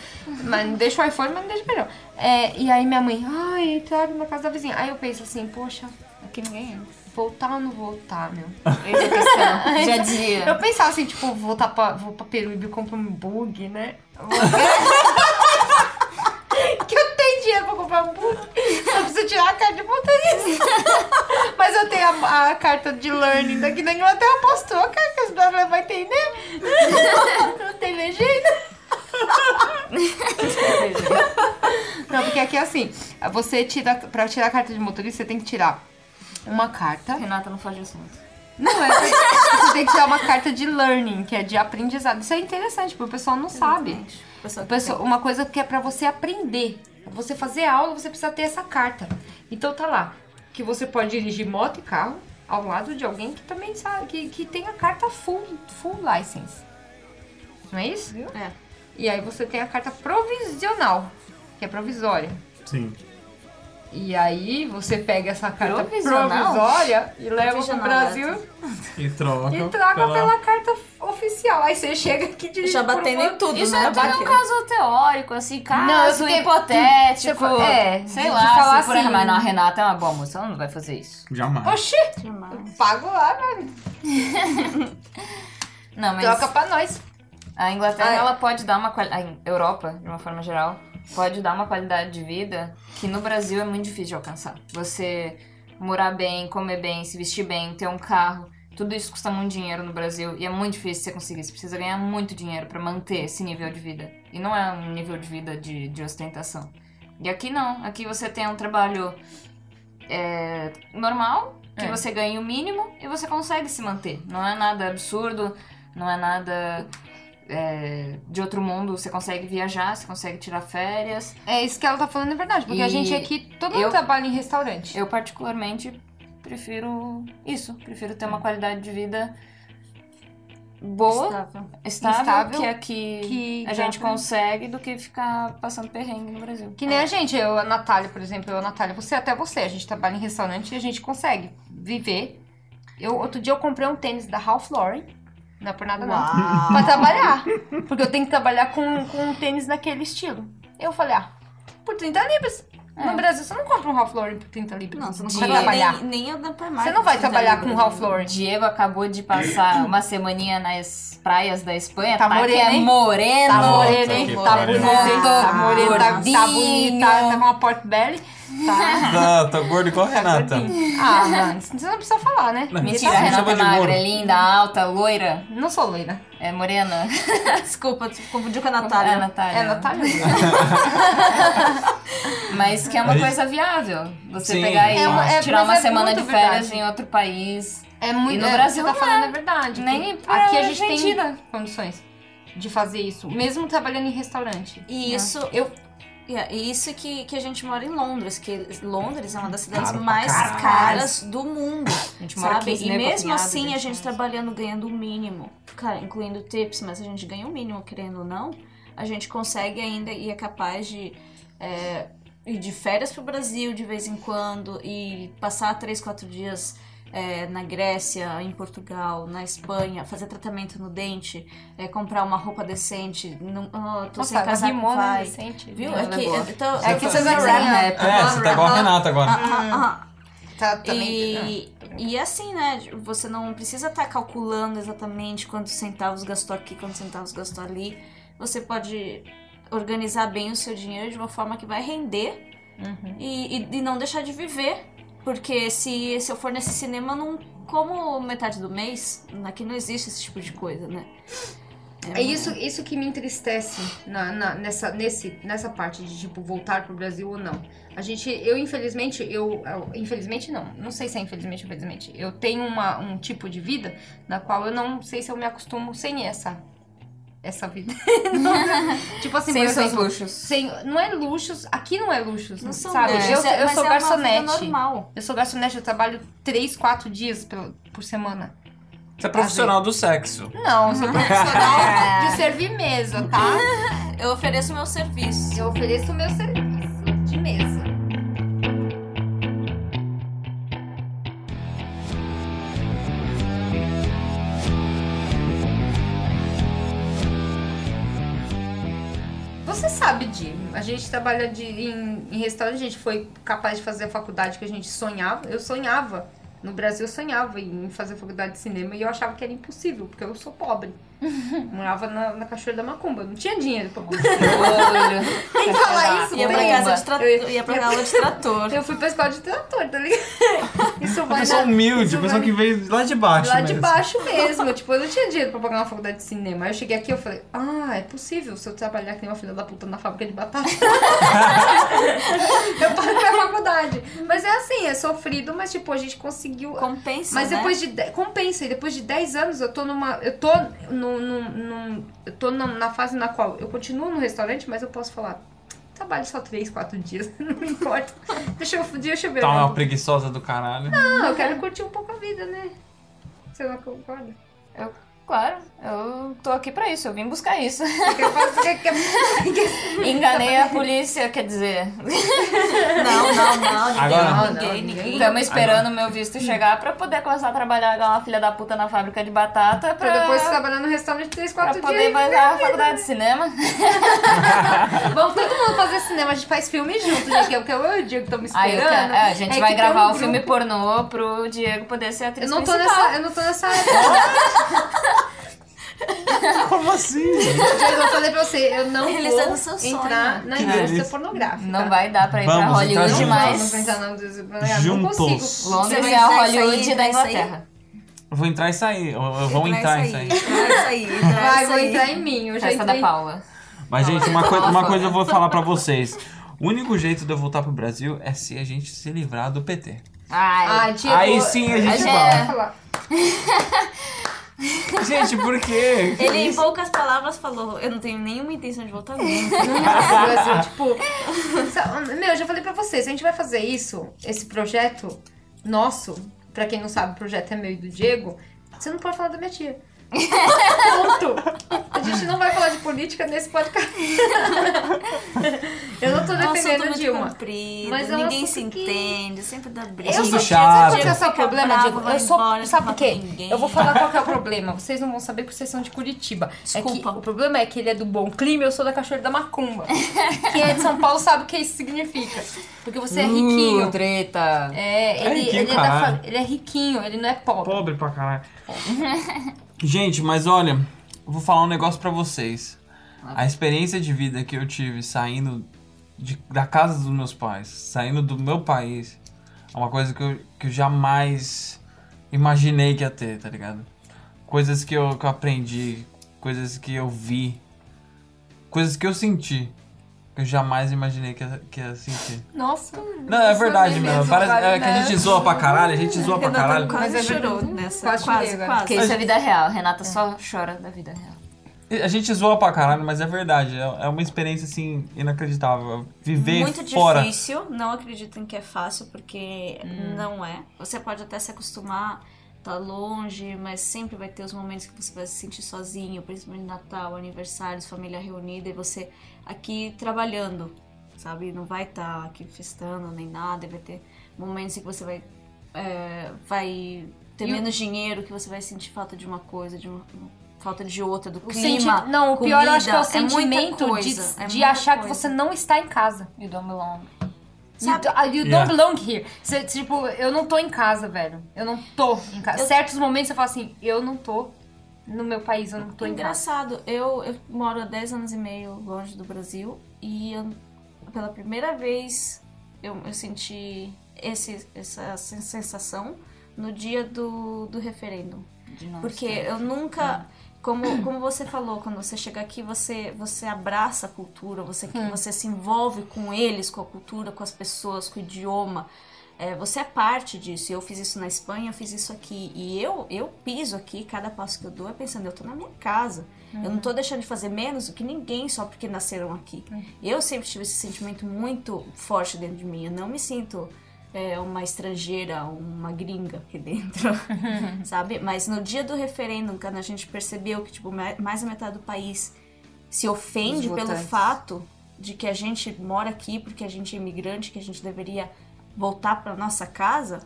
Speaker 3: Mas não deixa o iPhone, mas não deixa o feijão. É, e aí minha mãe, ai, entraram na casa da vizinha. Aí eu penso assim, poxa,
Speaker 5: Aqui ninguém é.
Speaker 3: voltar ou não voltar, meu?
Speaker 5: Eis a questão. Já dizia.
Speaker 3: Eu pensava assim, tipo, vou voltar pra, vou pra Peruíbe e compro um bug, né? Vou- que eu tenho dinheiro pra comprar um bug. Só preciso tirar a carta de motorista. Mas eu tenho a, a carta de learning daqui da Inglaterra. Posso trocar, que os brasileiros vão entender. Não tem mais jeito. Não, porque aqui é assim, você tira, pra tirar a carta de motorista, você tem que tirar uma carta.
Speaker 5: Renata não faz assunto.
Speaker 3: Não, é porque você tem que tirar uma carta de learning, que é de aprendizado. Isso é interessante, porque o pessoal não sabe.
Speaker 4: Pessoal
Speaker 3: O pessoal- uma coisa que é pra você aprender. Pra Você fazer aula, você precisa ter essa carta. Então tá lá, que você pode dirigir moto e carro ao lado de alguém que também sabe, que, que tem a carta full, full license. Não é isso? Viu?
Speaker 4: É.
Speaker 3: E aí você tem a carta provisional, que é provisória.
Speaker 2: Sim.
Speaker 3: E aí você pega essa carta
Speaker 5: Provisional?
Speaker 3: provisória e leva pro
Speaker 4: Provisional,
Speaker 3: Brasil
Speaker 2: E troca.
Speaker 3: e traga pela... carta oficial. Aí você chega aqui de.
Speaker 4: Já batendo em tudo,
Speaker 5: Isso
Speaker 4: né?
Speaker 5: é tudo um
Speaker 4: Porque-
Speaker 5: caso teórico, assim, caso
Speaker 3: Não, eu fiquei- Você
Speaker 5: hipotético.
Speaker 3: fa- é,
Speaker 5: sei
Speaker 3: de
Speaker 5: lá,
Speaker 3: falar
Speaker 5: se for assim...
Speaker 3: assim-
Speaker 5: Mas não, a Renata é uma boa moça, ela não vai fazer isso.
Speaker 2: Jamais.
Speaker 3: Oxi,
Speaker 4: Demais.
Speaker 3: pago lá, mano.
Speaker 5: Não, mas
Speaker 3: Troca pra nós.
Speaker 5: a Inglaterra,
Speaker 3: Ah, é.
Speaker 5: ela pode dar uma qualidade... A Europa, de uma forma geral, pode dar uma qualidade de vida que no Brasil é muito difícil de alcançar. Você morar bem, comer bem, se vestir bem, ter um carro... Tudo isso custa muito dinheiro no Brasil e é muito difícil você conseguir. Você precisa ganhar muito dinheiro pra manter esse nível de vida. E não é um nível de vida de, de ostentação. E aqui não. Aqui você tem um trabalho é, normal, que
Speaker 3: É.
Speaker 5: você ganha o mínimo e você consegue se manter. Não é nada absurdo, não é nada é, de outro mundo. Você consegue viajar, você consegue tirar férias.
Speaker 3: É isso que ela tá falando, é verdade. Porque a
Speaker 5: E
Speaker 3: gente aqui, todo mundo
Speaker 5: eu-
Speaker 3: trabalha em restaurante.
Speaker 5: Eu, particularmente, prefiro isso. Prefiro ter uma qualidade de vida boa,
Speaker 4: Estável.
Speaker 5: estável,
Speaker 3: Estável,
Speaker 5: que aqui
Speaker 3: que
Speaker 5: a
Speaker 3: dá
Speaker 5: gente
Speaker 3: pra-
Speaker 5: consegue, do que ficar passando perrengue no Brasil.
Speaker 3: Que nem a gente, eu, a Natália, por exemplo, eu, a Natália, você até você, a gente trabalha em restaurante e a gente consegue viver. Eu, outro dia eu comprei um tênis da Ralph Lauren, não é por nada não, pra
Speaker 4: Uau.
Speaker 3: trabalhar. Porque eu tenho que trabalhar com, com um tênis daquele estilo. Eu falei, ah, por 30 libras. No Brasil, você não compra um Ralph Lauren por 30 libras.
Speaker 4: Não, você não
Speaker 3: De
Speaker 4: vai
Speaker 3: trabalhar.
Speaker 4: Nem, nem eu da Primark.
Speaker 3: Você não vai trabalhar com o
Speaker 4: né?
Speaker 3: Ralph
Speaker 5: O
Speaker 3: Lauren.
Speaker 5: Diego acabou de passar uma semaninha nas praias da Espanha.
Speaker 3: Tá
Speaker 5: que
Speaker 3: moreno,
Speaker 5: é
Speaker 3: hein?
Speaker 5: moreno.
Speaker 3: Tá
Speaker 2: Nossa,
Speaker 3: morena, hein?
Speaker 2: que
Speaker 3: Tá
Speaker 2: pariu.
Speaker 3: bonita, hein? Tá morena, tá, tá
Speaker 5: Ah, Gordinho.
Speaker 3: bonita, tá com uma porta belly. Tá.
Speaker 2: Tá, tô gordo igual a Renata.
Speaker 3: Ah, mano, você não precisa falar, né? Tá-
Speaker 2: Não,
Speaker 5: Mentira, a
Speaker 2: Ele tá
Speaker 5: Renata é
Speaker 2: chamando de
Speaker 5: magra,
Speaker 2: louro.
Speaker 5: é linda, alta, loira.
Speaker 3: Não sou loira.
Speaker 5: É morena.
Speaker 4: Desculpa, te confundiu com a
Speaker 5: É
Speaker 4: Natália.
Speaker 5: Natália.
Speaker 3: É Natália.
Speaker 5: Mas que é uma
Speaker 2: Aí-
Speaker 5: coisa viável. Você
Speaker 2: Sim.
Speaker 5: pegar e
Speaker 3: É uma- é-
Speaker 5: tirar
Speaker 3: mas
Speaker 5: uma
Speaker 3: é
Speaker 5: semana de
Speaker 3: muito
Speaker 5: férias
Speaker 3: verdade.
Speaker 5: em outro país.
Speaker 3: É muito.
Speaker 5: E no
Speaker 3: é,
Speaker 5: Brasil
Speaker 3: você tá
Speaker 5: não
Speaker 3: falando a verdade.
Speaker 5: Nem
Speaker 3: porque
Speaker 5: pra
Speaker 3: aqui a gente
Speaker 5: Argentina.
Speaker 3: tem condições de fazer isso, mesmo trabalhando em restaurante.
Speaker 4: E isso,
Speaker 3: Eu
Speaker 4: yeah, e isso que, que a gente mora em Londres, que Londres é uma das cidades
Speaker 2: Caro pra
Speaker 4: mais
Speaker 2: caralho.
Speaker 4: caras do mundo,
Speaker 5: A gente mora
Speaker 4: sabe?
Speaker 3: né,
Speaker 5: 15
Speaker 4: E
Speaker 5: negros
Speaker 4: mesmo
Speaker 5: apanhados,
Speaker 4: assim, a gente
Speaker 5: faz.
Speaker 4: trabalhando, ganhando o mínimo, cara, incluindo tips, mas a gente ganha o mínimo, querendo ou não, a gente consegue ainda e é capaz de é, ir de férias pro Brasil de vez em quando e passar três, quatro dias é, na Grécia, em Portugal, na Espanha, fazer tratamento no dente, é, comprar uma roupa decente, não, oh, tô sem
Speaker 3: ela
Speaker 4: casaco,
Speaker 3: rimou, né,
Speaker 4: vai.
Speaker 3: decente.
Speaker 4: Viu?
Speaker 5: Ela
Speaker 4: É
Speaker 5: é
Speaker 4: que,
Speaker 5: boa.
Speaker 4: então,
Speaker 5: né?
Speaker 3: É que vocês não
Speaker 4: Ah,
Speaker 3: rap.
Speaker 2: É, você tá igual a Renata agora.
Speaker 4: ah, ah,
Speaker 3: Tratamento.
Speaker 4: e, E assim, né? Você não precisa estar calculando exatamente quantos centavos gastou aqui, quantos centavos gastou ali. Você pode organizar bem o seu dinheiro de uma forma que vai render
Speaker 3: Uhum.
Speaker 4: e, e- e não deixar de viver. Porque se, se eu for nesse cinema, eu não como metade do mês. Aqui não existe esse tipo de coisa, né?
Speaker 3: É isso, isso que me entristece na- na- nessa, nesse, nessa parte de tipo voltar pro Brasil ou não. A gente, eu infelizmente, eu, eu- infelizmente não, não sei se é infelizmente ou infelizmente. Eu tenho uma, um tipo de vida na qual eu não sei se eu me acostumo sem essa essa vida. Não, tipo assim,
Speaker 5: Sem
Speaker 3: por
Speaker 5: os seus
Speaker 3: exemplo,
Speaker 5: luxos.
Speaker 3: sem- não é luxos, aqui não é luxos,
Speaker 4: Não são
Speaker 3: sabe?
Speaker 4: luxos,
Speaker 3: eu
Speaker 4: é-
Speaker 3: eu
Speaker 4: mas
Speaker 3: sou
Speaker 4: é uma vida
Speaker 3: garçonete.
Speaker 4: normal.
Speaker 3: Eu sou garçonete, eu trabalho 3, 4 dias pelo- por semana.
Speaker 2: Você é profissional do sexo.
Speaker 3: Não, eu sou profissional de servir mesa, tá?
Speaker 4: Eu ofereço meu serviço.
Speaker 3: Eu ofereço o meu serviço de mesa. Você sabe de. A gente trabalha de, em, em restaurante, a gente foi capaz de fazer a faculdade que a gente sonhava. Eu sonhava. No Brasil eu sonhava em fazer faculdade de cinema e eu achava que era impossível, porque eu sou pobre. Morava na, na Cachoeira da Macumba, não tinha dinheiro pra Nem falar isso, né?
Speaker 4: Ia pra,
Speaker 3: tem.
Speaker 4: casa de trator,
Speaker 3: Eu-
Speaker 4: ia pra aula de trator.
Speaker 3: Eu fui pra escola de trator, tá ligado? Isso
Speaker 2: Uma
Speaker 3: vai
Speaker 2: pessoa
Speaker 3: dar-
Speaker 2: humilde,
Speaker 3: é isso
Speaker 2: uma pessoa
Speaker 3: vai
Speaker 2: que veio lá de baixo.
Speaker 3: Lá de
Speaker 2: um mesmo.
Speaker 3: baixo mesmo. tipo, eu não tinha dinheiro pra pagar uma faculdade de cinema. Aí eu cheguei aqui e eu falei, ah, é possível se eu trabalhar que nem uma filha da puta na fábrica de batata. eu pago minha faculdade. Mas é assim, é sofrido, mas tipo, a gente conseguiu.
Speaker 4: Compensa,
Speaker 3: Mas
Speaker 4: né?
Speaker 3: depois de. de- Compensa, e depois de 10 anos eu tô numa. Eu tô no, no- no- eu tô na, na fase na qual eu continuo no restaurante, mas eu posso falar. Trabalho só 3, 4 dias, não importa. Deixa eu, deixa eu ver.
Speaker 2: Tá
Speaker 3: lá.
Speaker 2: uma preguiçosa do caralho.
Speaker 3: Não, eu quero curtir um pouco a vida, né? Você não concorda?
Speaker 5: Claro, eu tô aqui pra isso, eu vim buscar isso.
Speaker 3: Porque eu faço- que- que-
Speaker 5: Enganei a polícia, quer dizer.
Speaker 4: Não, não, não.
Speaker 2: Agora-
Speaker 4: Ninguém, ninguém,
Speaker 3: Tá. Ah, Não, não,
Speaker 4: ninguém.
Speaker 5: Estamos esperando o meu visto chegar pra poder começar a trabalhar igual uma filha da puta na fábrica de batata pra,
Speaker 3: Pra depois trabalhar no restaurante 3,
Speaker 5: pra
Speaker 3: 4
Speaker 5: poder
Speaker 3: dias.
Speaker 5: pagar a faculdade de cinema.
Speaker 3: Vamos todo mundo fazer cinema, a gente faz filme junto, gente. que É o que eu e o Diego estamos
Speaker 5: Aí eu
Speaker 3: esperando.
Speaker 5: quero- é, a gente
Speaker 3: É
Speaker 5: vai
Speaker 3: que tem um
Speaker 5: gravar o
Speaker 3: grupo.
Speaker 5: filme pornô pro Diego poder ser atriz
Speaker 3: Eu não tô
Speaker 5: principal.
Speaker 3: nessa. Eu não tô nessa época.
Speaker 2: Como assim?
Speaker 3: Diego, eu falei pra você, eu não
Speaker 4: Realizando
Speaker 3: vou
Speaker 4: seu sonho.
Speaker 3: entrar na
Speaker 2: Que
Speaker 3: indústria
Speaker 2: delícia.
Speaker 3: pornográfica.
Speaker 5: Não vai dar pra ir pra
Speaker 2: Vamos, então,
Speaker 5: Hollywood
Speaker 2: juntos.
Speaker 5: mais.
Speaker 3: Vamos entrar na indústria pornográfica. Não
Speaker 2: Juntos.
Speaker 3: consigo.
Speaker 5: Londres
Speaker 4: Você
Speaker 5: é a
Speaker 4: vai sair,
Speaker 5: Hollywood
Speaker 4: sair,
Speaker 5: da
Speaker 4: vai
Speaker 5: Inglaterra.
Speaker 2: Eu Vou entrar e sair. Eu, eu vou
Speaker 3: Então é
Speaker 2: entrar e sair.
Speaker 4: Então Vai sair,
Speaker 3: Vai, vou
Speaker 4: sair.
Speaker 3: entrar em mim. Eu já
Speaker 5: Festa da
Speaker 3: entrei.
Speaker 5: Paula.
Speaker 2: Mas, gente, uma, coi- uma coisa eu vou falar pra vocês. O único jeito de eu voltar pro Brasil é se a gente se livrar do PT.
Speaker 5: Ai.
Speaker 3: Ah, Diego,
Speaker 2: Aí sim a gente
Speaker 3: eu
Speaker 5: fala.
Speaker 3: vou falar.
Speaker 2: Gente, por quê?
Speaker 4: Ele, em poucas palavras, falou: Eu não tenho nenhuma intenção de voltar nunca.
Speaker 3: Mas, tipo, sa- meu, eu já falei pra vocês, a gente vai fazer isso, esse projeto nosso, pra quem não sabe, o projeto é meu e do Diego, você não pode falar da minha tia. Ponto. A gente não vai falar de política nesse podcast. eu não tô
Speaker 4: É um assunto
Speaker 3: defendendo
Speaker 4: muito
Speaker 3: Dilma.
Speaker 4: comprido,
Speaker 3: Mas é um
Speaker 4: ninguém se
Speaker 3: assunto que-
Speaker 4: entende, sempre dá briga.
Speaker 2: Eu sou
Speaker 4: Diego
Speaker 2: chato.
Speaker 3: Sabe qual que é o seu
Speaker 4: fica
Speaker 3: problema,
Speaker 4: bravo,
Speaker 3: Diego?
Speaker 4: vai
Speaker 3: Eu sou.
Speaker 4: embora,
Speaker 3: sabe
Speaker 4: não
Speaker 3: por quê?
Speaker 4: fala com ninguém.
Speaker 3: Eu vou falar qual que é o problema. Vocês não vão saber porque vocês são de Curitiba. É que
Speaker 4: Desculpa.
Speaker 3: o problema é que ele é do bom clima e eu sou da Cachoeira da Macumba. Quem é de São Paulo sabe o que isso significa. Porque você é riquinho.
Speaker 5: Uh, treta.
Speaker 3: É, ele,
Speaker 2: riquinho,
Speaker 3: ele é da fa-
Speaker 2: caralho.
Speaker 3: ele é riquinho, ele não é pobre.
Speaker 2: Pobre pra caralho. Gente, mas olha, eu vou falar um negócio pra vocês. A experiência de vida que eu tive saindo de- da casa dos meus pais, saindo do meu país, é uma coisa que eu, que eu jamais imaginei que ia ter, tá ligado? Coisas que eu, que eu aprendi, coisas que eu vi, coisas que eu senti, que eu jamais imaginei que ia, que ia sentir.
Speaker 3: Nossa.
Speaker 2: Não, é verdade
Speaker 3: mesmo,
Speaker 2: mesmo. Parece, é
Speaker 3: vale
Speaker 2: que a gente
Speaker 3: mesmo.
Speaker 2: zoa pra caralho, a gente zoa pra caralho.
Speaker 4: quase
Speaker 3: Mas é
Speaker 4: chorou
Speaker 3: verdade.
Speaker 4: nessa.
Speaker 3: Quase
Speaker 4: Quase,
Speaker 3: chorei
Speaker 4: quase.
Speaker 3: agora.
Speaker 5: Porque isso é vida real. Renata só chora da vida real.
Speaker 2: A gente zoa pra caralho, mas é verdade. É é uma experiência, assim, inacreditável. Viver
Speaker 4: Muito
Speaker 2: fora.
Speaker 4: difícil, não acreditem que é fácil, porque
Speaker 3: Hum.
Speaker 4: não é. Você pode até se acostumar, tá longe, mas sempre vai ter os momentos que você vai se sentir sozinho, principalmente Natal, aniversários, família reunida, e você aqui trabalhando, sabe? Não vai estar aqui festando nem nada, e vai ter momentos em que você vai. é, vai ter
Speaker 3: E o-
Speaker 4: menos dinheiro, que você vai sentir falta de uma coisa, de uma. Falta de outra, do
Speaker 3: O
Speaker 4: clima.
Speaker 3: senti- Não, o pior eu acho que é o
Speaker 4: comida, é muita
Speaker 3: sentimento de,
Speaker 4: coisa, é
Speaker 3: de
Speaker 4: muita
Speaker 3: achar que
Speaker 4: coisa.
Speaker 3: você não está em casa.
Speaker 5: E do Milonga.
Speaker 4: Sabe?
Speaker 5: You, do- you
Speaker 2: Yeah.
Speaker 5: don't belong here. Você, tipo, eu não tô em casa, velho. Eu não tô em casa. Certos momentos você fala assim, eu não tô no meu país, eu não tô em casa.
Speaker 4: Engraçado, eu, eu moro há 10 anos e meio longe do Brasil e eu- pela primeira vez eu, eu senti esse, essa sen- sensação no dia do, do referendo.
Speaker 5: De novo.
Speaker 4: Porque eu nunca. Como, como você falou, quando você chega aqui, você, você abraça a cultura, você, você se envolve com eles, com a cultura, com as pessoas, com o idioma. É, você é parte disso. Eu fiz isso na Espanha, eu fiz isso aqui. E eu, eu piso aqui, cada passo que eu dou é pensando, eu tô na minha casa. Eu não tô deixando de fazer menos do que ninguém só porque nasceram aqui. Eu sempre tive esse sentimento muito forte dentro de mim. Eu não me sinto é, uma estrangeira, uma gringa aqui dentro, sabe? Mas no dia do referendo, quando a gente percebeu que tipo, ma- mais da metade do país se ofende
Speaker 5: Os
Speaker 4: pelo
Speaker 5: votantes.
Speaker 4: fato de que a gente mora aqui porque a gente é imigrante, que a gente deveria voltar para nossa casa.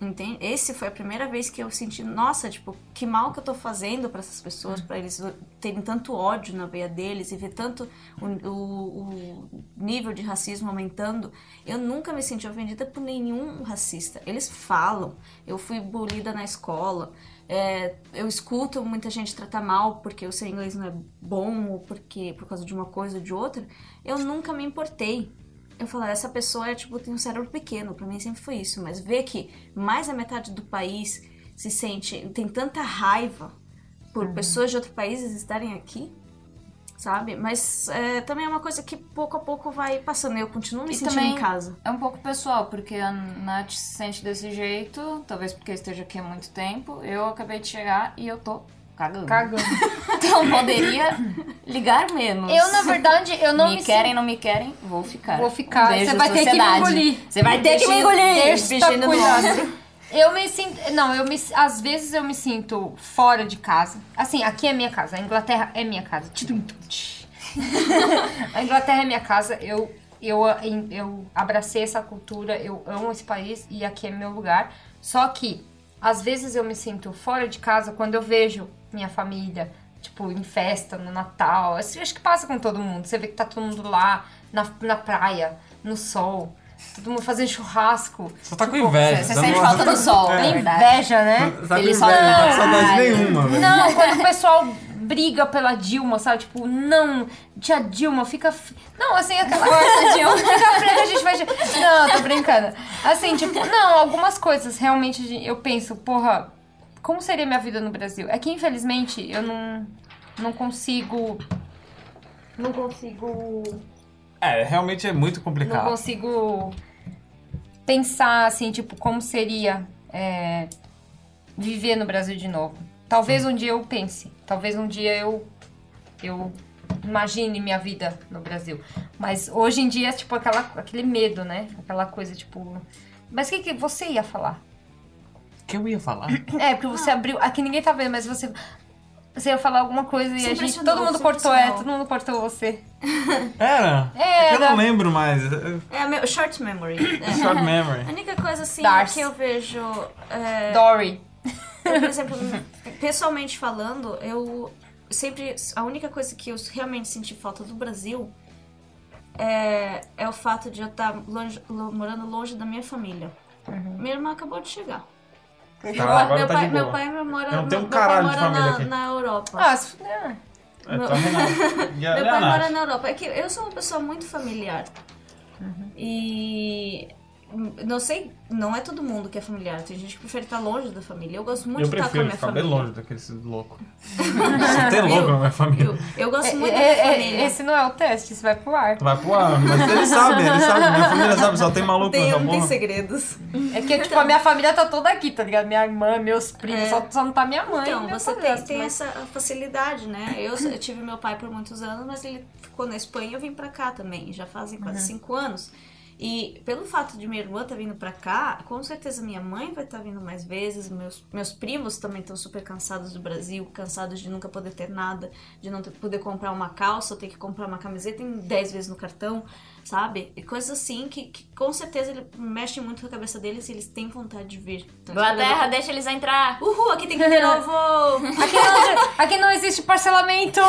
Speaker 4: Entende? Esse foi a primeira vez que eu senti, nossa, tipo, que mal que eu tô fazendo pra essas pessoas,
Speaker 5: Hum.
Speaker 4: pra eles terem tanto ódio na veia deles e ver tanto o, o- o nível de racismo aumentando. Eu nunca me senti ofendida por nenhum racista. Eles falam, eu fui bulida na escola, é, eu escuto muita gente tratar mal porque o seu inglês não é bom ou porque por causa de uma coisa ou de outra. Eu nunca me importei. Eu falo, essa pessoa é tipo, tem um cérebro pequeno, pra mim sempre foi isso, mas ver que mais da metade do país se sente, tem tanta raiva por
Speaker 5: Uhum.
Speaker 4: pessoas de outros países estarem aqui, sabe? Mas é, também é uma coisa que pouco a pouco vai passando, eu continuo me
Speaker 5: E
Speaker 4: sentindo
Speaker 5: também-
Speaker 4: em casa.
Speaker 5: É um pouco pessoal, porque a Nath se sente desse jeito, talvez porque eu esteja aqui há muito tempo. Eu acabei de chegar e eu tô cagando.
Speaker 3: Cagando.
Speaker 5: Então poderia ligar menos.
Speaker 6: Eu, na verdade, eu não
Speaker 5: me,
Speaker 6: me,
Speaker 5: querem, não me querem, vou ficar.
Speaker 3: Vou ficar.
Speaker 5: Um beijo,
Speaker 3: Você vai ter que me
Speaker 5: sociedade.
Speaker 3: engolir.
Speaker 5: Você vai ter que me
Speaker 6: Beijinho-
Speaker 5: engolir.
Speaker 6: beijo,
Speaker 5: Bichinho
Speaker 6: tá
Speaker 5: no
Speaker 6: cuidado.
Speaker 5: ombro.
Speaker 6: sinto- Eu me sinto. Não, eu me. Às vezes eu me sinto fora de casa. Assim, aqui é minha casa. A Inglaterra é minha casa. Tudum, tum, tch. a Inglaterra é minha casa. Eu, eu, eu abracei essa cultura. Eu amo esse país e aqui é meu lugar. Só que, às vezes eu me sinto fora de casa quando eu vejo minha família. Tipo, em festa, no Natal. Isso acho que passa com todo mundo. Você vê que tá todo mundo lá, na, na praia, no sol. Todo mundo fazendo churrasco.
Speaker 2: Só tá com inveja.
Speaker 5: Você
Speaker 2: tá
Speaker 5: sente
Speaker 2: no-
Speaker 5: falta do sol,
Speaker 6: É
Speaker 5: é verdade.
Speaker 6: inveja, né?
Speaker 7: Tá com
Speaker 5: Ele só-
Speaker 7: inveja, não tá com
Speaker 5: Ai.
Speaker 7: saudade nenhuma, velho.
Speaker 6: Não,
Speaker 5: quando
Speaker 6: o pessoal briga pela Dilma, sabe? Tipo, não, tia Dilma, fica. fi- Não, assim, aquela. Força, Dilma. Fica frente, a gente vai. Não, tô brincando. Assim, tipo, não, algumas coisas realmente de- eu penso, porra, como seria minha vida no Brasil? É que infelizmente eu não, não consigo. Não consigo.
Speaker 2: É, realmente é muito
Speaker 6: Não
Speaker 2: complicado.
Speaker 6: consigo pensar, assim, tipo, como seria é, viver no Brasil de novo. Talvez um dia eu pense. Talvez um dia eu, eu imagine minha vida no Brasil. Mas hoje em dia é, tipo, aquela, aquele medo, né? Aquela coisa, tipo... Mas o que, que você ia falar?
Speaker 2: O que eu ia falar?
Speaker 6: É, porque
Speaker 4: Ah.
Speaker 6: você abriu... Aqui ninguém tá vendo, mas você... Você ia falar alguma coisa e
Speaker 4: Você
Speaker 6: a gente...
Speaker 4: impressionou,
Speaker 6: Todo mundo
Speaker 4: você
Speaker 6: cortou, é.
Speaker 4: impressionou.
Speaker 6: Todo mundo cortou você.
Speaker 2: Era? É que eu não lembro mais. É
Speaker 4: É a meu short memory. né?
Speaker 2: Short memory.
Speaker 4: A única coisa assim
Speaker 6: Darcy.
Speaker 4: que eu vejo, é,
Speaker 6: Dory.
Speaker 4: eu, por exemplo, pessoalmente falando, eu sempre a única coisa que eu realmente senti falta do Brasil é, é o fato de eu estar longe- lo- morando longe da minha família.
Speaker 3: Uhum.
Speaker 4: Minha irmã acabou de chegar.
Speaker 7: Tá, agora
Speaker 4: meu,
Speaker 7: tá
Speaker 4: pai,
Speaker 7: de boa.
Speaker 4: meu pai meu mora,
Speaker 7: Eu não tenho um
Speaker 4: meu pai
Speaker 7: caralho de
Speaker 4: mora
Speaker 7: família
Speaker 4: na,
Speaker 7: aqui.
Speaker 4: na Europa.
Speaker 6: Ah, se- ah,
Speaker 7: É,
Speaker 4: meu-
Speaker 7: tá Renato. E a-
Speaker 4: Meu
Speaker 7: e a
Speaker 4: pai
Speaker 7: Nath?
Speaker 4: mora na Europa. É que eu sou uma pessoa muito familiar.
Speaker 6: Uhum.
Speaker 4: E. hum, Não sei, não é todo mundo que é familiar. Tem gente que prefere estar longe da família. Eu gosto muito
Speaker 7: Eu
Speaker 4: de estar com a
Speaker 7: prefiro
Speaker 4: minha
Speaker 7: ficar bem
Speaker 4: família.
Speaker 7: longe daqueles loucos.
Speaker 2: Só tem louco na minha família.
Speaker 4: Eu, eu gosto muito da
Speaker 6: é-
Speaker 4: minha
Speaker 6: é-
Speaker 4: família.
Speaker 6: esse não é o teste, isso vai pro ar.
Speaker 7: Tu vai pro ar, mas ele sabe, ele sabe. Minha família sabe, só tem maluco
Speaker 4: Tem-
Speaker 2: tá
Speaker 4: um
Speaker 7: nessa
Speaker 4: não tem
Speaker 7: porra.
Speaker 4: segredos.
Speaker 6: É que, tipo, a minha família tá toda aqui, tá ligado? Minha irmã, meus primos,
Speaker 4: É.
Speaker 6: só, só não tá minha mãe.
Speaker 4: Então,
Speaker 6: e meu
Speaker 4: você tem,
Speaker 6: padrasto,
Speaker 4: tem
Speaker 6: mas-
Speaker 4: essa facilidade, né? Eu, eu tive meu pai por muitos anos, mas ele ficou na Espanha e eu vim pra cá também. Já fazem quase cinco anos. E pelo fato de minha irmã estar vindo pra cá, com certeza minha mãe vai estar vindo mais vezes. Meus, meus primos também estão super cansados do Brasil, cansados de nunca poder ter nada, de não ter- poder comprar uma calça, ou ter que comprar uma camiseta em 10 vezes no cartão, sabe? E coisas assim que, que com certeza ele mexe muito com a cabeça deles e eles têm vontade de vir. Então,
Speaker 5: Inglaterra, deixa eles entrar.
Speaker 4: Uhul, aqui tem que ter novo!
Speaker 6: Aqui não, aqui não existe parcelamento!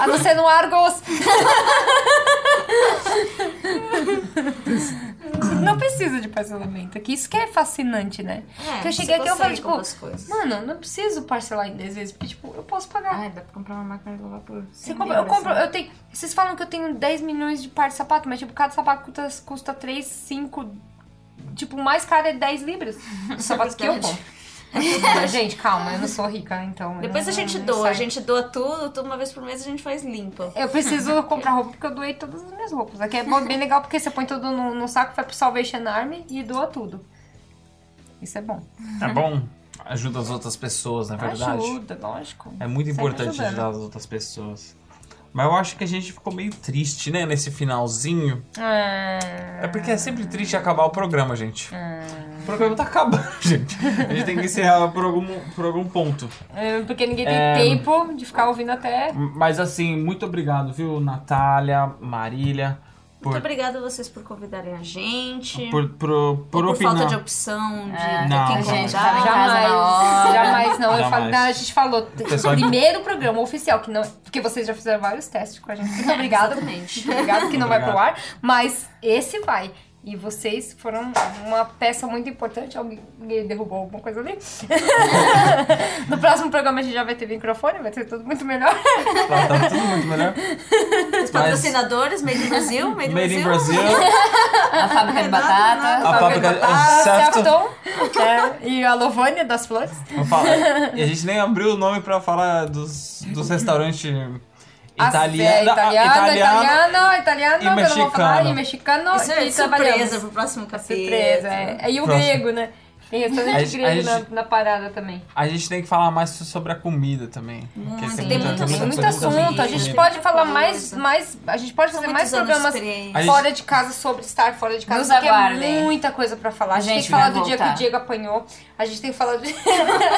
Speaker 6: A não ser no Argos! Não precisa de parcelamento aqui. Isso que é fascinante, né?
Speaker 4: É,
Speaker 6: Porque eu cheguei aqui e eu falei, tipo,
Speaker 4: algumas coisas.
Speaker 6: Mano, não preciso parcelar em 10 vezes, porque, tipo, eu posso pagar.
Speaker 5: Ai, dá pra comprar uma máquina de lavar por.
Speaker 6: Você compra- eu compro, eu tenho. Vocês falam que eu tenho 10 milhões de pares de sapato, mas tipo, cada sapato custa, custa 3, 5. Tipo, o mais caro é 10 libras. Os sapatos que eu
Speaker 4: verdade.
Speaker 6: compro. Mas, é gente, calma, eu não sou rica, então. eu
Speaker 4: Depois a
Speaker 6: não-
Speaker 4: gente
Speaker 6: não
Speaker 4: doa, a
Speaker 6: saio.
Speaker 4: gente doa tudo, tudo uma vez por mês a gente faz limpa.
Speaker 6: Eu preciso comprar roupa porque eu doei todas as minhas roupas. Aqui é bom- bem legal porque você põe tudo no, no saco, vai pro Salvation Army e doa tudo. Isso é bom.
Speaker 2: É bom. Ajuda as outras pessoas, na verdade.
Speaker 6: Ajuda, lógico.
Speaker 2: É muito
Speaker 6: Sempre
Speaker 2: importante
Speaker 6: ajudando.
Speaker 2: ajudar as outras pessoas. Mas eu acho que a gente ficou meio triste, né? Nesse finalzinho. É porque é sempre triste acabar o programa, gente.
Speaker 6: É.
Speaker 2: O programa tá acabando, gente. A gente tem que encerrar por algum, por algum ponto.
Speaker 6: É, porque ninguém tem
Speaker 2: É.
Speaker 6: tempo de ficar ouvindo até.
Speaker 2: Mas assim, muito obrigado, viu, Natália, Marília,
Speaker 4: Muito
Speaker 2: por,
Speaker 4: obrigada a vocês por convidarem a gente.
Speaker 2: por, por,
Speaker 4: Ou
Speaker 2: por
Speaker 4: por falta
Speaker 2: opinar.
Speaker 4: de opção, de
Speaker 5: É,
Speaker 4: ter
Speaker 2: não,
Speaker 4: quem
Speaker 2: gente,
Speaker 4: convidar.
Speaker 5: tá Casa na hora.
Speaker 6: Jamais, jamais não. Eu
Speaker 2: Jamais.
Speaker 6: falo, não, a gente falou,
Speaker 2: Pessoal-
Speaker 6: primeiro programa oficial, que não, porque vocês já fizeram vários testes com a gente. Muito obrigada. Muito obrigada que não vai pro ar, mas esse vai. E vocês foram uma peça muito importante. Alguém alguém derrubou alguma coisa ali? no próximo programa a gente já vai ter microfone, vai ter tudo muito melhor.
Speaker 2: Tá, tá tudo muito melhor.
Speaker 4: Os patrocinadores, Made in Brasil, Made in
Speaker 2: Made in
Speaker 4: Brasil. Ah,
Speaker 2: Brasil,
Speaker 5: A é fábrica de batata.
Speaker 2: a fábrica tá
Speaker 6: A
Speaker 2: Sefton.
Speaker 6: Sefton é, e a Lovânia das Flores.
Speaker 2: Vamos falar. E a gente nem abriu o nome pra falar dos, dos restaurantes
Speaker 6: Ah,
Speaker 2: italianos.
Speaker 6: é, italiano, italiano, italiano,
Speaker 2: e
Speaker 6: que eu não vou
Speaker 2: mexicano.
Speaker 6: falar, Ah, e mexicano,
Speaker 4: Isso é
Speaker 6: e trabalhamos.
Speaker 4: surpresa pro próximo capítulo.
Speaker 6: Tá Surpresa, é. E o
Speaker 2: Próximo.
Speaker 6: grego, né? Tem
Speaker 2: A
Speaker 6: restaurante
Speaker 2: gente-
Speaker 6: grego
Speaker 2: a
Speaker 6: na,
Speaker 2: gente-
Speaker 6: na parada também.
Speaker 2: A gente tem que falar mais sobre a comida também. assim, porque
Speaker 4: Sim,
Speaker 6: Tem
Speaker 4: Tem
Speaker 6: muito,
Speaker 4: muita
Speaker 6: muito,
Speaker 4: coisa
Speaker 6: assunto, a
Speaker 4: também,
Speaker 6: gente
Speaker 4: né?
Speaker 6: pode falar
Speaker 4: Muita
Speaker 6: mais,
Speaker 4: coisa.
Speaker 6: mais, a gente pode
Speaker 4: São
Speaker 6: fazer mais
Speaker 4: muitos anos de
Speaker 6: programas
Speaker 4: experiência.
Speaker 2: A gente-
Speaker 6: fora de casa sobre estar fora de casa,
Speaker 5: Nos
Speaker 6: porque é
Speaker 5: aguardem.
Speaker 6: muita coisa pra falar. A
Speaker 5: A
Speaker 6: gente,
Speaker 5: gente
Speaker 6: tem que falar
Speaker 5: vai
Speaker 6: do dia que o
Speaker 5: voltar.
Speaker 6: Diego apanhou, a gente tem que falar do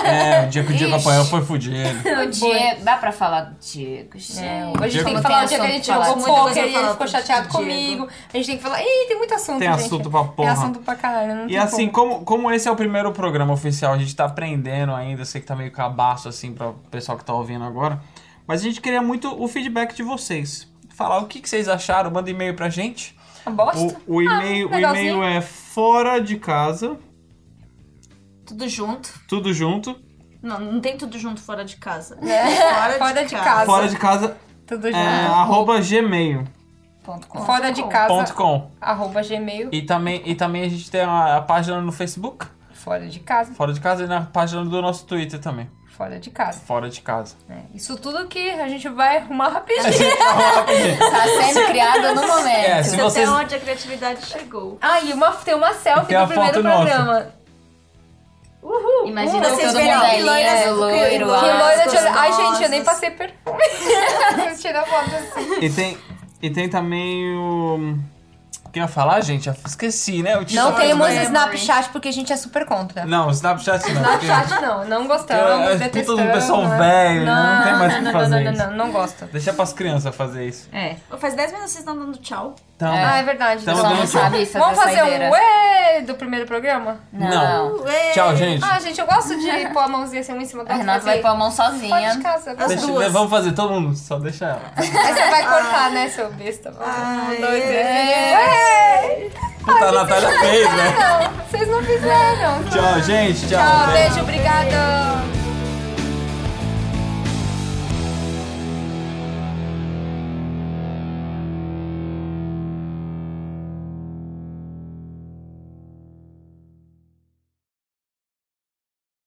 Speaker 2: É, o dia que o Diego
Speaker 6: Ixi.
Speaker 2: apanhou foi fudido.
Speaker 5: O Diego, é, dá pra falar do Diego, gente.
Speaker 6: A gente tem
Speaker 2: Diego-
Speaker 6: que falar
Speaker 5: Tem
Speaker 6: do dia que a
Speaker 5: assunto
Speaker 6: gente
Speaker 5: pra falar,
Speaker 6: jogou
Speaker 4: muita coisa
Speaker 6: poker
Speaker 4: pra
Speaker 6: e ele
Speaker 4: falar
Speaker 6: ficou
Speaker 4: do
Speaker 6: chateado
Speaker 4: Diego.
Speaker 6: comigo. A gente tem que falar, ih, tem muito assunto,
Speaker 2: Tem
Speaker 6: gente.
Speaker 2: assunto pra
Speaker 6: Tem
Speaker 2: porra.
Speaker 6: assunto pra caralho, não
Speaker 2: E
Speaker 6: tem
Speaker 2: assim, como,
Speaker 6: como.
Speaker 2: como esse é o primeiro programa oficial, a gente tá aprendendo ainda, eu sei que tá meio cabaço assim pra pessoal que tá ouvindo agora, mas a gente queria muito o feedback de vocês. Falar o que, que vocês acharam, manda e-mail pra gente.
Speaker 6: Uma bosta.
Speaker 2: O, o e-mail, o
Speaker 6: legalzinho.
Speaker 2: e-mail é fora de casa,
Speaker 4: Tudo junto.
Speaker 2: tudo junto,
Speaker 4: Não, não tem tudo junto fora de casa.
Speaker 6: É. Fora, de, casa.
Speaker 2: fora de casa,
Speaker 6: Tudo
Speaker 2: é,
Speaker 6: junto.
Speaker 2: arroba gmail.com.
Speaker 5: Ponto com.
Speaker 6: Fora de casa. Arroba gmail.
Speaker 2: E também, e também a gente tem a, a página no Facebook,
Speaker 6: Fora de casa.
Speaker 2: fora de casa, e na página do nosso Twitter também,
Speaker 6: Fora de casa.
Speaker 2: fora de casa.
Speaker 6: né? Isso tudo que a gente vai arrumar rapidinho.
Speaker 2: Assim.
Speaker 5: Tá sendo criada no
Speaker 2: É,
Speaker 5: momento.
Speaker 2: se
Speaker 4: Até
Speaker 2: vocês
Speaker 4: onde a criatividade chegou.
Speaker 6: Ah, e uma, tem uma selfie
Speaker 2: Tem é a
Speaker 6: do primeiro
Speaker 2: foto nossa.
Speaker 6: programa. Uhul!
Speaker 5: Imagina
Speaker 4: Vocês
Speaker 5: todo
Speaker 4: verem
Speaker 5: mundo
Speaker 4: que
Speaker 5: ali,
Speaker 4: loira-
Speaker 5: é,
Speaker 4: que
Speaker 5: loiro,
Speaker 6: Que loira de olho. Ai,
Speaker 4: gostosas.
Speaker 6: gente, eu nem passei perfume. Vocês tiram a foto assim.
Speaker 2: E tem, e tem também o. Quem ia falar, gente? Eu Esqueci, né? O título
Speaker 6: Não
Speaker 2: do
Speaker 6: temos
Speaker 2: programa.
Speaker 6: Snapchat porque a gente é super contra.
Speaker 2: Não, Snapchat não. porque-
Speaker 6: Snapchat não, não gostamos,
Speaker 2: É, é
Speaker 6: detestamos.
Speaker 2: tudo do pessoal
Speaker 6: né? Ah,
Speaker 2: velho, não tem mais o que
Speaker 6: não,
Speaker 2: fazer
Speaker 6: Não,
Speaker 2: isso.
Speaker 6: não, não, não gosto.
Speaker 2: Deixa pras crianças fazer isso.
Speaker 5: É.
Speaker 4: Pô, Faz 10 minutos que vocês estão dando tchau.
Speaker 2: Então,
Speaker 6: Ah, é verdade.
Speaker 2: Tamo
Speaker 5: Ela
Speaker 6: Vamos-
Speaker 2: dando
Speaker 5: não
Speaker 2: tchau.
Speaker 5: sabe fazer
Speaker 6: Vamos fazer
Speaker 5: saideira.
Speaker 6: um ué do primeiro programa?
Speaker 5: Não.
Speaker 4: Ué!
Speaker 2: Tchau, gente.
Speaker 6: Ah, gente, eu gosto de pôr a mãozinha assim, uma em cima da
Speaker 5: A
Speaker 6: outra.
Speaker 5: Renata vai
Speaker 6: fazer
Speaker 5: pôr a mão
Speaker 6: Fora
Speaker 5: sozinha.
Speaker 6: de casa.
Speaker 4: Deixa-
Speaker 2: Deixa-
Speaker 4: duas.
Speaker 2: vamos fazer todo mundo, só deixa ela.
Speaker 6: Aí você vai cortar, né, seu besta? Um, dois, três. Ué!
Speaker 2: Puta, a Natália fez, né?
Speaker 6: Não, vocês não fizeram.
Speaker 2: Tchau, gente. Tchau.
Speaker 6: Tchau,
Speaker 2: beijo.
Speaker 6: beijo, obrigada.